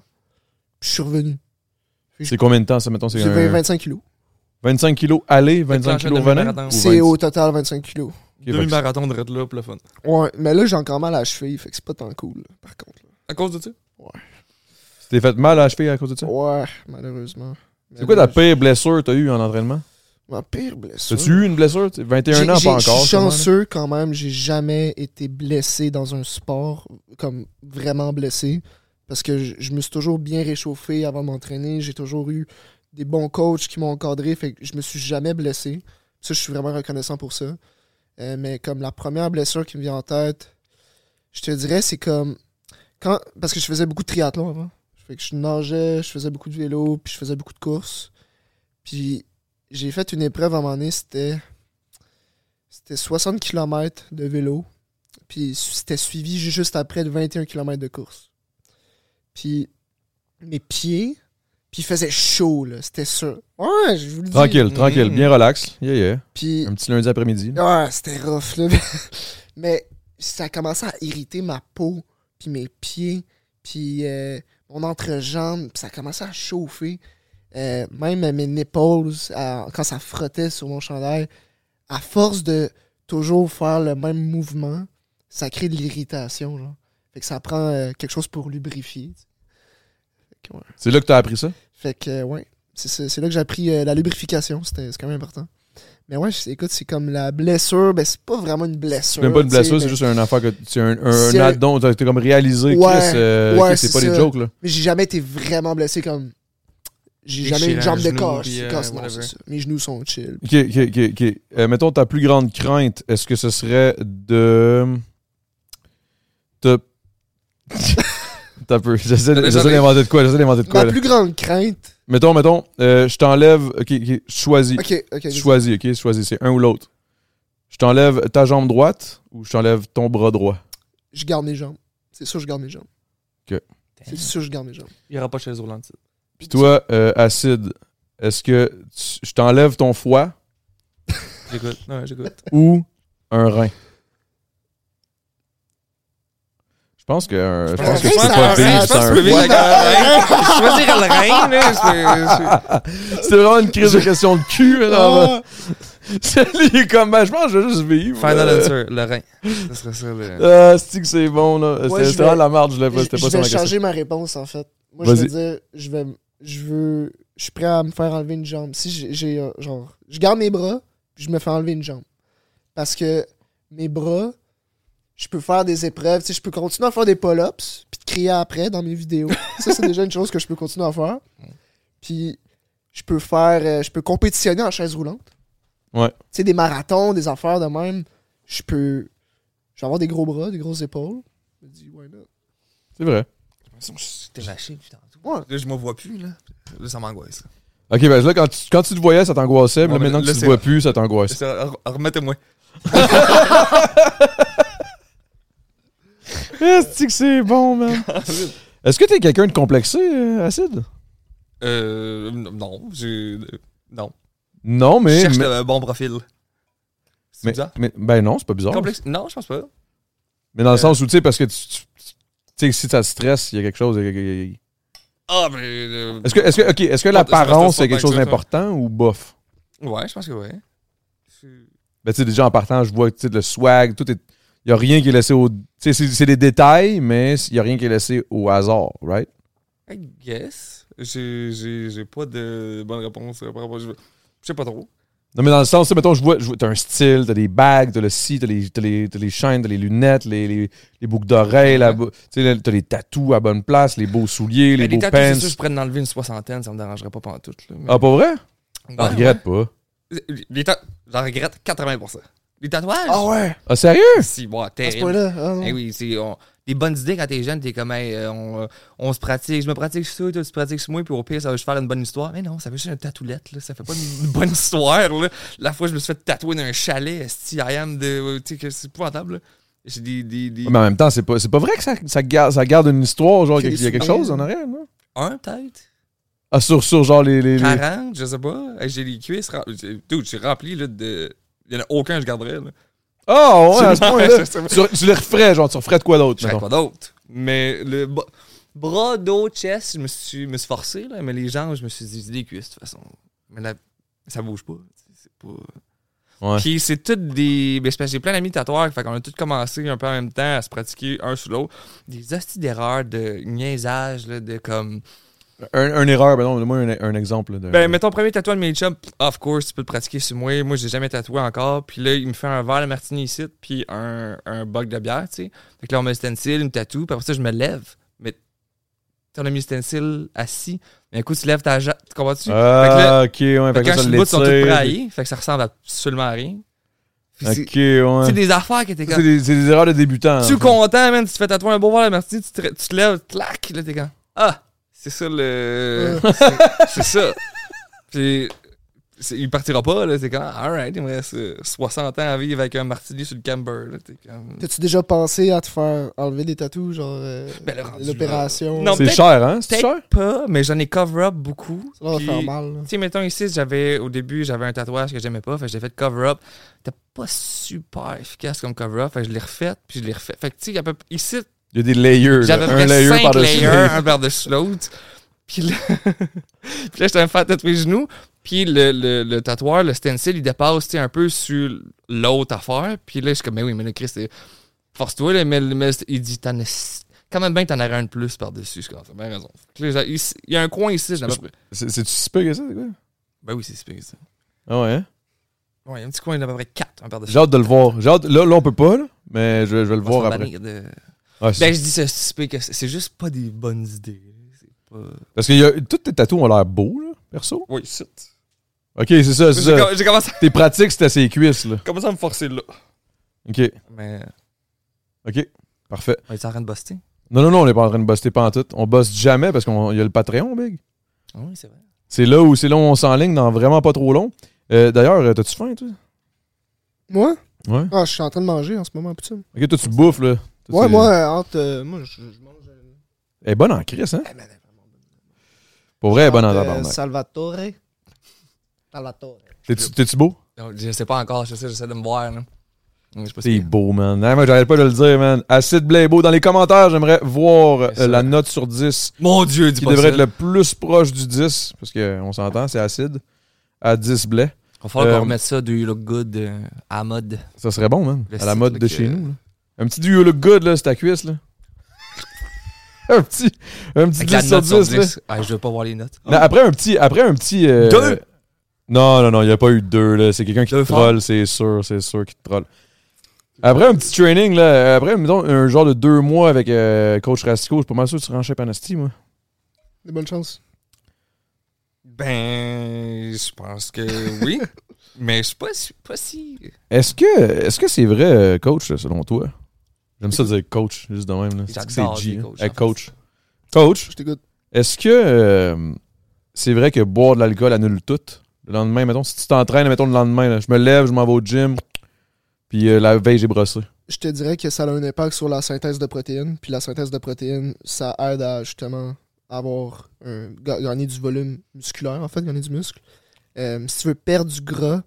[SPEAKER 3] Puis, je suis revenu.
[SPEAKER 1] C'est combien de temps, ça, mettons? C'est
[SPEAKER 3] J'ai
[SPEAKER 1] un-
[SPEAKER 3] 25 kilos.
[SPEAKER 1] 25 kilos aller, 25
[SPEAKER 2] Déclencher
[SPEAKER 1] kilos
[SPEAKER 2] le
[SPEAKER 1] venant?
[SPEAKER 2] marathon.
[SPEAKER 1] ou
[SPEAKER 3] C'est
[SPEAKER 1] 20?
[SPEAKER 3] au total 25 kilos.
[SPEAKER 1] Ok, fait que-
[SPEAKER 2] Demi-marathon de Red là, pour le fun.
[SPEAKER 3] Ouais, mais là, j'ai encore mal à la cheville, fait que c'est pas tant cool, là, par contre. là.
[SPEAKER 2] À cause de ça?
[SPEAKER 1] T'es fait mal à la cheville à cause de ça?
[SPEAKER 3] Ouais, malheureusement.
[SPEAKER 1] C'est quoi ta
[SPEAKER 3] pire?
[SPEAKER 1] pire blessure que t'as eue en entraînement?
[SPEAKER 3] Ma pire blessure.
[SPEAKER 1] T'as-tu eu une blessure? T'sais, 21
[SPEAKER 3] J'ai-
[SPEAKER 1] ans,
[SPEAKER 3] j'ai-
[SPEAKER 1] pas encore.
[SPEAKER 3] Je suis
[SPEAKER 1] sûrement, là.
[SPEAKER 3] chanceux quand même, j'ai jamais été blessé dans un sport, comme vraiment blessé, parce que je, je me suis toujours bien réchauffé avant de m'entraîner, j'ai toujours eu des bons coachs qui m'ont encadré, fait que je me suis jamais blessé. Ça, je suis vraiment reconnaissant pour ça. Euh, mais comme la première blessure qui me vient en tête, je te dirais, c'est comme. quand Parce que je faisais beaucoup de triathlon avant. Fait que je nageais, je faisais beaucoup de vélo, puis je faisais beaucoup de courses. Puis j'ai fait une épreuve à un moment donné, c'était c'était 60 km de vélo. Puis c'était suivi ju- juste après de 21 km de course. Puis mes pieds, puis il faisait chaud, là. C'était sûr. Ouais, je vous le dis.
[SPEAKER 1] Tranquille, tranquille,
[SPEAKER 2] Mm.
[SPEAKER 1] bien relax. Yeah, yeah.
[SPEAKER 3] Puis
[SPEAKER 1] Un petit lundi après-midi. là.
[SPEAKER 3] ah, c'était rough, là. Mais ça a commencé à irriter ma peau, puis mes pieds, puis euh, mon entrejambe, puis ça a commencé à chauffer. Euh, même euh, mes nipples, à- quand ça frottait sur mon chandail, à force de toujours faire le même mouvement, ça crée de l'irritation, genre. Fait que ça prend euh, quelque chose pour lubrifier. tu sais. Fait que, ouais.
[SPEAKER 1] C'est là que t'as appris ça?
[SPEAKER 3] Fait que, euh, ouais, c'est- c'est c'est là que j'ai appris euh, la lubrification. C'était c'est quand même important. Mais ouais, c'est- écoute, c'est comme la blessure. Ben, c'est pas vraiment une blessure.
[SPEAKER 1] C'est même pas une
[SPEAKER 3] tu sais,
[SPEAKER 1] blessure, c'est
[SPEAKER 3] mais-
[SPEAKER 1] juste un affaire que c'est un, un,
[SPEAKER 3] C'est-
[SPEAKER 1] add-on. T'as t'as comme réalisé euh, que
[SPEAKER 3] Ouais, ouais,
[SPEAKER 1] c'est
[SPEAKER 3] c'est
[SPEAKER 1] pas des
[SPEAKER 3] ça.
[SPEAKER 1] jokes, là.
[SPEAKER 3] Mais j'ai jamais été vraiment blessé comme. J'ai
[SPEAKER 2] Déchirant
[SPEAKER 3] jamais une jambe de
[SPEAKER 2] genou,
[SPEAKER 3] corps.
[SPEAKER 2] puis, euh, whatever.
[SPEAKER 3] Mes genoux sont chill.
[SPEAKER 1] Ok, ok, ok. ok. Euh, mettons ta plus grande crainte, est-ce que ce serait de. de. T'as peu. J'essaie de- j'essaie d'inventer de quoi, j'essaie d'inventer de quoi,
[SPEAKER 3] Ma
[SPEAKER 1] là.
[SPEAKER 3] plus grande crainte.
[SPEAKER 1] Mettons, mettons, euh, je t'enlève. Ok, ok, choisis.
[SPEAKER 3] Ok, ok.
[SPEAKER 1] Choisis, ok, choisis, c'est un ou l'autre. Je t'enlève ta jambe droite ou je t'enlève ton bras droit.
[SPEAKER 3] Je garde mes jambes. C'est sûr, je garde mes jambes.
[SPEAKER 1] Ok.
[SPEAKER 3] C'est sûr, je garde mes jambes.
[SPEAKER 2] Il ira pas chez les Orlandes.
[SPEAKER 1] Puis toi, euh, acide, est-ce que tu- je t'enlève ton foie
[SPEAKER 2] J'écoute. Non, j'écoute.
[SPEAKER 1] ou un rein? Je pense que, euh, je
[SPEAKER 2] Je
[SPEAKER 1] pense que
[SPEAKER 3] un
[SPEAKER 1] tu peux
[SPEAKER 3] rein,
[SPEAKER 1] pas
[SPEAKER 3] c'est un-
[SPEAKER 1] vivre
[SPEAKER 3] je pense
[SPEAKER 1] sans
[SPEAKER 3] que
[SPEAKER 1] un
[SPEAKER 3] tu
[SPEAKER 2] peux
[SPEAKER 1] foie.
[SPEAKER 2] vivre avec un rein. Je veux dire le rein, là. c'est- c'est-
[SPEAKER 1] C'est vraiment une crise de question de cul. hein, dans- Celui est comme, ben, je pense que je vais juste vivre.
[SPEAKER 2] Final
[SPEAKER 1] Euh,
[SPEAKER 2] answer, le rein. Ce serait ça, le...
[SPEAKER 1] Ah, c'est que c'est bon, là.
[SPEAKER 3] Ouais,
[SPEAKER 1] C'était
[SPEAKER 3] je
[SPEAKER 1] vraiment
[SPEAKER 3] vais-
[SPEAKER 1] la marde, je l'ai pas.
[SPEAKER 3] Je,
[SPEAKER 1] C'était
[SPEAKER 3] je
[SPEAKER 1] pas ça
[SPEAKER 3] vais
[SPEAKER 1] ma question.
[SPEAKER 3] changer ma réponse en fait. Moi, je veux
[SPEAKER 1] Vas-y.
[SPEAKER 3] dire, je vais, je veux, je suis prêt à me faire enlever une jambe. Si j'ai- j'ai euh, genre, je garde mes bras, puis je me fais enlever une jambe, parce que mes bras, je peux faire des épreuves, tu sais, je peux continuer à faire des pull-ups, puis de crier après dans mes vidéos. ça, c'est déjà une chose que je peux continuer à faire. Puis je peux faire, euh, je peux compétitionner en chaise roulante.
[SPEAKER 1] Ouais.
[SPEAKER 3] Tu sais, des marathons, des affaires de même. Je peux, je vais avoir des gros bras, des grosses épaules. Je me dis, why not?
[SPEAKER 1] C'est vrai.
[SPEAKER 2] J'étais lâché, putain.
[SPEAKER 3] Ouais.
[SPEAKER 2] Là, je m'en vois plus, là. Là, ça m'angoisse. là.
[SPEAKER 1] Ok, ben là, quand tu, quand tu te voyais, ça t'angoissait. mais
[SPEAKER 2] Ouais,
[SPEAKER 1] là,
[SPEAKER 2] mais
[SPEAKER 1] maintenant
[SPEAKER 2] là,
[SPEAKER 1] que tu te
[SPEAKER 2] c'est-
[SPEAKER 1] vois plus, ça t'angoisse.
[SPEAKER 2] C'est- re- Remettez-moi.
[SPEAKER 1] Est-ce que c'est bon, man? Est-ce que t'es quelqu'un de complexé, euh, Acide?
[SPEAKER 2] Euh, non, j'ai... Non.
[SPEAKER 1] Non,
[SPEAKER 2] Je
[SPEAKER 1] mais.
[SPEAKER 2] cherche
[SPEAKER 1] mais,
[SPEAKER 2] le bon profil. C'est
[SPEAKER 1] mais-
[SPEAKER 2] bizarre.
[SPEAKER 1] mais- ben non, c'est pas bizarre.
[SPEAKER 2] Complexe? Non, je pense pas.
[SPEAKER 1] Mais dans le
[SPEAKER 2] Euh,
[SPEAKER 1] sens où, tu sais, parce que tu. tu- tu sais, si ça te stresse, il y a quelque chose. il y a- il y a-
[SPEAKER 2] Ah, mais... euh,
[SPEAKER 1] Est-ce que, est-ce que, ok, est-ce que
[SPEAKER 2] Bon,
[SPEAKER 1] l'apparence, c'est
[SPEAKER 2] ça, c'est pas
[SPEAKER 1] quelque chose
[SPEAKER 2] mal, ça,
[SPEAKER 1] d'important ou bof?
[SPEAKER 2] Ouais, je pense que ouais. Je-
[SPEAKER 1] Ben, tu sais, déjà en partant, je vois tu sais, le swag, tout est. Il n'y a rien qui est laissé au. Tu sais, c'est- c'est des détails, mais il n'y a rien qui est laissé au hasard, right?
[SPEAKER 2] I guess. J'ai- J'ai j'ai pas de bonne réponse euh, par rapport à... Je je sais pas trop.
[SPEAKER 1] Non, mais dans le sens, tu sais, mettons, je vois, je vois- t'as un style, t'as des bagues, t'as le ci, t'as les, t'as les, t'as les chaînes, t'as les lunettes, les, les, les boucles d'oreilles, la bou- tu sais, t'as les tatous à bonne place, les beaux souliers, les
[SPEAKER 2] Mais
[SPEAKER 1] beaux
[SPEAKER 2] des
[SPEAKER 1] pants.
[SPEAKER 2] Ben, tatous, c'est sûr, je pourrais en enlever une soixantaine, ça me dérangerait pas pantoute. Là, mais-
[SPEAKER 1] Ah, pas vrai?
[SPEAKER 2] Ouais,
[SPEAKER 1] Ah, regrette pas.
[SPEAKER 2] ouais. Les ta- J'en regrette 80%. Les tatouages?
[SPEAKER 3] ouais!
[SPEAKER 1] Ah, sérieux?
[SPEAKER 2] Si, bon,
[SPEAKER 3] À ce
[SPEAKER 2] terrible.
[SPEAKER 3] point-là. ah non.
[SPEAKER 2] Eh oui, c'est... on- des bonnes idées quand t'es jeune, t'es comme, hey, euh, on, euh, on se pratique, je me pratique sur toi, toi, tu te pratiques sur moi, puis au pire, ça va juste faire une bonne histoire. Mais non, ça fait juste une tatoulette, là, ça fait pas une bonne histoire. Là. La fois, je me suis fait tatouer dans un chalet, esti, I am de. Tu sais, que c'est épouvantable. là. J'ai des. des, des...
[SPEAKER 1] Mais en même temps, c'est pas, c'est pas vrai que ça, ça garde, ça garde une histoire, genre, qu'il y a quelque chose en arrière, non?
[SPEAKER 2] Un, peut-être.
[SPEAKER 1] Ah, sur, sur, genre, les. les, les-
[SPEAKER 2] 40, je sais pas. Hey, J'ai les cuisses. rem- j'ai- Dude, j'ai rempli, là, de. Il y en a aucun que je garderais, là.
[SPEAKER 1] Ah, ouais, à ce
[SPEAKER 2] C'est-
[SPEAKER 1] point-là.
[SPEAKER 2] c'est-
[SPEAKER 1] tu, tu les referais, genre, tu referais de quoi d'autre,
[SPEAKER 2] Je ferais
[SPEAKER 1] mettons.
[SPEAKER 2] quoi d'autre? Mais le ba- bras, dos, chest, je me suis, me suis forcé, là, mais les jambes, je me suis dit, c'est des cuisses, de toute façon. Mais là, ça bouge pas. tu sais, C'est pas.
[SPEAKER 1] Ouais.
[SPEAKER 2] Puis c'est toutes des. Ben, c'est parce que j'ai plein d'amis tatoueurs, fait qu'on a tous commencé un peu en même temps à se pratiquer un sous l'autre. Des hosties d'erreurs, de niaisage, là, de comme.
[SPEAKER 1] Un, un erreur, ben non, moi, un, un exemple. là, de-
[SPEAKER 2] Ben, mettons, premier tatouage de mes chums, pff, of course, tu peux le pratiquer sur moi. Moi, j'ai jamais tatoué encore. Puis là, il me fait un verre de martini ici, puis un, un boc de bière, tu sais. Fait que là, on met le stencil, une tatou, puis après ça, je me lève. Mais on a mis le stencil assis. Mais un coup, tu lèves ta jambe. Tu comprends-tu? fait que
[SPEAKER 1] Ah,
[SPEAKER 2] là,
[SPEAKER 1] ok, ouais,
[SPEAKER 2] fait
[SPEAKER 1] fait
[SPEAKER 2] que
[SPEAKER 1] que
[SPEAKER 2] quand
[SPEAKER 1] ça
[SPEAKER 2] je suis debout, ils sont tous
[SPEAKER 1] l'étire.
[SPEAKER 2] prêts à y. Fait que ça ressemble absolument à rien. Puis c'est-
[SPEAKER 1] Ok, ouais.
[SPEAKER 2] C'est des affaires qui étaient
[SPEAKER 1] C'est
[SPEAKER 2] comme.
[SPEAKER 1] des, c'est des erreurs de débutants.
[SPEAKER 2] Tu es
[SPEAKER 1] en fait.
[SPEAKER 2] content, man, tu te fais tatouer un beau verre de martini, tu te, tu te lèves, clac, là, t'es comme. Ah! C'est ça
[SPEAKER 1] Euh.
[SPEAKER 2] le. c'est- c'est ça. Puis. c'est- Il partira pas, là. T'es comme, alright, il me reste euh, 60 ans à vivre avec un martini sur le camber, là. T'es comme.
[SPEAKER 3] T'as-tu déjà pensé à te faire enlever des tatous, genre euh,
[SPEAKER 2] Ben, le rendu
[SPEAKER 3] l'opération?
[SPEAKER 2] là. Non,
[SPEAKER 1] C'est
[SPEAKER 2] peut-être-
[SPEAKER 1] cher, hein? C'est cher?
[SPEAKER 2] Peut-être pas, mais j'en ai cover-up beaucoup.
[SPEAKER 3] Ça va
[SPEAKER 2] Puis-
[SPEAKER 3] faire mal. là.
[SPEAKER 2] Tu sais, mettons ici, j'avais au début, j'avais un tatouage que j'aimais pas, fait que j'ai fait cover-up. C'était pas super efficace comme cover-up, fait que je l'ai refait, puis je l'ai refait. Fait que tu sais, à peu- ici,
[SPEAKER 1] Il y a des layers. là.
[SPEAKER 2] J'avais
[SPEAKER 1] Un
[SPEAKER 2] un
[SPEAKER 1] layer
[SPEAKER 2] cinq
[SPEAKER 1] par-dessus.
[SPEAKER 2] layers,
[SPEAKER 1] l'autre.
[SPEAKER 2] un par-dessus l'autre. Puis là, puis là j'étais à me faire tatouer les genoux. Puis le, le, le tatoueur, le stencil, il dépasse tu sais, un peu sur l'autre affaire. Puis là, je suis comme, mais oui, mais le Chris, c'est- force-toi. là, Mais, le- mais il dit, t'en as- quand même bien que t'en aurais un de plus par-dessus. Je suis comme, t'as bien raison. Fait que là, j'ai- ici- il y a un coin ici, je l'avais pas-
[SPEAKER 1] C'est- C'est-tu si peu que ça, c'est quoi?
[SPEAKER 2] Ben oui, c'est super ça.
[SPEAKER 1] Ah ouais, hein?
[SPEAKER 2] Ouais, il y a un petit coin, il y en avait à peu près 4, un par-dessus.
[SPEAKER 1] J'ai hâte de le voir. J'ai hâte- Là, là, on peut pas, là, mais je, vais- je vais le
[SPEAKER 2] On va se
[SPEAKER 1] voir
[SPEAKER 2] faire
[SPEAKER 1] après.
[SPEAKER 2] bannir de-
[SPEAKER 1] Ouais, c'est-
[SPEAKER 2] Ben, je dis ça, c'est super que c'est c'est juste pas des bonnes idées. C'est pas...
[SPEAKER 1] Parce que y a- tous tes tatous ont l'air beaux, là, perso.
[SPEAKER 2] Oui, c'est.
[SPEAKER 1] Ok, c'est ça, c'est
[SPEAKER 2] J'ai
[SPEAKER 1] ça.
[SPEAKER 2] com- j'ai commencé,
[SPEAKER 1] Tes pratiques, c'était ses cuisses, là.
[SPEAKER 2] commencé à me forcer là.
[SPEAKER 1] Ok,
[SPEAKER 2] Mais.
[SPEAKER 1] ok. Parfait.
[SPEAKER 2] On est en train de buster.
[SPEAKER 1] Non, non, non, on n'est pas en train de bosser pas en tout. On bosse jamais parce qu'il y a le Patreon, Big.
[SPEAKER 2] Ah Oui, c'est vrai.
[SPEAKER 1] C'est là où c'est là où on s'enligne dans vraiment pas trop long. Euh, D'ailleurs, euh, t'as-tu faim, toi?
[SPEAKER 3] Moi?
[SPEAKER 1] Ouais.
[SPEAKER 3] Ah, je suis en train de manger en ce moment, putain.
[SPEAKER 1] Ok, toi, tu bouffes, là. Toi,
[SPEAKER 3] Ouais,
[SPEAKER 1] tu-
[SPEAKER 3] moi, euh, entre. euh, moi, je, je mange. euh,
[SPEAKER 1] Elle est bonne en crise, hein?
[SPEAKER 3] eh ben,
[SPEAKER 1] Pour vrai, elle est bonne en
[SPEAKER 3] entre, euh,
[SPEAKER 1] tabarnak.
[SPEAKER 3] Salvatore. Salvatore.
[SPEAKER 1] T'es-tu t'es-tu beau?
[SPEAKER 2] je sais pas encore, je sais, j'essaie de me voir. Là. Je sais pas
[SPEAKER 1] C'est beau, man. Non, moi, j'arrête pas de le dire, man. Acide Blais est beau. Dans les commentaires, j'aimerais voir euh,
[SPEAKER 2] C'est ça.
[SPEAKER 1] la note sur 10
[SPEAKER 2] Mon Dieu, dis
[SPEAKER 1] qui
[SPEAKER 2] pas
[SPEAKER 1] devrait
[SPEAKER 2] ça.
[SPEAKER 1] être le plus proche du 10, parce qu'on s'entend, c'est acide, à 10 Blais.
[SPEAKER 2] On va falloir
[SPEAKER 1] Euh,
[SPEAKER 2] qu'on remette ça du Look Good euh, à mode.
[SPEAKER 1] Ça serait bon, man.
[SPEAKER 2] Le
[SPEAKER 1] à la
[SPEAKER 2] site,
[SPEAKER 1] mode
[SPEAKER 2] là,
[SPEAKER 1] de
[SPEAKER 2] que-
[SPEAKER 1] chez nous. là. Un petit do you look good, là, c'est ta cuisse, là. un petit, un petit
[SPEAKER 2] Avec la
[SPEAKER 1] 10 sur
[SPEAKER 2] note
[SPEAKER 1] 10,
[SPEAKER 2] sur
[SPEAKER 1] là.
[SPEAKER 2] 10. Ah, je veux pas voir les notes.
[SPEAKER 1] Non, après un petit. Après un petit euh,
[SPEAKER 2] Deux?
[SPEAKER 1] Non, non, non, il n'y a pas eu deux. là. C'est quelqu'un qui
[SPEAKER 2] Deux
[SPEAKER 1] te troll, c'est sûr, c'est sûr qu'il te troll. Après un petit training, là, euh, après mettons, un genre de deux mois avec euh, Coach Rastico, je suis pas mal sûr que tu rentres chez Panasti, moi.
[SPEAKER 3] Des bonnes chances.
[SPEAKER 2] Ben, je pense que oui. Mais je suis pas, si- pas si.
[SPEAKER 1] Est-ce que est-ce que c'est vrai, euh, coach, selon toi? J'aime ça dire coach, juste de même. là. C'est que
[SPEAKER 2] J'adore hein.
[SPEAKER 1] c'est G,
[SPEAKER 2] dire
[SPEAKER 1] là.
[SPEAKER 2] coach,
[SPEAKER 1] Hey,
[SPEAKER 2] en fait.
[SPEAKER 1] coach. Coach,
[SPEAKER 3] Je t'écoute.
[SPEAKER 1] est-ce que euh, c'est vrai que boire de l'alcool annule tout? Le lendemain, mettons, si tu t'entraînes, mettons le lendemain, là, je me lève, je m'en vais au gym, puis euh, la veille, j'ai brossé.
[SPEAKER 3] Je te dirais que ça a un impact sur la synthèse de protéines. Puis la synthèse de protéines, ça aide à justement avoir un, ga- gagner du volume musculaire, en fait, gagner du muscle. Euh, si tu veux perdre du gras,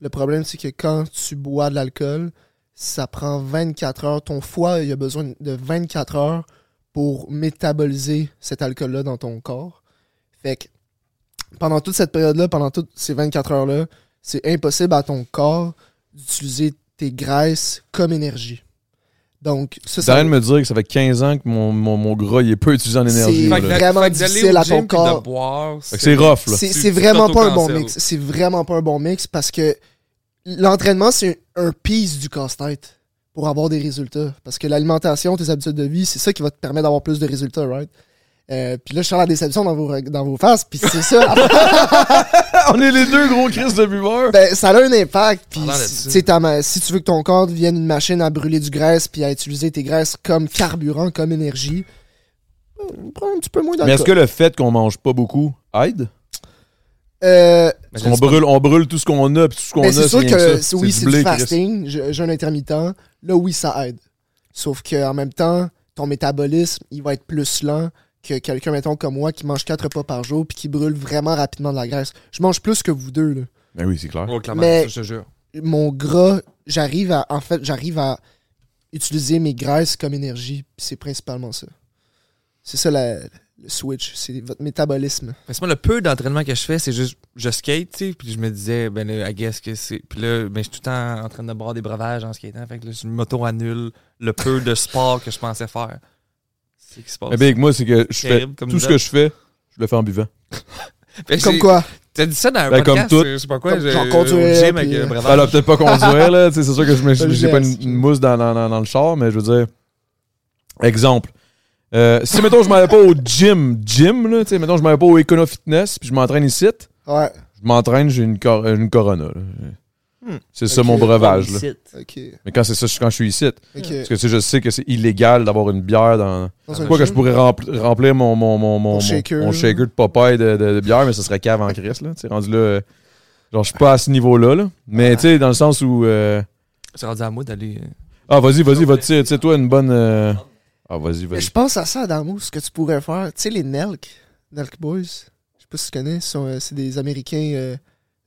[SPEAKER 3] le problème, c'est que quand tu bois de l'alcool, ça prend 24 heures. Ton foie, il a besoin de 24 heures pour métaboliser cet alcool-là dans ton corps. Fait que pendant toute cette période-là, pendant toutes ces 24 heures-là, c'est impossible à ton corps d'utiliser tes graisses comme énergie. Donc, ça,
[SPEAKER 1] T'as
[SPEAKER 3] ça,
[SPEAKER 1] rien de me dire que ça fait 15 ans que mon, mon, mon gras, il est peu utilisé en énergie.
[SPEAKER 3] C'est
[SPEAKER 1] là.
[SPEAKER 2] Fait que d'a-
[SPEAKER 1] Fait
[SPEAKER 3] vraiment
[SPEAKER 2] fait que d'aller
[SPEAKER 3] difficile
[SPEAKER 2] au
[SPEAKER 3] à ton
[SPEAKER 2] gym puis
[SPEAKER 3] corps.
[SPEAKER 2] De boire,
[SPEAKER 1] que c'est rough, là.
[SPEAKER 3] C'est,
[SPEAKER 2] Tu-
[SPEAKER 3] c'est
[SPEAKER 2] tu
[SPEAKER 3] vraiment pas un bon
[SPEAKER 2] t'auto-cancel.
[SPEAKER 3] mix. C'est vraiment pas un bon mix parce que l'entraînement, c'est un piece du casse-tête pour avoir des résultats. Parce que l'alimentation, tes habitudes de vie, c'est ça qui va te permettre d'avoir plus de résultats, right? Euh, puis là, je sens la déception dans vos, reg- dans vos faces, puis c'est ça.
[SPEAKER 1] On est les deux gros Chris de buveurs.
[SPEAKER 3] Ben, ça a un impact. Puis,
[SPEAKER 2] Parlant de
[SPEAKER 3] si,
[SPEAKER 2] ça.
[SPEAKER 3] tu sais, ta ma- si tu veux que ton corps devienne une machine à brûler du graisse puis à utiliser tes graisses comme carburant, comme énergie, euh, prends un petit peu moins
[SPEAKER 1] Mais est-ce que
[SPEAKER 3] d'alcool.
[SPEAKER 1] le fait qu'on mange pas beaucoup aide?
[SPEAKER 3] Euh,
[SPEAKER 2] Mais
[SPEAKER 1] On
[SPEAKER 2] je sais
[SPEAKER 1] brûle, on brûle tout ce qu'on a, puis tout ce qu'on a.
[SPEAKER 3] mais Ben, c'est sûr
[SPEAKER 1] rien
[SPEAKER 3] que
[SPEAKER 1] ça.
[SPEAKER 3] c'est- oui, c'est
[SPEAKER 1] blé,
[SPEAKER 3] du
[SPEAKER 1] Chris.
[SPEAKER 3] fasting, je- jeûne intermittent. Là, oui, ça aide. Sauf qu'en même temps, ton métabolisme, il va être plus lent que quelqu'un, mettons, comme moi, qui mange quatre repas par jour puis qui brûle vraiment rapidement de la graisse. Je mange plus que vous deux, là.
[SPEAKER 1] Ben oui, c'est clair.
[SPEAKER 2] pas. Oh, clairement,
[SPEAKER 3] Mais-
[SPEAKER 2] ça, je te jure.
[SPEAKER 3] mon gras, j'arrive à en fait, j'arrive à utiliser mes graisses comme énergie. puis C'est principalement ça. C'est ça la- le switch, c'est votre métabolisme.
[SPEAKER 2] Parce que moi, le peu d'entraînement que je fais, c'est juste, je skate, tu sais, puis je me disais, ben là, I guess que c'est. Puis là, ben, je suis tout le temps en train de boire des breuvages en skatant, fait que là, je m'auto-annule le peu de sport que je pensais faire. C'est ce qui se passe.
[SPEAKER 1] Mais big, moi, c'est que je fais
[SPEAKER 2] Terrible comme
[SPEAKER 1] tout ce
[SPEAKER 2] note.
[SPEAKER 1] que je fais, je le fais en buvant.
[SPEAKER 2] Fait que
[SPEAKER 3] Comme
[SPEAKER 2] j'ai-
[SPEAKER 3] quoi?
[SPEAKER 2] T'as dit ça dans un
[SPEAKER 1] Ben, comme
[SPEAKER 2] podcast,
[SPEAKER 1] tout.
[SPEAKER 2] je sais pas quoi,
[SPEAKER 3] Comme
[SPEAKER 2] j'ai
[SPEAKER 3] genre
[SPEAKER 2] au
[SPEAKER 3] conduire,
[SPEAKER 2] gym avec
[SPEAKER 3] puis,
[SPEAKER 2] un
[SPEAKER 3] euh,
[SPEAKER 2] breuvage.
[SPEAKER 1] Elle a peut-être pas conduire, là. tu sais, C'est sûr que je me-
[SPEAKER 3] Pas le
[SPEAKER 1] j'ai pas une,
[SPEAKER 3] geste.
[SPEAKER 1] une mousse dans, dans- dans- dans le char, mais je veux dire. Exemple. Euh, si, mettons, je m'en vais pas au gym, gym, là, tu sais, mettons, je m'en vais pas au Econo Fitness, puis je m'entraîne ici,
[SPEAKER 3] Ouais,
[SPEAKER 1] je m'entraîne, j'ai une, cor- une Corona, là.
[SPEAKER 2] Hmm.
[SPEAKER 1] C'est ça
[SPEAKER 3] Ok.
[SPEAKER 1] mon breuvage, là.
[SPEAKER 3] ok.
[SPEAKER 1] Mais quand c'est ça, je- quand je suis ici.
[SPEAKER 3] ok.
[SPEAKER 1] Parce que, tu sais, je sais que c'est illégal d'avoir une bière dans.
[SPEAKER 3] Dans un
[SPEAKER 1] Quoi que je
[SPEAKER 3] gym?
[SPEAKER 1] pourrais rempl- remplir mon, mon, mon, mon, mon-
[SPEAKER 3] shaker.
[SPEAKER 1] mon shaker de Popeye de, de- de bière, mais ce serait cave en Christ, là. Tu sais, rendu là. euh, Genre, je suis pas à ce niveau-là, là. Mais, tu sais, dans le sens où. euh,
[SPEAKER 2] C'est rendu à moi d'aller. euh,
[SPEAKER 1] Ah, vas-y, vas-y, va tu sais, toi, une bonne. euh, Ah, vas-y,
[SPEAKER 3] Mais
[SPEAKER 1] vas-y.
[SPEAKER 3] je pense à ça, Adamo, ce que tu pourrais faire. Tu sais, les Nelk, Nelk Boys, je sais pas si tu connais, sont, euh, c'est des Américains euh,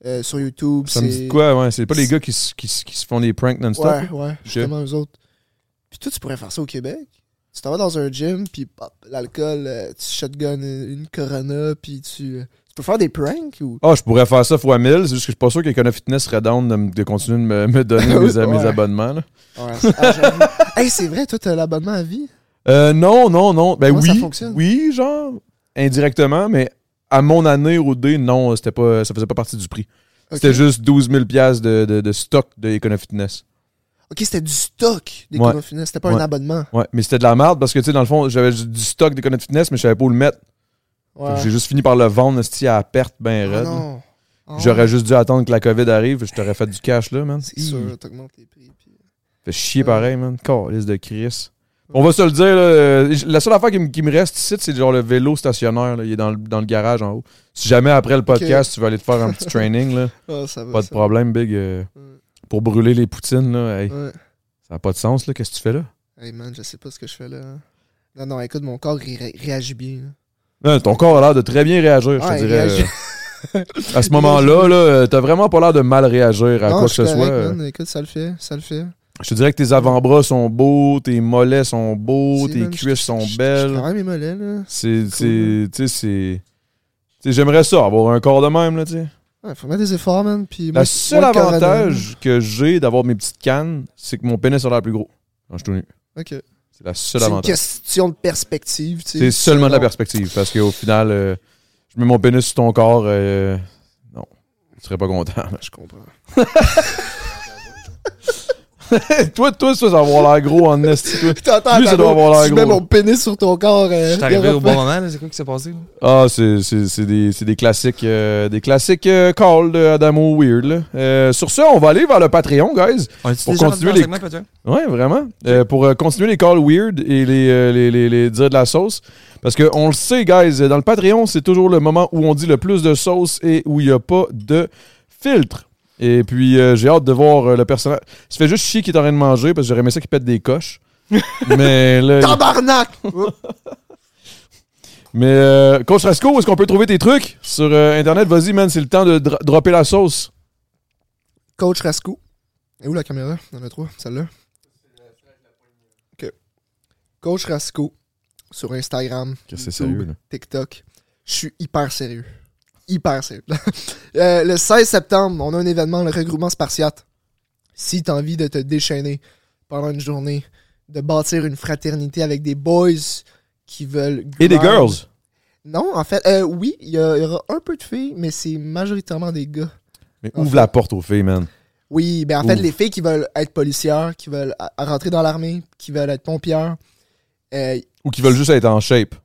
[SPEAKER 3] euh, sur YouTube.
[SPEAKER 1] Ça me
[SPEAKER 3] c'est-
[SPEAKER 1] dit de quoi, ouais? C'est pas les gars qui, s- qui, s- qui se font des pranks non-stop?
[SPEAKER 3] Ouais,
[SPEAKER 1] là?
[SPEAKER 3] ouais, justement, eux autres. Puis toi, tu pourrais faire ça au Québec. Tu t'en vas dans un gym, puis pop, l'alcool, euh, tu shotgun une une Corona, puis tu... euh, Tu peux faire des pranks ou...
[SPEAKER 1] Ah, je pourrais faire ça fois 1000, c'est juste que je suis pas sûr qu'Econo Fitness serait down de, me- de continuer de me, me donner mes,
[SPEAKER 3] Ouais.
[SPEAKER 1] mes abonnements, là.
[SPEAKER 3] Ouais, c'est- ah, j'avoue. hey, c'est vrai, toi, t'as l'abonnement à vie.
[SPEAKER 1] Euh, non, non, non. Ben
[SPEAKER 3] Comment
[SPEAKER 1] oui.
[SPEAKER 3] ça fonctionne?
[SPEAKER 1] Oui, genre, indirectement, mais à mon année au dé, non, c'était pas, ça faisait pas partie du prix.
[SPEAKER 3] Ok.
[SPEAKER 1] C'était juste 12 000 de, de, de stock de Econo Fitness.
[SPEAKER 3] Ok, c'était du stock des
[SPEAKER 1] Ouais.
[SPEAKER 3] Corona Fitness, c'était pas un
[SPEAKER 1] Ouais.
[SPEAKER 3] abonnement.
[SPEAKER 1] Ouais, mais c'était de la merde parce que, tu sais, dans le fond, j'avais du du stock d'Econo Fitness, mais je savais pas où le mettre. Fait que
[SPEAKER 3] Ouais.
[SPEAKER 1] J'ai juste fini par le vendre esti, à perte ben
[SPEAKER 3] Ah
[SPEAKER 1] raide.
[SPEAKER 3] non. Ah
[SPEAKER 1] J'aurais
[SPEAKER 3] ouais,
[SPEAKER 1] juste dû attendre que la COVID arrive, je t'aurais fait du cash là, man.
[SPEAKER 3] C'est sûr, t'augmentes les prix. puis-
[SPEAKER 1] Fait chier pareil, man. Calice de Chris. On va se le dire, là, euh, la seule affaire qui me, qui me reste ici, c'est genre le vélo stationnaire. là. Il est dans le, dans le garage en haut. Si jamais après le podcast, tu veux aller te faire un petit training, là,
[SPEAKER 3] Ah, ça va,
[SPEAKER 1] pas de
[SPEAKER 3] ça.
[SPEAKER 1] problème, Big. euh,
[SPEAKER 3] Ouais.
[SPEAKER 1] pour brûler les poutines, là, hey,
[SPEAKER 3] Ouais.
[SPEAKER 1] ça n'a pas de sens. là. Qu'est-ce que tu fais là?
[SPEAKER 3] Hey, man, je sais pas ce que je fais là. Non, non, écoute, mon corps, il ré- réagit bien. là.
[SPEAKER 1] Non, ton corps a l'air de très bien réagir, je
[SPEAKER 3] Ouais,
[SPEAKER 1] te
[SPEAKER 3] il
[SPEAKER 1] dirais.
[SPEAKER 3] réagit.
[SPEAKER 1] euh, à ce moment-là, là, euh, t'as vraiment pas l'air de mal réagir à
[SPEAKER 3] non,
[SPEAKER 1] quoi
[SPEAKER 3] je
[SPEAKER 1] que
[SPEAKER 3] suis
[SPEAKER 1] ce soit.
[SPEAKER 3] correct,
[SPEAKER 1] euh.
[SPEAKER 3] man, Écoute, ça le fait, ça le fait.
[SPEAKER 1] Je te dirais que tes avant-bras sont beaux, tes mollets sont beaux,
[SPEAKER 3] Si,
[SPEAKER 1] tes
[SPEAKER 3] man, je-
[SPEAKER 1] cuisses sont
[SPEAKER 3] je- je- Je
[SPEAKER 1] belles.
[SPEAKER 3] travaille mes mollets, là.
[SPEAKER 1] C'est. c'est- Tu sais, c'est. tu sais, J'aimerais ça, avoir un corps de même, là, tu sais.
[SPEAKER 3] Ouais, faut mettre des efforts, man. Puis
[SPEAKER 1] Le
[SPEAKER 3] moi,
[SPEAKER 1] seul
[SPEAKER 3] moi, le corona,
[SPEAKER 1] avantage que j'ai d'avoir mes petites cannes, c'est que mon pénis a l'air plus gros. Non, je suis tout nu.
[SPEAKER 3] là. Ok.
[SPEAKER 1] C'est la seule
[SPEAKER 3] C'est une
[SPEAKER 1] avantage.
[SPEAKER 3] question de perspective, tu sais.
[SPEAKER 1] C'est seulement de la
[SPEAKER 3] Selon-
[SPEAKER 1] perspective, parce qu'au final, euh, je mets mon pénis sur ton corps, euh, non, tu serais pas content.
[SPEAKER 3] Je comprends.
[SPEAKER 1] Eh, toi, toi, ça, ça va avoir l'air gros en esti, toi.
[SPEAKER 3] T'entends,
[SPEAKER 1] Lui, ça doit avoir l'air
[SPEAKER 3] Tu mets
[SPEAKER 1] gros.
[SPEAKER 3] mon pénis sur ton corps. euh,
[SPEAKER 2] Je suis
[SPEAKER 3] il y
[SPEAKER 2] arrivé
[SPEAKER 3] aura
[SPEAKER 2] au
[SPEAKER 3] pas-
[SPEAKER 2] bon moment, là, c'est quoi qui s'est passé? là?
[SPEAKER 1] Ah, c'est c'est- c'est des, c'est des classiques, euh, des classiques euh, call de Adamo Weird. là. Euh, sur ce, on va aller vers le Patreon, guys.
[SPEAKER 2] On est-tu
[SPEAKER 1] Pour
[SPEAKER 2] déjà
[SPEAKER 1] continuer les-
[SPEAKER 2] rendu dans le segment, Patrick?
[SPEAKER 1] Ouais, vraiment. Euh, pour euh, continuer les calls weird et les, euh, les, les, les dire de la sauce. Parce que on le sait, guys, dans le Patreon, c'est toujours le moment où on dit le plus de sauce et où il n'y a pas de filtre. Et puis, euh, j'ai hâte de voir euh, le personnage. Ça fait juste chier qu'il est en train de manger parce que j'aurais aimé ça qu'il pète des coches. mais là, il-
[SPEAKER 3] Tabarnak!
[SPEAKER 1] mais euh, Coach Rasco, où est-ce qu'on peut trouver tes trucs sur euh, Internet? Vas-y, man, c'est le temps de dro- dropper la sauce.
[SPEAKER 3] Coach Rascou. Et où la caméra? Il y en a trois, celle-là. OK. Coach Rascou sur Instagram,
[SPEAKER 1] Qu'est-ce que c'est
[SPEAKER 3] YouTube,
[SPEAKER 1] sérieux, là?
[SPEAKER 3] TikTok. Je suis hyper sérieux. Hyper sérieux. Euh, le 16 septembre, on a un événement, le regroupement spartiate. Si t'as envie de te déchaîner pendant une journée, de bâtir une fraternité avec des boys qui veulent...
[SPEAKER 1] Et des
[SPEAKER 3] grind-
[SPEAKER 1] girls.
[SPEAKER 3] Non, en fait, euh, oui, il y, a- il y aura un peu de filles, mais c'est majoritairement des gars.
[SPEAKER 1] Mais
[SPEAKER 3] En
[SPEAKER 1] ouvre
[SPEAKER 3] fait-
[SPEAKER 1] la porte aux filles, man.
[SPEAKER 3] Oui, ben en fait,
[SPEAKER 1] Ouf.
[SPEAKER 3] les filles qui veulent être policières, qui veulent a- rentrer dans l'armée, qui veulent être pompières, euh,
[SPEAKER 1] Ou qui veulent juste être en shape.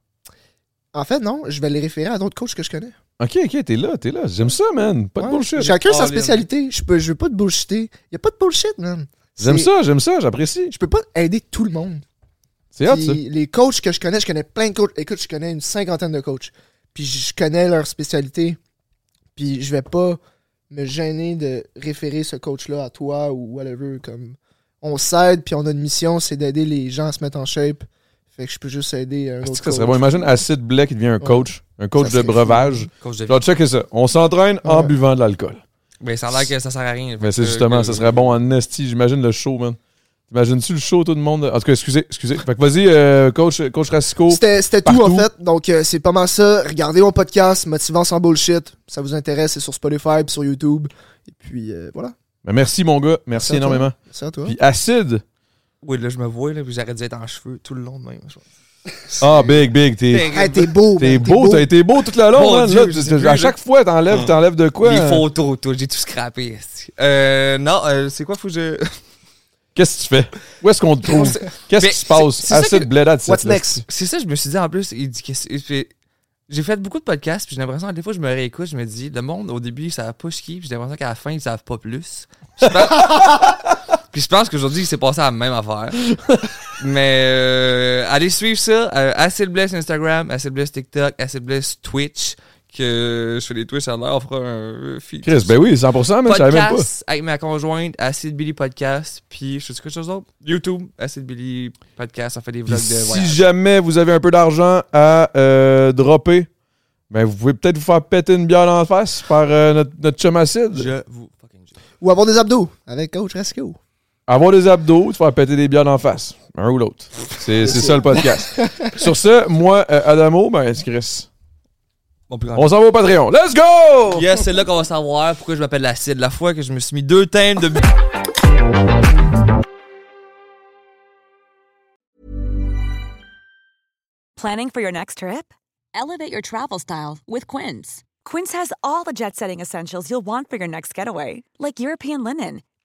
[SPEAKER 3] en fait, non, je vais les référer à d'autres coachs que je connais.
[SPEAKER 1] Ok, ok, t'es là, t'es là. J'aime ça, man. Pas de
[SPEAKER 3] Ouais.
[SPEAKER 1] bullshit.
[SPEAKER 3] Chacun
[SPEAKER 2] All
[SPEAKER 3] sa
[SPEAKER 2] in.
[SPEAKER 3] spécialité. Je peux, je veux pas de bullshiter. Y a pas de bullshit, man.
[SPEAKER 1] J'aime
[SPEAKER 3] C'est-
[SPEAKER 1] ça, j'aime ça, j'apprécie.
[SPEAKER 3] Je peux pas aider tout le monde.
[SPEAKER 1] C'est hot,
[SPEAKER 3] Puis
[SPEAKER 1] ça.
[SPEAKER 3] les coachs que je connais, je connais plein de coachs. Écoute, je connais une cinquantaine de coachs. Puis je connais leur spécialité. Puis je vais pas me gêner de référer ce coach-là à toi ou whatever. Comme on s'aide, puis on a une mission, c'est d'aider les gens à se mettre en shape. Fait que je peux juste aider un
[SPEAKER 1] Est-ce
[SPEAKER 3] autre.
[SPEAKER 1] que ça serait
[SPEAKER 3] coach.
[SPEAKER 1] bon? Imagine Acid Blais qui devient un coach, un coach
[SPEAKER 3] Ça
[SPEAKER 1] de
[SPEAKER 3] serait fou.
[SPEAKER 1] breuvage.
[SPEAKER 2] Coach de vie.
[SPEAKER 1] Genre, check ça. On s'entraîne en
[SPEAKER 3] Ouais.
[SPEAKER 1] buvant de l'alcool.
[SPEAKER 2] Mais Ben, ça a l'air que ça sert à rien.
[SPEAKER 1] Mais
[SPEAKER 2] Fait
[SPEAKER 1] c'est
[SPEAKER 2] que- euh,
[SPEAKER 1] justement,
[SPEAKER 2] que-
[SPEAKER 1] ça serait bon en nasty. J'imagine le show, man. T'imagines-tu le show, tout le monde? En tout cas, excusez, excusez. Fait que vas-y, euh, coach, coach Rassico.
[SPEAKER 3] C'était c'était tout
[SPEAKER 1] partout.
[SPEAKER 3] en fait. Donc euh, c'est pas mal ça. Regardez mon podcast, Motivant sans bullshit. Ça vous intéresse, c'est sur Spotify, puis sur YouTube. Et puis euh, voilà.
[SPEAKER 1] Ben, merci, mon gars. Merci
[SPEAKER 3] Merci à
[SPEAKER 1] énormément.
[SPEAKER 3] C'est à toi.
[SPEAKER 1] Puis Acid.
[SPEAKER 2] Oui, là, je me vois, là, puis j'arrête d'être en cheveux tout le long de même. je pense.
[SPEAKER 1] Ah, big, big. T'es,
[SPEAKER 3] Hey, t'es beau.
[SPEAKER 1] t'es
[SPEAKER 3] man,
[SPEAKER 1] beau, t'as été beau tout le long,
[SPEAKER 2] Mon
[SPEAKER 1] man.
[SPEAKER 2] Dieu,
[SPEAKER 1] Là,
[SPEAKER 2] je
[SPEAKER 1] tu-
[SPEAKER 2] sais
[SPEAKER 1] tu-
[SPEAKER 2] plus,
[SPEAKER 1] à
[SPEAKER 2] là.
[SPEAKER 1] chaque fois, t'enlèves, t'enlèves de quoi?
[SPEAKER 2] Les
[SPEAKER 1] hein?
[SPEAKER 2] photos, tout, j'ai tout scrappé. esti. Euh, non, euh, c'est quoi, faut que je.
[SPEAKER 1] Qu'est-ce que tu fais? Où est-ce qu'on te trouve? Qu'est-ce
[SPEAKER 2] Mais
[SPEAKER 1] qui se passe?
[SPEAKER 2] c'est- c'est ça
[SPEAKER 1] Acid
[SPEAKER 2] que-
[SPEAKER 1] Blais, that's it,
[SPEAKER 3] What's
[SPEAKER 1] là.
[SPEAKER 3] next?
[SPEAKER 2] C'est ça, je me suis dit en plus, il dit qu'est-ce- et puis, j'ai fait beaucoup de podcasts, puis j'ai l'impression que des fois je me réécoute, je me dis, le monde au début, ils savent pas ce qui, puis j'ai l'impression qu'à la fin, ils savent pas plus. Je pense- puis je pense qu'aujourd'hui, il s'est passé la même affaire. Mais euh, allez suivre ça, euh, Acid Bless Instagram, Acid Bless TikTok, Acid Bless Twitch, que je fais les Twitch à l'heure, on fera un feed.
[SPEAKER 1] Chris, ben oui, 100%, mais je savais même pas.
[SPEAKER 2] Podcast avec ma conjointe, Acid Billy Podcast, puis je sais quelque chose d'autre, YouTube, Acid Billy Podcast, on fait des
[SPEAKER 1] Puis
[SPEAKER 2] vlogs de
[SPEAKER 1] si
[SPEAKER 2] voyage.
[SPEAKER 1] jamais vous avez un peu d'argent à euh, dropper, ben vous pouvez peut-être vous faire péter une bière en face par euh, notre, notre chum acide.
[SPEAKER 2] Je vous fucking jure.
[SPEAKER 3] Ou avoir des abdos avec Coach Rescue.
[SPEAKER 1] Avoir des abdos, te faire péter des bières en face. Un ou l'autre. C'est c'est ça le podcast. Sur ce, moi, euh, Adamo, ben c'est Chris.
[SPEAKER 2] Mon plus grand.
[SPEAKER 1] On s'en va au Patreon. Let's go!
[SPEAKER 2] Yes, c'est là qu'on va savoir pourquoi je m'appelle l'acide. La fois que je me suis mis deux thèmes de
[SPEAKER 4] Planning for your next trip? Elevate your travel style with Quince. Quince has all the jet setting essentials you'll want for your next getaway, like European linen,